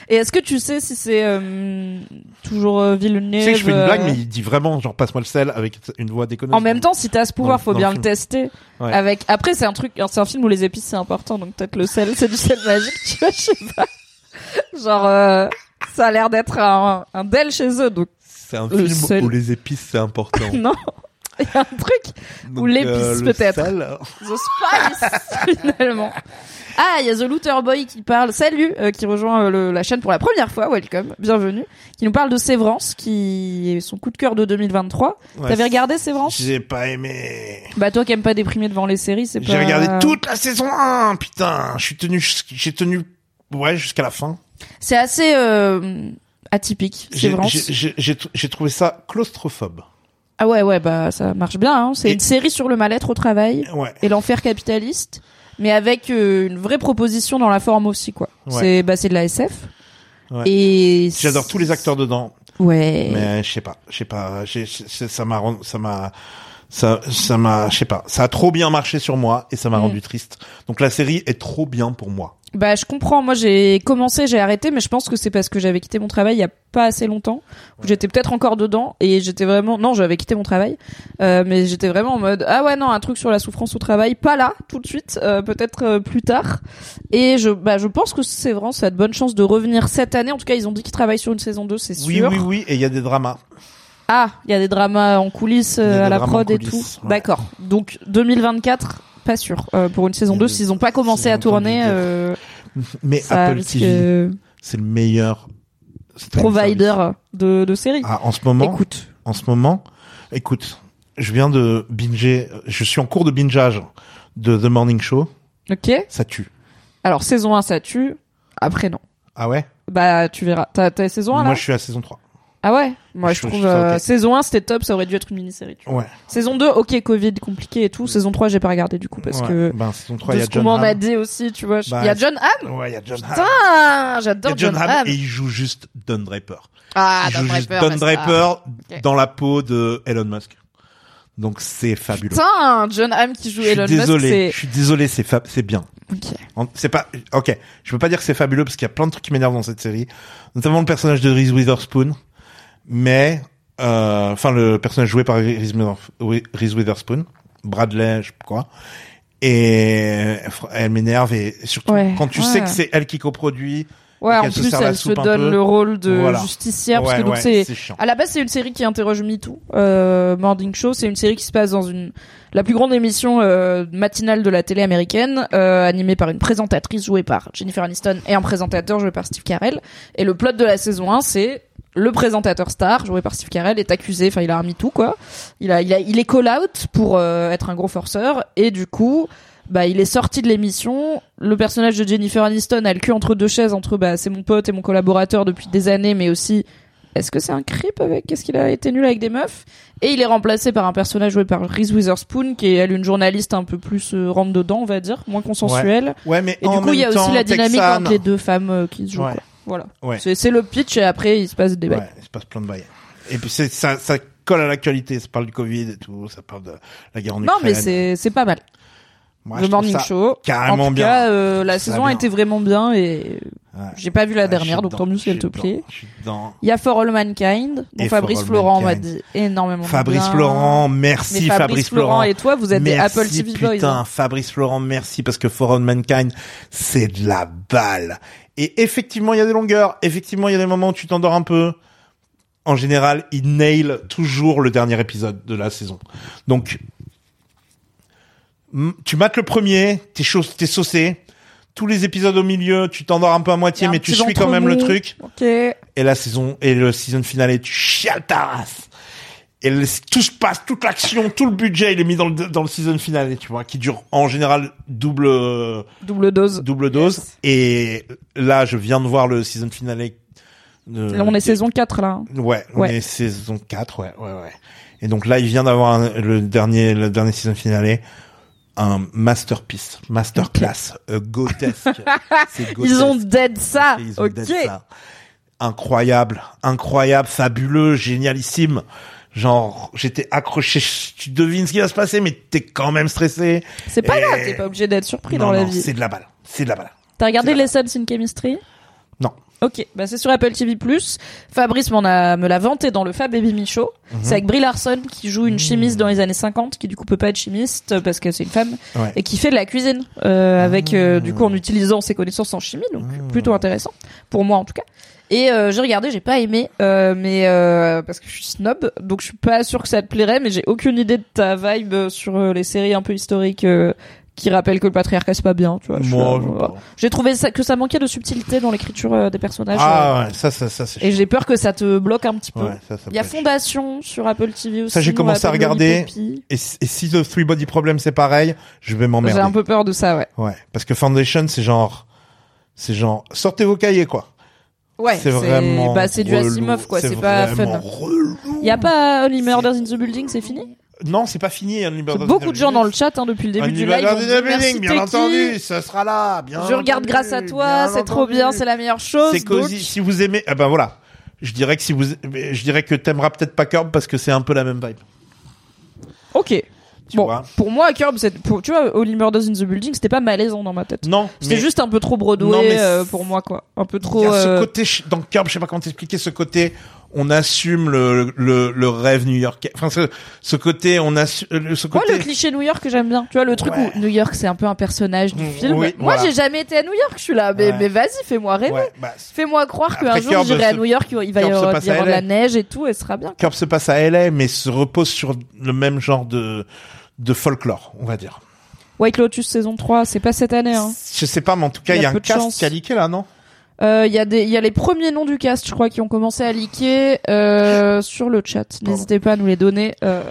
S2: Et est-ce que tu sais si c'est euh, toujours euh, Villeneuve
S3: Tu sais que je fais une blague,
S2: euh,
S3: mais il dit vraiment genre passe-moi le sel avec une voix déconneuse.
S2: En même temps, si t'as ce pouvoir,
S3: Dans-
S2: faut
S3: dans
S2: bien
S3: le
S2: le,
S3: film.
S2: tester.
S3: Ouais.
S2: Avec après, c'est un truc, c'est un film où les épices c'est important, donc peut-être le sel, c'est du sel magique, tu vois, je sais pas. Genre, euh, ça a l'air d'être un, un Dell chez eux, donc
S3: c'est un
S2: le
S3: film
S2: sel.
S3: où les épices c'est important.
S2: non. Il y a un truc,
S3: Donc, euh,
S2: l'épice,
S3: le
S2: peut-être.
S3: sel.
S2: The Spice finalement. Ah, il y a The Looter Boy qui parle. Salut, euh, qui rejoint euh, le- la chaîne pour la première fois. Welcome, bienvenue. Qui nous parle de Sévrance, qui est son coup de cœur de 2023.
S3: Ouais,
S2: T'avais regardé Sévrance
S3: J'ai pas aimé.
S2: Bah toi qui aimes pas déprimer devant les séries, c'est pas.
S3: J'ai regardé toute la saison 1, putain. Je suis tenu, jus- j'ai tenu, ouais, jusqu'à la fin.
S2: C'est assez euh, atypique, c'est
S3: J'ai-
S2: vraiment.
S3: j'ai- J'ai j'ai tr- j'ai trouvé ça claustrophobe.
S2: Ah ouais, ouais, bah ça marche bien. Hein. C'est
S3: Et-
S2: une série sur le mal-être au travail
S3: Ouais.
S2: et l'enfer capitaliste, mais avec euh, une vraie proposition dans la forme aussi, quoi.
S3: Ouais.
S2: C'est bah c'est de la SF.
S3: Ouais.
S2: Et
S3: J'adore tous les acteurs dedans,
S2: Ouais.
S3: mais je sais pas, je sais pas, j'ai- c'est- ça m'a, rend- ça m'a, ça, ça m'a, je sais pas, ça a trop bien marché sur moi et ça m'a
S2: Mm.
S3: rendu triste. Donc la série est trop bien pour moi.
S2: Bah je comprends. Moi j'ai commencé, j'ai arrêté, mais je pense que c'est parce que j'avais quitté mon travail il y a pas assez longtemps. où J'étais peut-être encore dedans et j'étais vraiment non, j'avais quitté mon travail, euh, mais j'étais vraiment en mode ah ouais non un truc sur la souffrance au travail, pas là tout de suite, euh, peut-être euh, plus tard. Et je bah je pense que c'est vraiment ça a de bonnes chances de revenir cette année. En tout cas ils ont dit qu'ils travaillent sur une saison 2, c'est sûr.
S3: Oui, oui, oui, et il y a des dramas.
S2: Ah il y a des dramas en coulisses
S3: Il y a
S2: euh,
S3: des
S2: à la
S3: dramas en
S2: prod et tout.
S3: coulisses, ouais.
S2: D'accord. Donc 2024 pas sûr euh, pour une saison
S3: Il y a
S2: 2
S3: des-
S2: s'ils ont pas commencé
S3: j'ai
S2: à
S3: entendu
S2: tourner.
S3: dire.
S2: euh,
S3: Mais
S2: ça
S3: Apple
S2: risque,
S3: TV,
S2: euh,
S3: c'est le meilleur streaming
S2: provider
S3: service.
S2: de, de séries.
S3: Ah, en ce moment,
S2: Écoute.
S3: en ce moment, écoute, je viens de binger, je suis en cours de bingeage de The Morning Show,
S2: Ok.
S3: ça tue.
S2: Alors, saison 1, ça tue. Après, non.
S3: Ah ouais
S2: Bah, tu verras. T'as t'as saison 1 là
S3: Moi je suis à saison 3.
S2: Ah ouais Moi,
S3: je
S2: je,
S3: trouve
S2: trouve.
S3: ça
S2: euh,
S3: ok.
S2: Saison 1, c'était top. Ça aurait dû être une mini-série. tu vois.
S3: Ouais.
S2: Saison 2, ok, Covid, compliqué et tout. Saison 3, j'ai pas regardé du coup parce
S3: ouais.
S2: que.
S3: ben saison 3 il
S2: de
S3: y a
S2: ce qu'on
S3: John
S2: m'en a
S3: Hamm.
S2: dit aussi, tu vois. Il
S3: Bah,
S2: y a John Hamm
S3: Ouais, il y a John Hamm.
S2: Putain
S3: Il y a
S2: J'adore
S3: John
S2: John,
S3: Hamm
S2: Hamm
S3: et il joue juste Don Draper.
S5: Ah,
S3: il
S5: Don
S3: joue
S5: Draper,
S3: juste Don
S5: bah, ça-
S3: Draper
S5: ok.
S3: dans la peau de Elon Musk. Donc c'est fabuleux.
S2: Putain John Hamm qui joue
S3: je suis
S2: Elon
S3: désolé,
S2: Musk,
S3: je suis désolé, c'est fa- c'est bien.
S2: c'est. Ok.
S3: En- C'est pas, ok. Je peux pas dire que c'est fabuleux parce qu'il y a plein de trucs qui m'énervent dans cette série, notamment le personnage de Reese Witherspoon, mais euh, enfin le personnage joué par Reese Witherf- Wi- Reese Witherspoon, Bradley, je sais pas quoi. Et fr- elle m'énerve et surtout
S2: Ouais,
S3: quand tu
S2: ouais.
S3: sais que c'est elle qui coproduit
S2: Ouais,
S3: Et
S2: en
S3: qu'elle se
S2: plus,
S3: serve la
S2: elle se
S3: soupe un
S2: donne
S3: peu.
S2: le rôle de
S3: Voilà.
S2: justicière parce
S3: Ouais,
S2: que donc
S3: ouais,
S2: c'est
S3: c'est chiant.
S2: à la base, c'est une série qui interroge MeToo. Euh, Morning Show, c'est une série qui se passe dans une la plus grande émission euh, matinale de la télé américaine, euh, animée par une présentatrice jouée par Jennifer Aniston et un présentateur joué par Steve Carell. Et le plot de la saison 1, c'est le présentateur star joué par Steve Carell est accusé, enfin il a un MeToo quoi. Il a, il a, il est call out pour euh, être un gros forceur et du coup. Bah, il est sorti de l'émission. Le personnage de Jennifer Aniston a le cul entre deux chaises, entre bah, c'est mon pote et mon collaborateur depuis des années, mais aussi est-ce que c'est un creep avec qu'est-ce qu'il a été nul avec des meufs et il est remplacé par un personnage joué par Reese Witherspoon qui est elle une journaliste un peu plus euh, rentre dedans on va dire moins consensuelle
S3: Ouais, mais
S2: et
S3: en
S2: du coup il y a
S3: même
S2: aussi
S3: temps,
S2: la dynamique
S3: Texane.
S2: entre les deux femmes euh, qui se jouent
S3: Ouais.
S2: quoi. voilà
S3: Ouais.
S2: c'est c'est le pitch et après il se passe des bails
S3: Ouais, il se passe plein de bails. Et puis c'est ça, ça colle à l'actualité. Ça parle du Covid et tout. Ça parle de la guerre en
S2: non
S3: Ukraine.
S2: mais c'est c'est pas mal
S3: Moi, je
S2: le
S3: trouve
S2: morning
S3: ça
S2: show
S3: Carrément
S2: en tout
S3: bien.
S2: cas euh, la
S3: Ça
S2: saison a
S3: bien.
S2: été vraiment bien et
S3: Ouais.
S2: j'ai pas vu la
S3: Ouais, je
S2: dernière
S3: suis
S2: donc tant
S3: dedans,
S2: mieux si
S3: je
S2: elle te
S3: suis
S2: plaît
S3: dedans, Je suis dedans.
S2: il y a For All Mankind dont
S3: Et For
S2: Fabrice
S3: All
S2: Florent m'a
S3: Mankind.
S2: dit énormément de
S3: Fabrice
S2: bien.
S3: Florent,
S2: mais
S3: merci
S2: Fabrice, Florent et toi vous êtes
S3: merci,
S2: des Apple TV
S3: putain,
S2: Boys hein.
S3: Fabrice Florent, merci parce que For All Mankind, c'est de la balle. Et effectivement, il y a des longueurs. Effectivement, il y a des moments où tu t'endors un peu. En général, il nail toujours le dernier épisode de la saison. Donc, m- tu mates le premier, t'es chaud, t'es saucé. Tous les épisodes au milieu, tu t'endors un peu à
S2: Il y
S3: moitié,
S2: a un
S3: mais tu
S2: petit
S3: suis quand
S2: ventre
S3: même le
S2: mou.
S3: truc.
S2: ok ouais
S3: et la saison et le season finale tu chiales ta race et le- tout se passe toute l'action tout le budget il est mis dans le dans le season finale tu vois qui dure en général double euh,
S2: double dose
S3: double dose et là je viens de voir le season finale euh,
S2: Là, on est
S3: qui-
S2: saison 4 là.
S3: Ouais, on
S2: Ouais.
S3: est saison 4, ouais, ouais, ouais. Et donc là, il vient d'avoir un- le dernier, le dernier saison finale, un masterpiece, masterclass, euh, grotesque. C'est
S2: Ils ont
S3: grotesque.
S2: dead ça.
S3: Et ils ont
S2: Ok.
S3: dead ça. Incroyable, incroyable, fabuleux, génialissime. Genre, j'étais accroché, tu devines ce qui va se passer, mais t'es quand même stressé.
S2: C'est pas
S3: Et-
S2: grave, t'es pas obligé d'être surpris
S3: non,
S2: dans la
S3: non,
S2: vie.
S3: c'est de la balle, c'est de la balle.
S2: T'as regardé Lessons in Chemistry
S3: Non.
S2: Ok, bah c'est sur Apple TV+. Fabrice m'en a me l'a vanté dans le Fab Baby Me Show.
S3: Mhm.
S2: C'est avec Brie Larson qui joue
S3: Mmh.
S2: une chimiste dans les années 50 qui du coup peut pas être chimiste parce que c'est une femme
S3: Ouais. Mmh.
S2: et qui fait de la cuisine euh, avec euh, du coup en utilisant ses connaissances en chimie donc plutôt intéressant pour moi en tout cas. Et euh, j'ai regardé, j'ai pas aimé euh, mais euh, parce que je suis snob donc je suis pas sûre que ça te plairait mais j'ai aucune idée de ta vibe euh, sur euh, les séries un peu historiques euh, qui rappellent que le patriarcat c'est pas bien, tu vois. Bah, Je suis
S3: Moi,
S2: là, oh.
S3: je-
S2: voilà. J'ai trouvé ça, que ça manquait de subtilité dans l'écriture euh, des personnages. euh,
S3: Ah ouais, ça, ça, ça, c'est
S2: et j'ai peur que ça te bloque un petit peu.
S3: Ouais, ça, ça
S2: Il y a
S3: peut être
S2: Fondation sur Apple TV aussi.
S3: Ça, j'ai
S2: on
S3: commencé à
S2: l'appelle
S3: regarder.
S2: Lollipopy.
S3: Et, si- et si The Three Body Problem c'est pareil, je vais m'emmerder.
S2: J'ai un peu peur de ça, ouais.
S3: Ouais, parce que Foundation c'est genre, c'est genre, sortez vos cahiers quoi.
S2: Ouais,
S3: c'est vraiment.
S2: bah, c'est du
S3: relou.
S2: Asimov, quoi. C'est pas
S3: vraiment
S2: fun.
S3: relou.
S2: Il y a pas Only Murders in the Building, c'est fini
S3: Non, c'est pas fini. Only Murders in the
S2: Beaucoup de gens
S3: Building.
S2: dans le chat hein, depuis le début
S3: Only
S2: du live.
S3: Murders
S2: ont
S3: in
S2: dit,
S3: the
S2: Merci,
S3: Building, bien
S2: Teki.
S3: entendu, ça sera là. Bien
S2: Je regarde
S3: entendu,
S2: grâce à toi,
S3: bien
S2: c'est trop
S3: entendu.
S2: bien, c'est la meilleure chose.
S3: C'est cosy.
S2: donc-
S3: Si vous aimez, ah ben voilà. Je dirais que si vous, je dirais que t'aimeras peut-être pas Curb parce que c'est un peu la même vibe.
S2: Ok.
S3: Tu
S2: bon,
S3: vois.
S2: pour moi, Curb, c'est pour tu vois, Only Murders in the Building, c'était pas malaisant dans ma tête.
S3: Non,
S2: C'était
S3: mais-
S2: juste un peu trop Broadway
S3: Non, mais
S2: euh,
S3: c'est-
S2: pour moi, quoi. Un peu
S3: Il
S2: trop.
S3: y a
S2: euh,
S3: ce côté ch- dans Curb, je sais pas comment t'expliquer ce côté. On assume le le, le rêve new-yorkais. Enfin, ce, ce côté, on assume ce
S2: Moi,
S3: côté.
S2: le cliché New York que j'aime bien. Tu vois, le truc
S3: Ouais.
S2: où New York, c'est un peu un personnage du
S3: Mm,
S2: film.
S3: oui,
S2: Moi,
S3: voilà.
S2: j'ai jamais été à New York. Je suis là, mais,
S3: Ouais.
S2: mais vas-y, fais-moi rêver.
S3: Ouais, bah, c-
S2: Fais-moi croire qu'un
S3: Après,
S2: jour,
S3: Curb
S2: j'irai à
S3: se-
S2: New York, il va y
S3: Curb se
S2: avoir,
S3: passe
S2: il va y
S3: à
S2: avoir de la
S3: LA.
S2: neige et tout, et ce sera bien.
S3: Curb se passe à LA, mais se repose sur le même genre de de folklore, on va dire.
S2: White Lotus saison 3, c'est pas cette année. hein.
S3: Je sais pas, mais en tout cas, il y a,
S2: peu
S3: un
S2: de
S3: cast
S2: chance.
S3: qui a leaké, là, non
S2: Euh, Il y a des, il y a les premiers noms du cast, je crois, qui ont commencé à liker euh, sur le chat.
S3: Pardon.
S2: N'hésitez pas à nous les donner. Euh,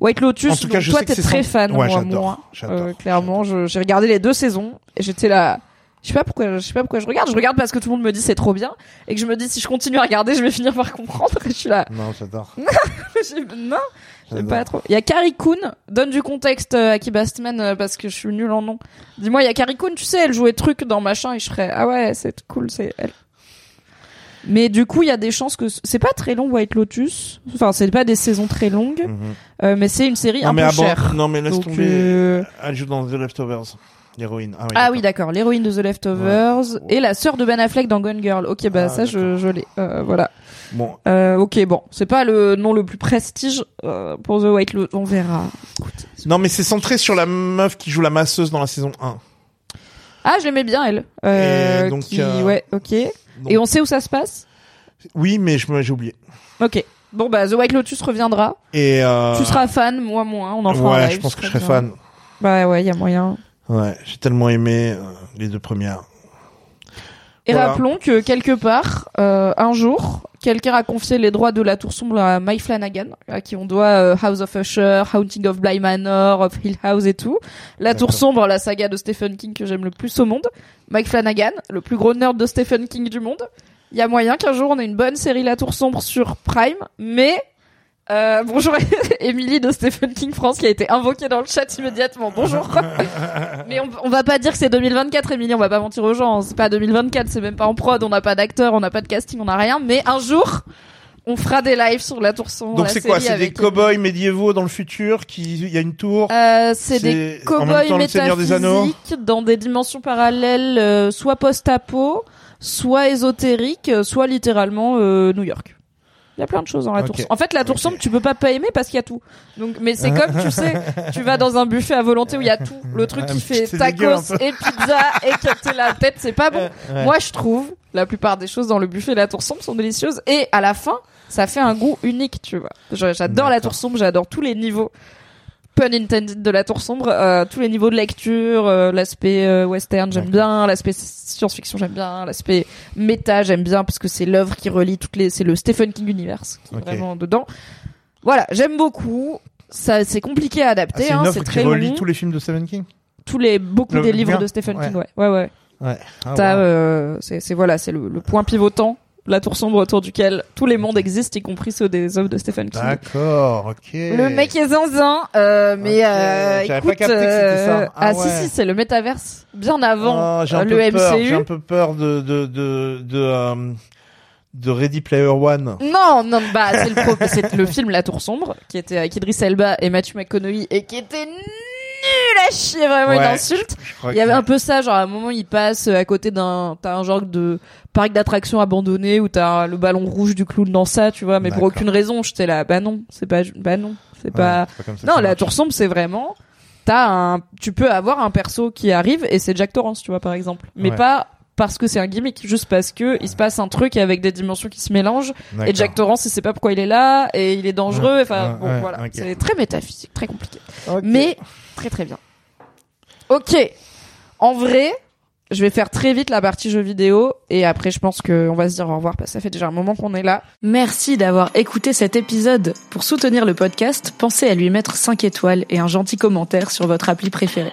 S2: White Lotus,
S3: En tout cas,
S2: donc
S3: je
S2: toi,
S3: sais que
S2: t'es
S3: c'est
S2: très
S3: sans-
S2: fan,
S3: Ouais,
S2: moi,
S3: j'adore,
S2: moins.
S3: j'adore,
S2: Euh, clairement, je- j'ai regardé les deux saisons et j'étais là. Je sais pas pourquoi, je sais pas pourquoi je regarde. Je regarde parce que tout le monde me dit c'est trop bien et que je me dis si je continue à regarder, je vais finir par comprendre. Et je suis là,
S3: Non, j'adore.
S2: j'ai- non, j'aime
S3: J'adore.
S2: pas trop. Il y a Carrie Coon, donne du contexte euh, à Kim Bastman euh, parce que je suis nulle en nom. Dis-moi, il y a Carrie Coon, tu sais, elle jouait truc dans machin et je serais ah ouais, c'est cool, c'est elle. Mais du coup, il y a des chances que c'est pas très long White Lotus. Enfin, c'est pas des saisons très longues,
S3: Mhm.
S2: euh, mais c'est une série
S3: Non,
S2: un
S3: mais
S2: peu
S3: ah bon,
S2: chère.
S3: non, mais laisse
S2: Donc,
S3: tomber.
S2: euh,
S3: Elle joue dans The Leftovers, l'héroïne. Ah oui,
S2: Ah oui, d'accord, l'héroïne de The Leftovers et la sœur de Ben Affleck dans Gone Girl. Ok, bah
S3: Ah,
S2: ça, je,
S3: d'accord.
S2: je l'ai. Euh, voilà.
S3: Bon,
S2: Euh, ok, bon, c'est pas le nom le plus prestige euh, pour The White Lotus. On verra.
S3: non, mais c'est centré sur la meuf qui joue la masseuse dans la saison 1.
S2: Ah, je l'aimais bien, elle. Euh,
S3: Et donc,
S2: qui-
S3: euh,
S2: Ouais, ok.
S3: donc-
S2: Et on sait où ça se passe
S3: Oui, mais je me- j'ai oublié.
S2: Ok. Bon, bah, The White Lotus reviendra.
S3: Et euh,
S2: Tu seras fan, moi moins. On en fera un
S3: ouais,
S2: live,
S3: je pense que
S2: ce
S3: je
S2: serait
S3: serais
S2: bien.
S3: fan.
S2: Bah ouais, il y a moyen.
S3: Ouais, j'ai tellement aimé euh, les deux premières.
S2: Et
S3: Voilà.
S2: rappelons que quelque part, euh, un jour, quelqu'un a confié les droits de la Tour Sombre à Mike Flanagan, à qui on doit euh, House of Usher, Haunting of Bly Manor, of Hill House et tout. La Tour
S3: D'accord.
S2: Sombre, la saga de Stephen King que j'aime le plus au monde. Mike Flanagan, le plus gros nerd de Stephen King du monde. Il y a moyen qu'un jour on ait une bonne série La Tour Sombre sur Prime, mais euh, bonjour Émilie de Stephen King France qui a été invoquée dans le chat immédiatement. Bonjour. Mais on, on va pas dire que c'est 2024, Émilie, on va pas mentir aux gens. hein. C'est pas 2024, c'est même pas en prod, on n'a pas d'acteur, on n'a pas de casting, on n'a rien. Mais un jour, on fera des lives sur la tour sombre.
S3: Donc
S2: la
S3: c'est quoi
S2: série
S3: C'est des
S2: avec-
S3: cow-boys médiévaux dans le futur qui il y a une tour.
S2: Euh, c'est des
S3: C'est en même
S2: cow-boys
S3: temps le Seigneur des Anneaux.
S2: métaphysiques dans des dimensions parallèles, euh, soit post-apo, soit ésotériques, euh, soit littéralement euh, New York. Il y a plein de choses dans la
S3: Ok.
S2: tour sombre. En fait, la tour
S3: Ok.
S2: sombre, tu peux pas pas aimer parce qu'il y a tout. Donc, mais c'est comme, tu sais, tu vas dans un buffet à volonté où il y a tout. Le truc qui fait
S3: C'est dégueu, un
S2: tacos et pizza et que t'es la tête, c'est pas bon.
S3: Ouais.
S2: Moi, je trouve, la plupart des choses dans le buffet de la tour sombre sont délicieuses. Et à la fin, ça fait un goût unique, tu vois. Je- J'adore la tour
S3: D'accord.
S2: sombre, j'adore tous les niveaux. Pun intended de la tour sombre, euh, tous les niveaux de lecture, euh, l'aspect euh, western, j'aime bien, l'aspect science-fiction, j'aime bien, l'aspect méta, j'aime bien, parce que c'est l'œuvre qui relie toutes les, c'est le Stephen King universe qui
S3: Ok.
S2: est vraiment dedans. Voilà, j'aime beaucoup. Ça, c'est compliqué à
S3: Ah,
S2: adapter,
S3: c'est une
S2: hein,
S3: offre
S2: c'est
S3: qui
S2: très
S3: relie
S2: long.
S3: tous les films de Stephen King.
S2: Tous les, beaucoup
S3: Le-
S2: des
S3: le
S2: livres
S3: lien.
S2: de Stephen
S3: Ouais.
S2: King, ouais, ouais, ouais.
S3: Ouais. Ah,
S2: T'as,
S3: wow.
S2: euh, c'est c'est- voilà, c'est le, le point pivotant, la tour sombre autour duquel tous les mondes existent, y compris ceux des œuvres de Stephen King.
S3: D'accord, ok.
S2: Le mec est zinzin, euh, mais
S3: Ok,
S2: euh,
S3: j'avais pas
S2: écoute,
S3: capté que c'était ça.
S2: euh,
S3: Ah
S2: ah,
S3: ouais.
S2: si si, c'est le métaverse bien avant
S3: Oh, j'ai
S2: euh,
S3: un
S2: le
S3: peu peur,
S2: MCU.
S3: J'ai un peu peur de de de de, euh, de Ready Player One.
S2: Non, non, bah c'est le, pro- c'est le film La Tour Sombre qui était avec Idris Elba et Matthew McConaughey et qui était nul à chier, vraiment une
S3: Ouais.
S2: insulte.
S3: Je crois
S2: Il y
S3: que-
S2: avait un peu ça, genre à un moment il passe à côté d'un, t'as un genre de parc d'attractions abandonné où t'as le ballon rouge du clown dans ça, tu vois, mais pour
S3: D'accord.
S2: aucune raison, j'étais là, bah non, c'est pas, bah non, c'est
S3: Ouais,
S2: pas.
S3: c'est pas comme ça que
S2: Non,
S3: ça
S2: la
S3: marche.
S2: tour sombre, c'est vraiment, t'as un, tu peux avoir un perso qui arrive et c'est Jack Torrance, tu vois, par exemple, mais
S3: Ouais.
S2: pas parce que c'est un gimmick, juste parce que il se passe un truc avec des dimensions qui se mélangent et
S3: D'accord.
S2: Jack Torrance, il sait pas pourquoi il est là et il est dangereux,
S3: Ouais,
S2: enfin
S3: ouais,
S2: bon,
S3: ouais,
S2: voilà,
S3: ok.
S2: c'est très métaphysique, très compliqué
S3: Ok.
S2: mais très très bien. Ok, en vrai, je vais faire très vite la partie jeux vidéo et après je pense qu'on va se dire au revoir parce que ça fait déjà un moment qu'on est là.
S8: Merci d'avoir écouté cet épisode. Pour soutenir le podcast, pensez à lui mettre 5 étoiles et un gentil commentaire sur votre appli préférée.